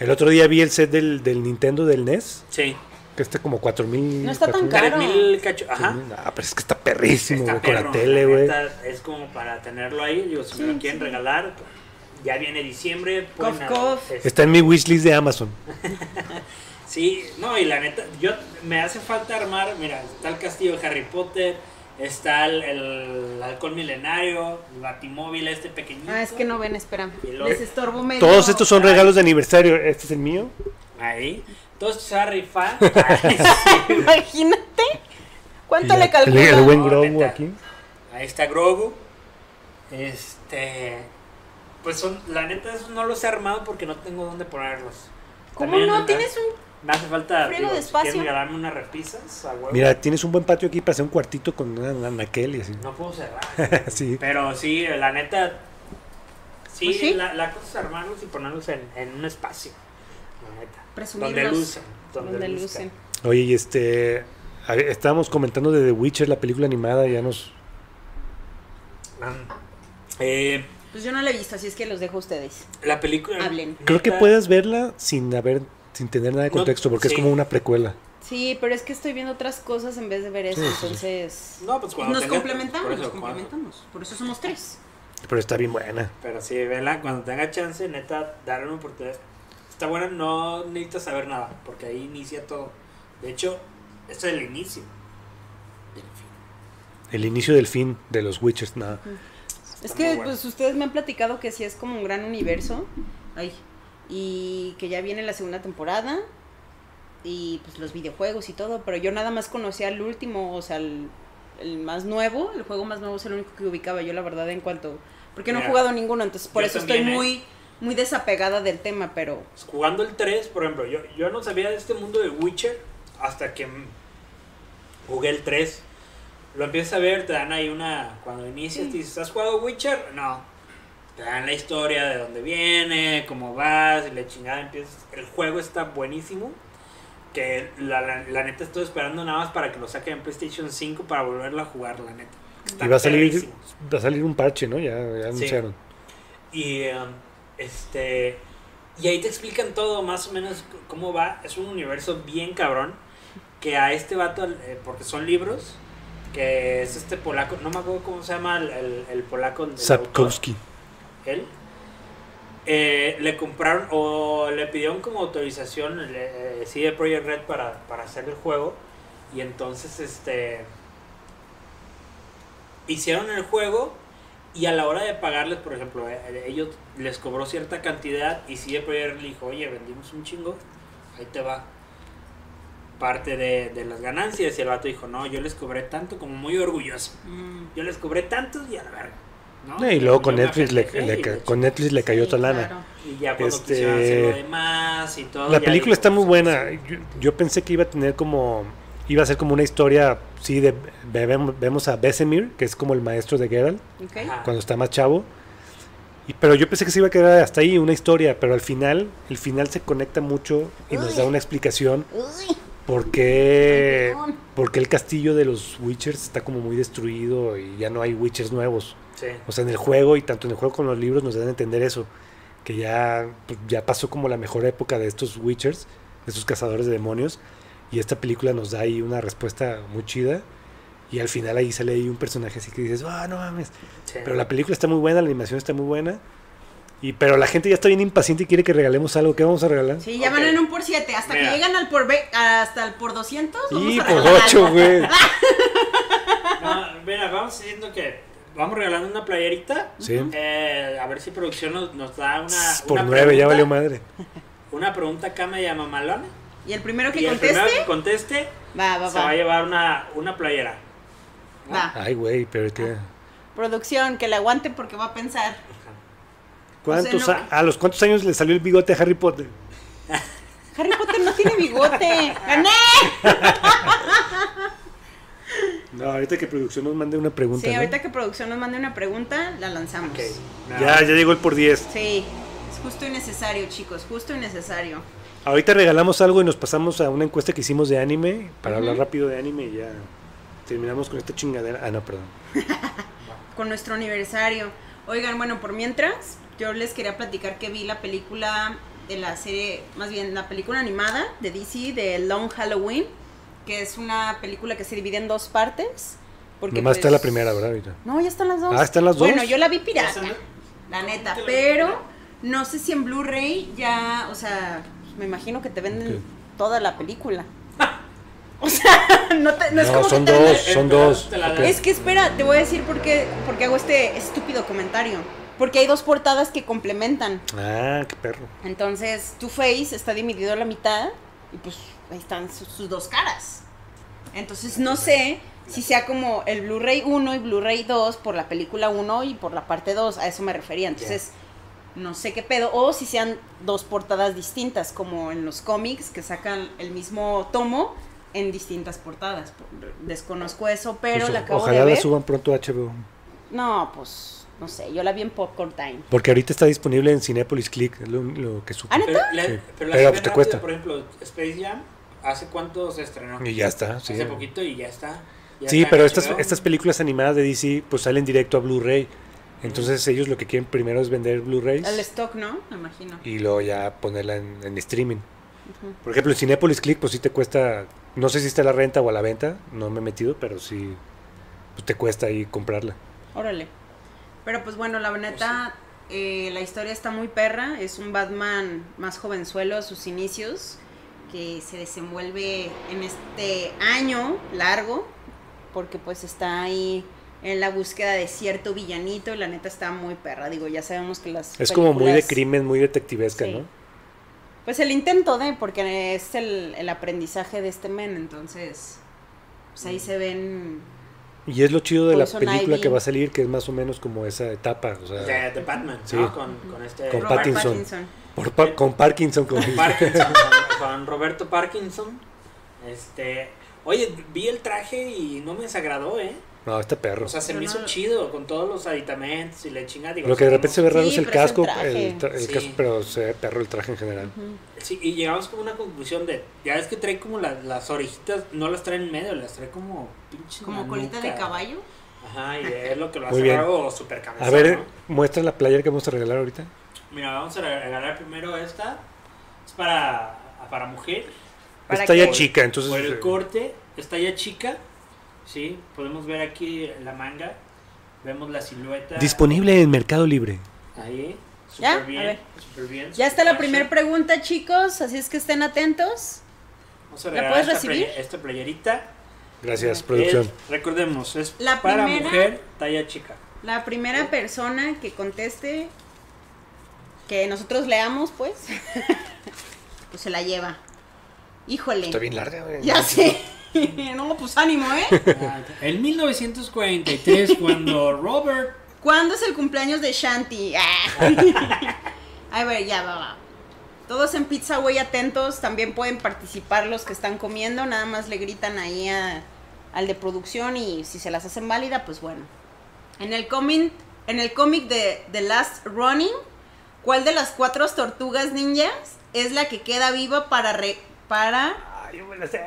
el otro día vi el set del, del Nintendo del NES, Sí, que está como 4000. No está tan 4000, Claro. 3000 cacho. Ajá. 4000. Ah, pero es que está perrísimo, Está güey, con la perro, tele, la güey. neta, Es como para tenerlo ahí. Digo, si me lo quieren regalar, ya viene diciembre. Cof, pueden- cof. es- Está en mi wishlist de Amazon. Sí, no, y la neta, yo me hace falta armar, mira, está el castillo de Harry Potter, está el, el halcón milenario, el batimóvil este pequeñito. Ah, es que no ven, espera. Y luego- Les estorbo medio. Todos estos son claro. regalos de aniversario. Este es el mío. Ahí. Entonces pues, se va a rifar. <laughs> Imagínate. ¿Cuánto le Y el- el, calculan? buen No, Grogu neta. aquí. Ahí está Grogu. Este. Pues son, la neta, esos no los he armado porque no tengo dónde ponerlos. ¿Cómo También, no? neta, Tienes un. Me hace falta. friego Digo, de si espacio? quieren regalarme unas repisas, a huevo. Mira, tienes un buen patio aquí para hacer un cuartito con una una anaquel y así. <laughs> No puedo cerrar. Sí. Pero sí, la neta. Sí, Pues sí. La, la cosa es armarlos y ponerlos en, en un espacio. La neta. Presumirlos. Donde lucen. Donde, Donde lucen. lucen. Oye, y este. a ver, estábamos comentando de The Witcher, la película animada, ya nos. Ah. Eh, Pues yo no la he visto, así es que los dejo a ustedes. la película. Hablen. Creo que neta, puedes verla sin haber, sin tener nada de No, contexto, porque sí. es como una precuela. Sí, pero es que estoy viendo otras cosas en vez de ver eso, Sí, sí, sí. entonces. No, pues cuando Nos tenga- complementamos, por eso, nos cuando- complementamos. Por eso somos tres. Pero está bien buena. Pero sí, vela, cuando tenga chance, neta, darle una oportunidad. Está bueno, no necesitas saber nada, porque ahí inicia todo. De hecho, este es el inicio. del fin. El inicio del fin de los Witchers, nada. Es Está que muy bueno. pues ustedes me han platicado que sí es como un gran universo. Ay, y que ya viene la segunda temporada. Y pues los videojuegos y todo. Pero yo nada más conocía el último, o sea, el, el más nuevo. El juego más nuevo es el único que ubicaba yo, la verdad, en cuanto. Porque no he Mira, jugado ninguno, entonces por yo eso también, estoy ¿eh? muy, muy desapegada del tema, pero. Pues, Jugando el 3, por ejemplo, yo, yo no sabía de este mundo de Witcher hasta que mm, jugué el 3. Lo empiezas a ver, te dan ahí una. Cuando inicias, te dices, ¿has jugado Witcher? No. Te dan la historia de dónde viene, cómo vas, y la chingada empiezas. El juego está buenísimo. Que la, la- la neta estoy esperando nada más para que lo saquen en PlayStation 5 para volverlo a jugar, la neta. Está Y va a salir, perrísimo. va a salir un parche, ¿no? Ya, ya Sí. anunciaron. Y um, este. Y ahí te explican todo, más o menos c- cómo va. Es un universo bien cabrón. Que a este vato, eh, porque son libros, que es este polaco, no me acuerdo cómo se llama el, el- el polaco. el autor, Sapkowski. Él. eh, le compraron o le pidieron como autorización le, eh, CD Projekt Red para, para hacer el juego. Y entonces, este. Hicieron el juego y a la hora de pagarles, por ejemplo, eh, ellos les cobró cierta cantidad y CD Projekt le dijo, oye, vendimos un chingo, ahí te va parte de, de las ganancias. Y el vato dijo, no, yo les cobré tanto como muy orgulloso. Mm. Yo les cobré tantos y a la verga. ¿no? Eh, y luego Yo con me Netflix, le, apetecé le y ca- le con Netflix le cayó Sí, otra lana. claro. y ya cuando Este- quisieron hacer lo demás y todo. La ya película dijo, está muy pues, buena. Yo, yo pensé que iba a tener como. Iba a ser como una historia, sí, de. ve- vem- Vemos a Besemir, que es como el maestro de Geralt, ¿Ok? Ajá. cuando está más chavo. Y, pero yo pensé que se iba a quedar hasta ahí una historia, pero al final, el final se conecta mucho y nos da Uy. una explicación Uy, por qué, Ay, perdón. por qué el castillo de los Witchers está como muy destruido y ya no hay Witchers nuevos. Sí. O sea, en el juego y tanto en el juego como en los libros nos dan a entender eso. Que ya, pues, ya pasó como la mejor época de estos Witchers, de estos cazadores de demonios. Y esta película nos da ahí una respuesta muy chida. Y al final ahí sale ahí un personaje así que dices, ah, no mames. sí. Pero la película está muy buena, la animación está muy buena. Y, pero la gente ya está bien impaciente y quiere que regalemos algo. ¿Qué vamos a regalar? Sí, ya Ok. van en un por 7. Hasta Mira. que llegan al por ve- hasta el por 200. vamos y a <laughs> por regalar ocho, algo. güey. No, mira, vamos diciendo que vamos regalando una playerita. Sí. Eh, a ver si producción nos, nos da una. Por una nueve, pregunta- ya valió madre. Una pregunta acá me llama Malona. Y el primero que Y el conteste, primero que conteste va, va, se Ah. va a va. llevar una, una playera. va. Ay, güey, pero que. Ah. Producción, que la aguante porque va a pensar. ¿Cuántos, O sea, no- a, ¿A los cuántos años le salió el bigote a Harry Potter? Harry Potter no tiene bigote. ¡Gané! No, ahorita que producción nos mande una pregunta. Sí, ¿no? ahorita que producción nos mande una pregunta, la lanzamos. Ok, nada Ya, ya llegó el por 10. Sí, es justo y necesario, chicos, justo y necesario. Ahorita regalamos algo y nos pasamos a una encuesta que hicimos de anime para Ujú. hablar rápido de anime y ya terminamos con esta chingadera. Ah, no, perdón. Con nuestro aniversario. Oigan, bueno, por mientras, yo les quería platicar que vi la película de la serie, más bien la película animada de DC de Long Halloween, que es una película que se divide en dos partes. Porque Nomás está pues- la primera, ¿verdad? Ahorita. No, ya están las dos. Ah, ¿están las Bueno, dos? yo la vi Esa pirata, no- la neta, ¿Cómo que la vi pero pirata? no sé si en Blu-ray ya, o sea, me imagino que te venden Ok. toda la <laughs> película. o sea, <laughs> no, te- no es No, como son que te den- dos, son Espera, dos. te la Ok. doy. Es que espera, te voy a decir por qué, por qué hago este estúpido comentario. Porque hay dos portadas que complementan. Ah, qué perro. Entonces, Two Face está dividido a la mitad y pues ahí están sus, sus dos caras. Entonces, no sé si sea como el Blu-ray 1 y Blu-ray 2 por la película 1 y por la parte 2, a eso me refería. Entonces, no sé qué pedo o si sean dos portadas distintas como en los cómics que sacan el mismo tomo en distintas portadas. Desconozco eso, pero Pues, la acabo ojalá de ver. la suban pronto a HBO. No, pues no sé, yo la vi en Popcorn Time. Porque ahorita está disponible en Cinepolis Click, es lo, lo que supe. Ah, Pero, la- Sí. pero, la Pero pues, sacan te rápido, cuesta. Por ejemplo, Space Jam, ¿hace cuánto se estrenó? Y ya está, sí. Hace poquito y ya está. Ya Sí, está pero en estas, HBO. estas películas animadas de DC pues salen directo a Blu-ray. Entonces ellos lo que quieren primero es Mm. vender El Blu-rays stock, ¿no? Me imagino. y luego ya ponerla en, en streaming. Ujú. Por ejemplo, en Cinepolis Click pues sí te cuesta, no sé si está a la renta o a la venta, no me he metido, pero sí pues te cuesta ahí comprarla. Órale. Pero pues bueno, la neta, Pues eh, la historia está muy perra. Es un Batman más jovenzuelo a sus inicios, que se desenvuelve en este año largo, porque pues está ahí en la búsqueda de cierto villanito y la neta está muy perra. Digo, ya sabemos que las... Es como muy de películas- crimen, muy detectivesca, Sí. ¿no? Pues el intento de, porque es el, el aprendizaje de este men, entonces. Pues Mm. ahí se ven. Y es lo chido de la Poison película Ivy. que va a salir, que es más o menos como esa etapa, o sea, De, de Batman, Sí. ¿no? Con, con este. Con Robert Pattinson. por pa- con Parkinson, como Con dice. Parkinson, con, con Roberto Parkinson. Este, oye, vi el traje y no me desagradó, ¿eh? No, este perro. O sea, se Pero me no- hizo chido con todos los aditamentos y la chingada. digo, Lo que de o sea, repente se no- ve raro Sí, es el pero es el casco, traje. el tra- el Sí. casco, pero se ve perro el traje en general. Sí, y llegamos como a una conclusión de, ya es que trae como las, las orejitas, no las trae en medio, las trae como pinche Como manuca. colita de caballo. Ajá, y es lo que lo Muy hace bien. raro super cabezón, A ver, ¿no? muestra la player que vamos a regalar ahorita. Mira, vamos a regalar primero esta. Es para, para mujer. ¿Para Está ya qué? chica, entonces. Por el eh, corte, está ya chica. Sí, podemos ver aquí la manga. Vemos la silueta. Disponible en Mercado Libre. Ahí. Súper ¿Ya? A bien. ver. súper bien, Ya está la súper primera fashion. pregunta, chicos, así es que estén atentos. Vamos a ¿La regalar puedes esta, play- recibir? esta playerita. Gracias, Ok. producción. Es- recordemos, es La para primera- mujer, talla chica. <laughs> La primera persona que conteste, que nosotros leamos, pues, <laughs> pues se la lleva. Híjole. Está bien larga, güey. Ya sé. <laughs> no, pues ánimo, ¿eh? en 1943, cuando Robert. ¿Cuándo es el cumpleaños de Shanti? Ah. <laughs> A ver, ya va, va. Todos en Pizza Way atentos, también pueden participar los que están comiendo, nada más le gritan ahí a- al de producción y si se las hacen válida, pues bueno. En el cómic, en el cómic de The Last Running, ¿cuál de las cuatro tortugas ninjas es la que queda viva para re- para Ay, yo me la sé.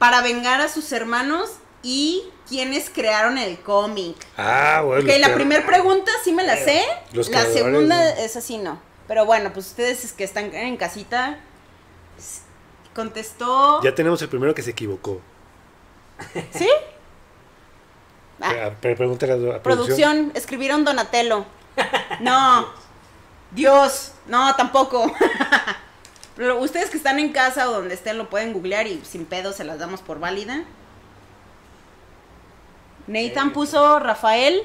para vengar a sus hermanos y quienes crearon el cómic? Ah, bueno. Ok, la pero- primera pregunta sí me la sé. Eh, Los la creadores, segunda ¿no? es así, no. Pero bueno, pues ustedes es que están en casita. s- Contestó. Ya tenemos el primero que se equivocó. ¿Sí? Ah, Pero- pero pregúntale a la producción. producción, escribieron Donatello. No. Dios. No, tampoco. <laughs> Pero ustedes que están en casa o donde estén lo pueden googlear y sin pedo se las Eh. damos por válida. Nathan puso Rafael.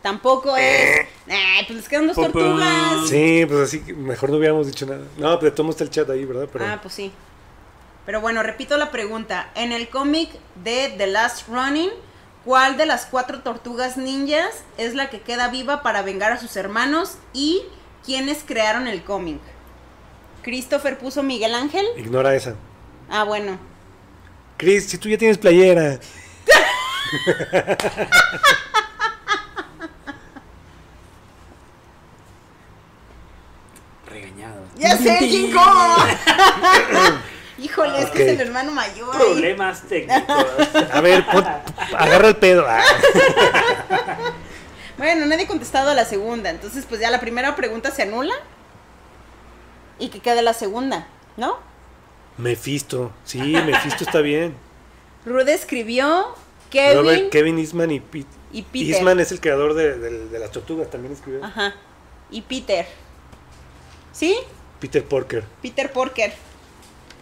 Tampoco es. Ay, pues les quedan dos Popó. tortugas. Sí, pues así, que mejor no hubiéramos dicho nada. No, pero tomo está el chat ahí, ¿verdad? Pero, Ah, pues sí. Pero bueno, repito la pregunta. En el cómic de The Last Running, ¿cuál de las cuatro tortugas ninjas es la que queda viva para vengar a sus hermanos? ¿Y quiénes crearon el cómic? ¿Christopher puso Miguel Ángel? ignora esa. Ah, bueno. Chris, si tú ya tienes playera. Regañado. ¡Ya <laughs> sé, King Kong! Híjole, es que es Ok. el hermano mayor. ¿eh? Problemas <laughs> técnicos. A ver, pon- agarra el pedo. Ah. Bueno, nadie ha contestado a la segunda. Entonces, pues ya la primera pregunta se anula. Y que quede la segunda, ¿no? Mephisto. Sí, Mephisto está bien. Rude escribió Kevin Robert Kevin Eastman y Pete. y Peter. Ah. Eastman es el creador de, de- de las tortugas, también escribió. Ajá. Y Peter. ¿Sí? Peter Porker. Peter Porker.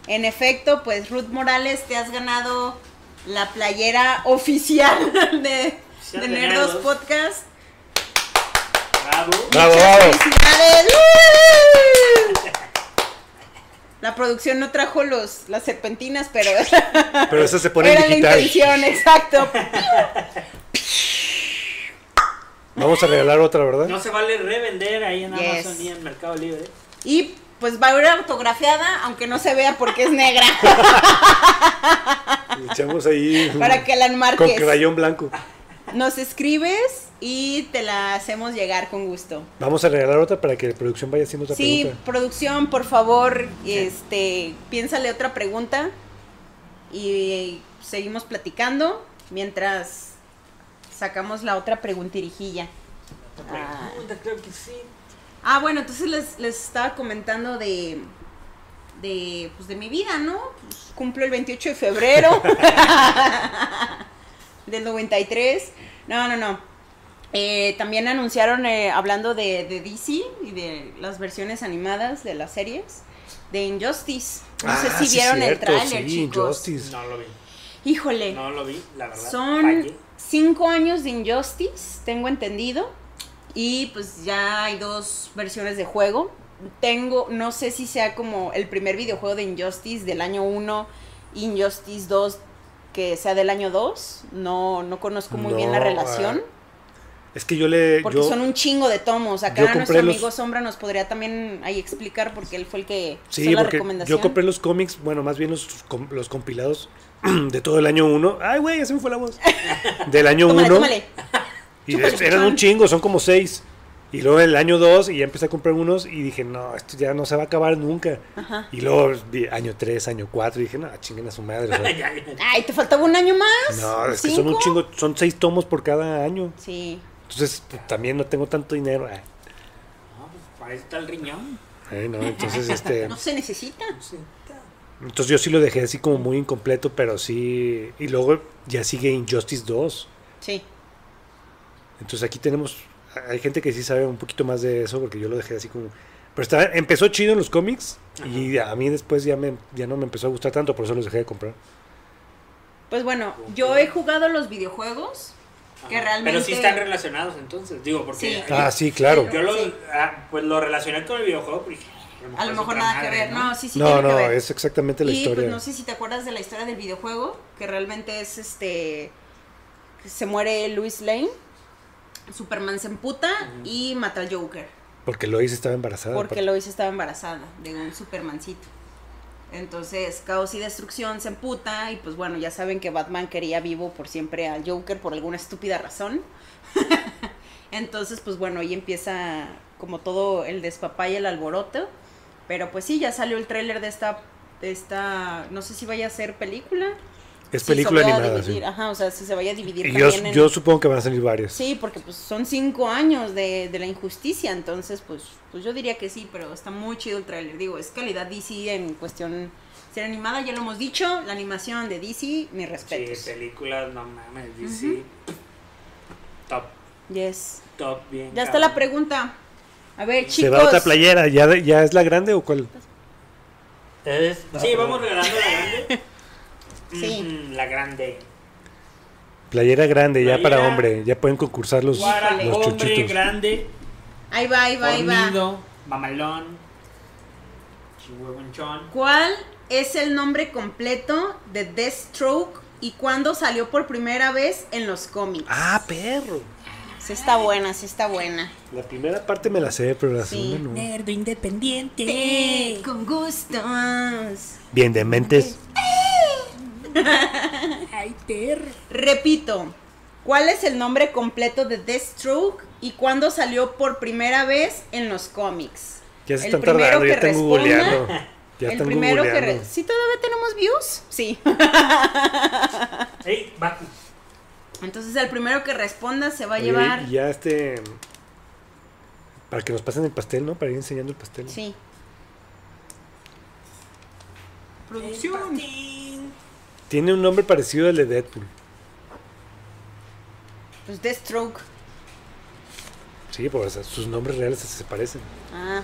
En efecto, pues Ruth Morales, te has ganado la playera oficial <laughs> de, Oficial de de Nerdos Nerdos. Podcast. Bravo. Bravo, Muchas bravo. ¡Felicidades! ¡Uh! <laughs> La producción no trajo los, las serpentinas, pero <laughs> Pero eso <laughs> se pone era en la digital. <laughs> intención, exacto. Vamos a regalar otra, ¿verdad? No se vale revender ahí en Yes. Amazon y en Mercado Libre. Y pues va a ir autografiada, aunque no se vea porque es <laughs> negra, Le echamos <laughs> ahí para que la con enmarques. crayón blanco. Nos escribes y te la hacemos llegar con gusto. Vamos a regalar otra para que la producción vaya haciendo otra Sí, pregunta. producción, por favor, este, piénsale otra pregunta y seguimos platicando mientras sacamos la otra preguntirijilla. Ah. Pregunta, creo que sí. Ah, bueno, entonces les, les estaba comentando de, de, pues, de mi vida, ¿no? Pues, cumplo el 28 de febrero del 93. No, no, no. Eh, también anunciaron, eh, hablando de, de DC y de las versiones animadas de las series, de Injustice. No sé Ah, si sí, vieron el cierto, tráiler, sí, chicos. Injustice. No lo vi. Híjole, No lo vi, la verdad. son Fallé. <laughs> <laughs> cinco años de Injustice, tengo entendido. Y pues ya hay dos versiones de juego. Tengo, no sé si sea como el primer videojuego de Injustice del año 1, Injustice 2, que sea del año 2. No, no conozco muy bien la No, relación. Es que yo le. Porque yo- son un chingo de tomos. yo Acá nuestro compré los- amigo Sombra nos podría también ahí explicar porque él fue el que Sí, hizo la porque recomendación. yo compré los cómics, bueno, más bien los, com- los compilados <clears throat> de todo el año 1. Ay, güey, así me fue <laughs> la voz. Del año Tómale, 1. tómale. Y Chúpale, es- eran chuchón. un chingo, son como seis. Y luego el año 2 y ya empecé a comprar unos y dije, no, esto ya no se va a acabar nunca. Ajá. Y luego vi- año 3, año 4 y dije, no, chinguen a su madre. o <laughs> sea, Ya, ya. Ay, te faltaba un año más. no, es que son un ¿Cinco? chingo, son seis tomos por cada año. Sí. Entonces pues, también no tengo tanto dinero. Ah, No, pues para eso está el riñón. ay, no, entonces este... No se necesita. Entonces yo sí lo dejé así como muy incompleto, pero sí... Y luego ya sigue Injustice 2. Sí. Entonces aquí tenemos... Hay gente que sí sabe un poquito más de eso porque yo lo dejé así como... Pero está, empezó chido en los cómics y a mí después ya, me, ya no me empezó a gustar tanto, por eso los dejé de comprar. Pues bueno, yo he jugado los videojuegos que Ajá. realmente. Pero sí están relacionados entonces, digo, porque Sí. Ah, sí, claro. yo lo, Sí. ah, pues lo relacioné con el videojuego, pero dije, "Ah, A lo es mejor otra nada que madre, ver. No, sí, sí. No, tiene que no, ver. es exactamente la y historia. pues no sé si te acuerdas de la historia del videojuego, que realmente es este. que Se muere Louis Lane, Superman se emputa y mata al Joker. Porque Lois estaba embarazada. Porque Ah, aparte. Lois estaba embarazada de un Supermancito. Entonces, caos y destrucción se emputa y pues bueno, ya saben que Batman quería vivo por siempre al Joker por alguna estúpida razón. <laughs> Entonces, pues bueno, ahí empieza como todo el despapá y el alboroto. Pero pues sí, ya salió el tráiler de esta, de esta, no sé si vaya a ser película. Es Si se película vaya a animada, sí. dividir, Ajá, o sea, si se vaya a dividir Y yo, también en- yo supongo que van a salir varias. Sí, porque pues son cinco años de, de la injusticia, entonces pues, pues yo diría que sí, pero está muy chido el tráiler. Digo, es calidad DC en cuestión ser animada, ya lo hemos dicho, la animación de DC, mis Sí, respetos. películas, no mames, DC. Top, Yes. top, bien. Ya está cabrón. la pregunta. A ver, chicos. Se va otra playera, ¿ya, ya es la grande o cuál? Sí, vamos regalando la grande. <laughs> Sí. Mm, la grande. Playera grande, ya para Playera. hombre. Ya pueden concursar los, Para Híjole. los hombre chuchitos. grande, Ahí va, ahí va, ahí va. fornido, mamalón, chihuahuanchón. ¿Cuál es el nombre completo de Deathstroke y cuándo salió por primera vez en los cómics? Ah, perro. Sí está buena, sí está buena. La primera parte me la sé, pero la Sí. segunda no. Nerdo independiente. Con gustos. Bien de mentes. Ay, ter. Repito, ¿cuál es el nombre completo de Deathstroke y cuándo salió por primera vez en los cómics? Ya se El están primero tardando, ya que están responda, googleando. <laughs> Ya el están primero que... googleando. re- ¿Sí todavía tenemos views? Sí. <laughs> Ey, va. Entonces el primero que responda se va a Oye, llevar... y ya este. Para que nos pasen el pastel, ¿no? Para ir enseñando el pastel. Sí. Producción. Tiene un nombre parecido al de Deadpool. Pues Deathstroke. Sí, pues sus nombres reales se parecen. Ah.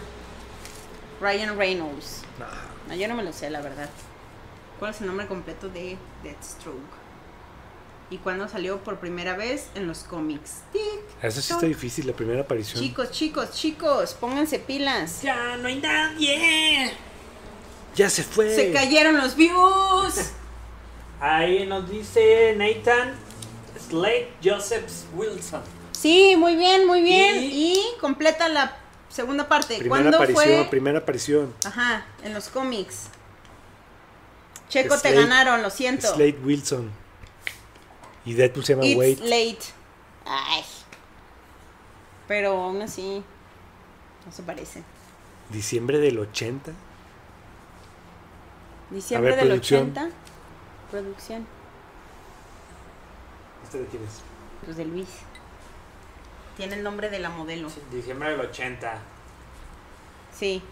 Ryan Reynolds. No. No, yo no me lo sé, la verdad. ¿Cuál es el nombre completo de Deathstroke? ¿Y cuándo salió por primera vez en los cómics? Tic, Eso sí toc. está difícil, la primera aparición. Chicos, chicos, chicos, pónganse pilas. Ya no hay nadie. ¡Ya se fue! Se cayeron los views. Ahí nos dice Nathan Slade Joseph Wilson. Sí, muy bien, muy bien. Y- Y, completa la segunda parte. Primera ¿Cuándo aparición, fue? primera aparición. Ajá, en los cómics. Checo, te Slade- ganaron, lo siento. Slade Wilson. Y Deadpool se llama It's Wade. late. Ay. Pero aún así, no se parece. Diciembre del 80. Diciembre ver, del producción. 80. Producción. ¿Este de quién es? Pues de Luis. Tiene el nombre de la modelo. Diciembre del 80. Sí.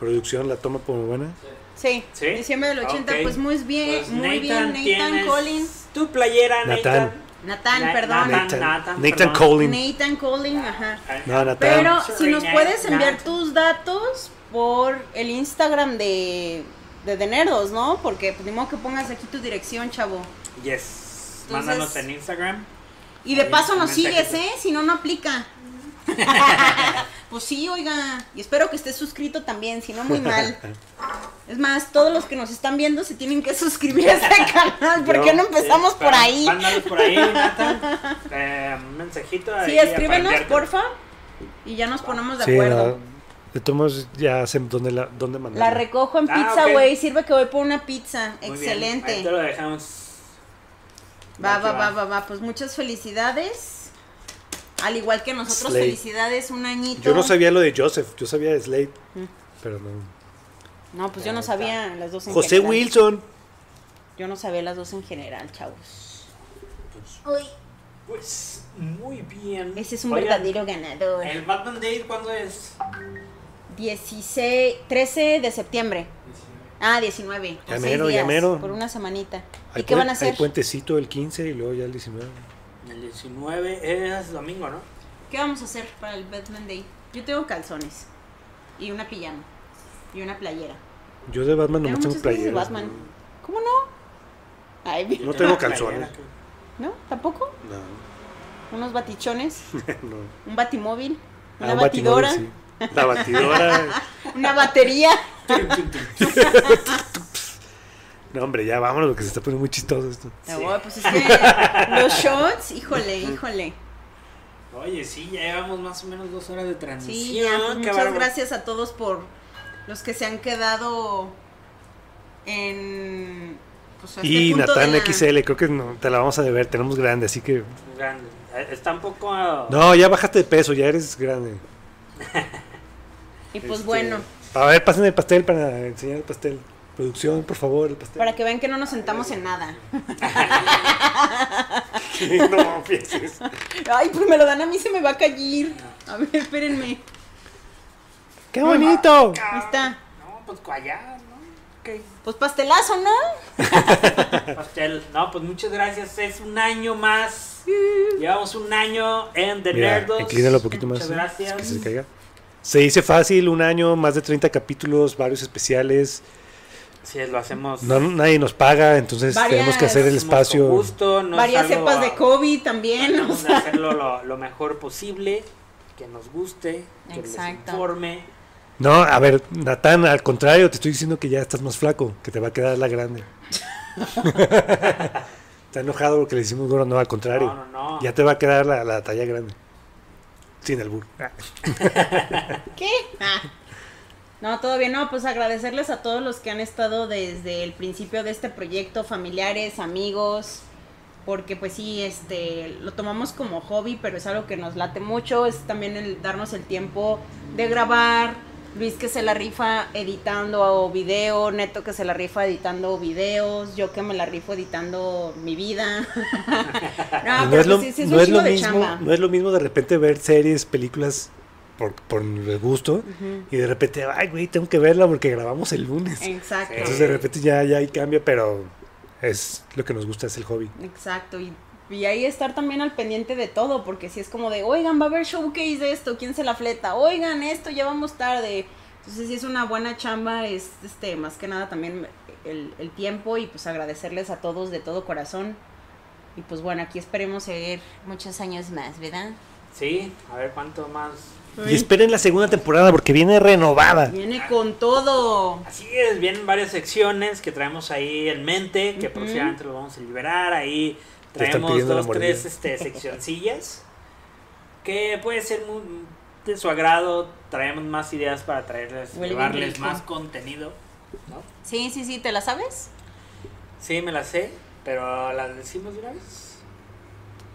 Producción, la toma por buena. Sí. ¿Sí? Diciembre del 80. Ok. Pues muy bien. Pues muy bien, Nathan tienes Collins. Tu playera, Nathan. Nathan. Nathan, Na- perdón. Nathan. Ah, Nathan, Nathan, Nathan perdón. Collin. Collins, ajá. Ay, No, Nathan. Pero Sorry, si nos Nat- puedes enviar Nat. tus datos por el Instagram de, de, The Nerdos, ¿no? Porque pues, ni modo que pongas aquí tu dirección, chavo. Yes. Entonces- Mándanos en Instagram. Y de Ahí paso está nos sigues, mensajito. ¿eh? Si no, no <laughs> aplica. pues sí, oiga. Y espero que estés suscrito también, si no, muy <laughs> mal. Es más, todos los que nos están viendo se tienen que suscribir a <laughs> este canal. ¿Por qué no empezamos Sí, por pa- ahí? Mándanos por <laughs> ahí, Nathan. Eh, un mensajito. ahí Sí, escríbenos, para enviarte. porfa. Y ya nos ponemos de Sí, acuerdo. la- de todos modos, ya sé dónde, la, dónde mandar. La recojo en Ah, pizza, ok. güey. Sirve que voy por una pizza. Muy bien, Ahí te Excelente. lo dejamos. Va, Aquí va, va, va, va. Pues muchas felicidades. Al igual que nosotros, Slay. felicidades, un añito. Yo no sabía lo de Joseph, yo sabía de Slade. Mm. Pero no. No, pues yo no Ahí está. sabía las dos en José general. Wilson. Yo no sabía las dos en general, chavos. Pues muy bien. Ese es un Oigan, verdadero ganador. ¿El Batman Day cuándo es? 16, 13 de septiembre. Ah, 19. Ya Seis mero, ya días, mero. Por una semanita. Hay ¿Y qué puen- van a hacer? Hay puentecito el 15 y luego ya el 19. El 19 es domingo, ¿no? ¿Qué vamos a hacer para el Batman Day? Yo tengo calzones. Y una pijama. Y una playera. Yo de Batman Tengo no tengo muchas cosas de playeras. Batman. ¿Cómo no? Ay, Yo bien. No tengo una playera calzones. que- ¿No? ¿Tampoco? No, Unos <laughs> batichones. no. Un batimóvil. Ah, Una un batimóvil, batidora. sí. La batidora. Una <laughs> batería. no, hombre, ya vámonos, porque se está poniendo muy chistoso esto. Sí. No, pues es que los shots, híjole, híjole. Oye, sí, ya llevamos más o menos dos horas de transmisión. Sí, ya, pues, qué muchas bárbaro. gracias a todos por los que se han quedado en. Pues, a este Y punto Natán de la- XL, creo que no, te la vamos a deber, tenemos grande, así que... Grande. Eh, Está un poco... <laughs> No, ya bajaste de peso, ya eres grande. Y pues Este, bueno, A ver, pasen el pastel para enseñar el pastel. Producción, por favor, el pastel. para que vean que no nos sentamos en nada. no, pienses. Ay, pues me lo dan a mí, se me va a caer. A ver, espérenme. ¡Qué bonito! Ahí está. No, pues allá, ¿no? ¿Qué? Pues pastelazo, ¿no? Pastel. No, pues muchas gracias. Es un año más. Llevamos un año en The Mira, Nerdos. inclínalo un poquito más. Muchas ¿sí? gracias. Que se caiga. Se dice fácil, un año, más de 30 capítulos, varios especiales. Así es, lo hacemos. No, nadie nos paga, entonces Varias- tenemos que hacer el lo hacemos con espacio. gusto, no es Varias algo cepas a- de COVID también, o Vamos a sea. hacerlo lo, lo mejor posible, que nos guste, que Exacto. les informe. No, a ver, Natán, al contrario, te estoy diciendo que ya estás más flaco, que te va a quedar <laughs> la grande. Está enojado porque le hicimos gordo, no, al contrario. No, no, no. Ya te va a quedar la, la talla grande. Sin albur. ¿Qué? Ah. No, todo bien. No, pues agradecerles a todos los que han estado desde el principio de este proyecto, familiares, amigos, porque pues sí, este, lo tomamos como hobby, pero es algo que nos late mucho. Es también el darnos el tiempo de grabar. Luis que se la rifa editando video, Neto que se la rifa editando videos, yo que me la rifo editando mi vida. <laughs> Y no, no Ah, pero pues es lo, sí, sí es no un es lo chingo de mismo, chamba. no es lo mismo de repente ver series, películas por, por el gusto Ujú, y de repente, ay, güey, tengo que verla porque grabamos el lunes. Exacto. Sí. Entonces de repente ya, ya ahí cambia, pero es lo que nos gusta, es el hobby. Exacto, y, y ahí estar también al pendiente de todo, porque si es como de, oigan, va a haber showcase de esto, ¿quién se la fleta? Oigan, esto, ya vamos tarde. Entonces sí es una buena chamba, es este, más que nada también el, el tiempo y pues agradecerles a todos de todo corazón. Y pues bueno, aquí esperemos seguir muchos años más, ¿verdad? Sí, a ver cuánto más. Y esperen la segunda temporada porque viene renovada. Viene con todo. Así es, vienen varias secciones que traemos ahí en mente, que Ujú. próximamente lo vamos a liberar. Ahí Te están traemos pidiendo la dos, mordida. tres este, seccioncillas que puede ser muy de su agrado. Traemos más ideas para traerles, Huele bien llevarles rico. más contenido. ¿no? Sí, sí, sí, ¿te la sabes? Sí, me las sé, pero las decimos de una vez.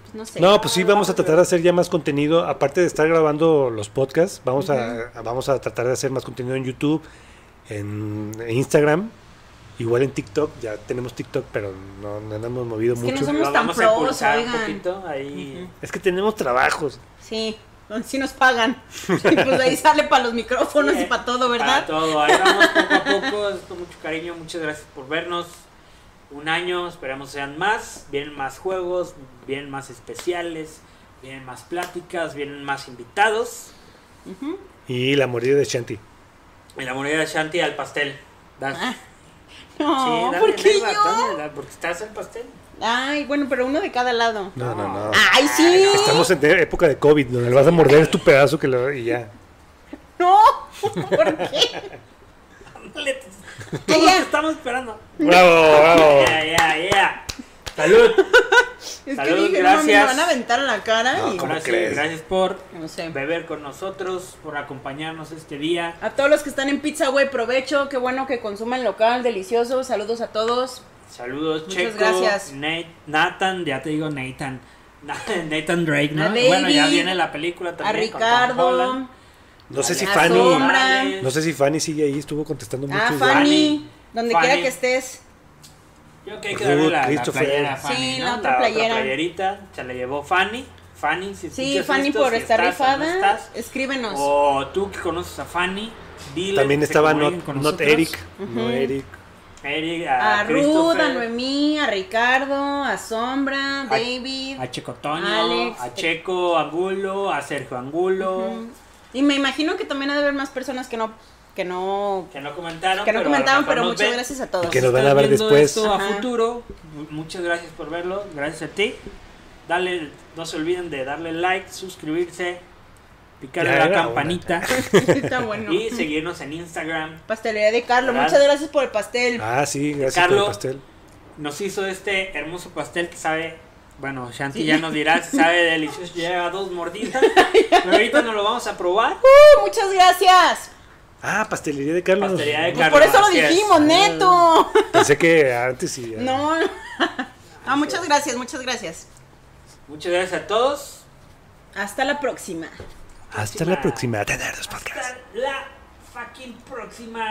Pues no sé. No, pues sí, vamos a tratar de hacer ya más contenido. Aparte de estar grabando los podcasts, vamos, a, vamos a tratar de hacer más contenido en YouTube, en Instagram, igual en TikTok. Ya tenemos TikTok, pero no, no nos hemos movido Es que no mucho. somos- Lo tan vamos a pros, impulsar un oigan. poquito ahí. Es que tenemos trabajos. Sí, sí nos pagan. <laughs> Y pues ahí sale para los micrófonos y para todo, Para ¿verdad? todo, ahí vamos poco a poco, es con mucho cariño, muchas gracias por vernos. Un año, esperamos sean más, vienen más juegos, vienen más especiales, vienen más pláticas, vienen más invitados. Ujú. Y la mordida de Shanti. Y la moneda de Shanti al pastel. Das- Ah, No, dale, ¿por qué Nelva, yo? dale, da- porque estás al pastel. <laughs> Ay, bueno, pero uno de cada lado. No, no, no. Ay, sí. Estamos en de- época de COVID, donde le vas a morder tu pedazo que lo, y ya. No, ¿por qué? Ándale, Ya, Todos te ya. estamos esperando. ¡Bravo, bravo! Ya, ya, ya. Salud. Es que Salud, dije, no, me gracias. van a aventar a la cara. No, y- ¿cómo Ahora sí, crees? gracias por no sé. beber con nosotros, por acompañarnos este día. A todos los que están en Pizza Güey, provecho. Qué bueno que consumen local, delicioso. Saludos a todos. Saludos, Muchas Checo. gracias. Nate- Nathan, ya te digo Nathan. <laughs> Na- Nathan Drake, ¿no? A Bueno, ya David, viene la película A también. con Tom Holland. Ricardo, No sé si a Fanny, Sombra. no sé si Fanny sigue ahí, estuvo contestando mucho. a igual. Fanny, donde quiera Fanny. que estés. Yo creo que hay que Ruth, darle la, la Christopher. playera a Fanny. Sí, ¿no? la otra playera. playerita se la llevó Fanny. Fanny, si Sí, escuchas Fanny esto, por si estar estás o no rifada. estás, Escríbenos. O tú que conoces a Fanny, dile. También que se estaba comuniquen Not, con Not nosotros. Eric. No Ujú. Eric. Eric, A, a, Ruth, Christopher, a Noemí, a Ricardo, a Sombra, David. a Checo Toño, Alex. a Checo Angulo, a Sergio Angulo. Ujú. Y me imagino que también ha de haber más personas que no, que no, Que no comentaron. que no pero a lo comentaron, mejor pero nos muchas ven. gracias a todos. Que nos van a ver Estás viendo después. esto a Ajá. futuro. M- Muchas gracias por verlo. Gracias a ti. Dale, no se olviden de darle like, suscribirse, picarle Ya la era campanita <laughs> <laughs> Está bueno. y seguirnos en Instagram. Pastelería de Carlos, ¿Verdad? muchas gracias por el pastel. Ah, sí, gracias Carlo. por el pastel. Nos hizo este hermoso pastel que sabe. Bueno, Shanti Sí. ya nos dirá <laughs> si sabe delicioso. Lleva dos mordidas. Pero ahorita nos lo vamos a probar. ¡Uh, muchas gracias. Ah, pastelería de Carlos. Pastelería de Pues Carlos, por eso lo así es. dijimos, Mm. neto. Pensé que antes sí. <laughs> No. Ah, muchas gracias, muchas gracias. Muchas gracias a todos. Hasta la próxima. Hasta la próxima. Tener dos podcasts. Hasta la fucking próxima.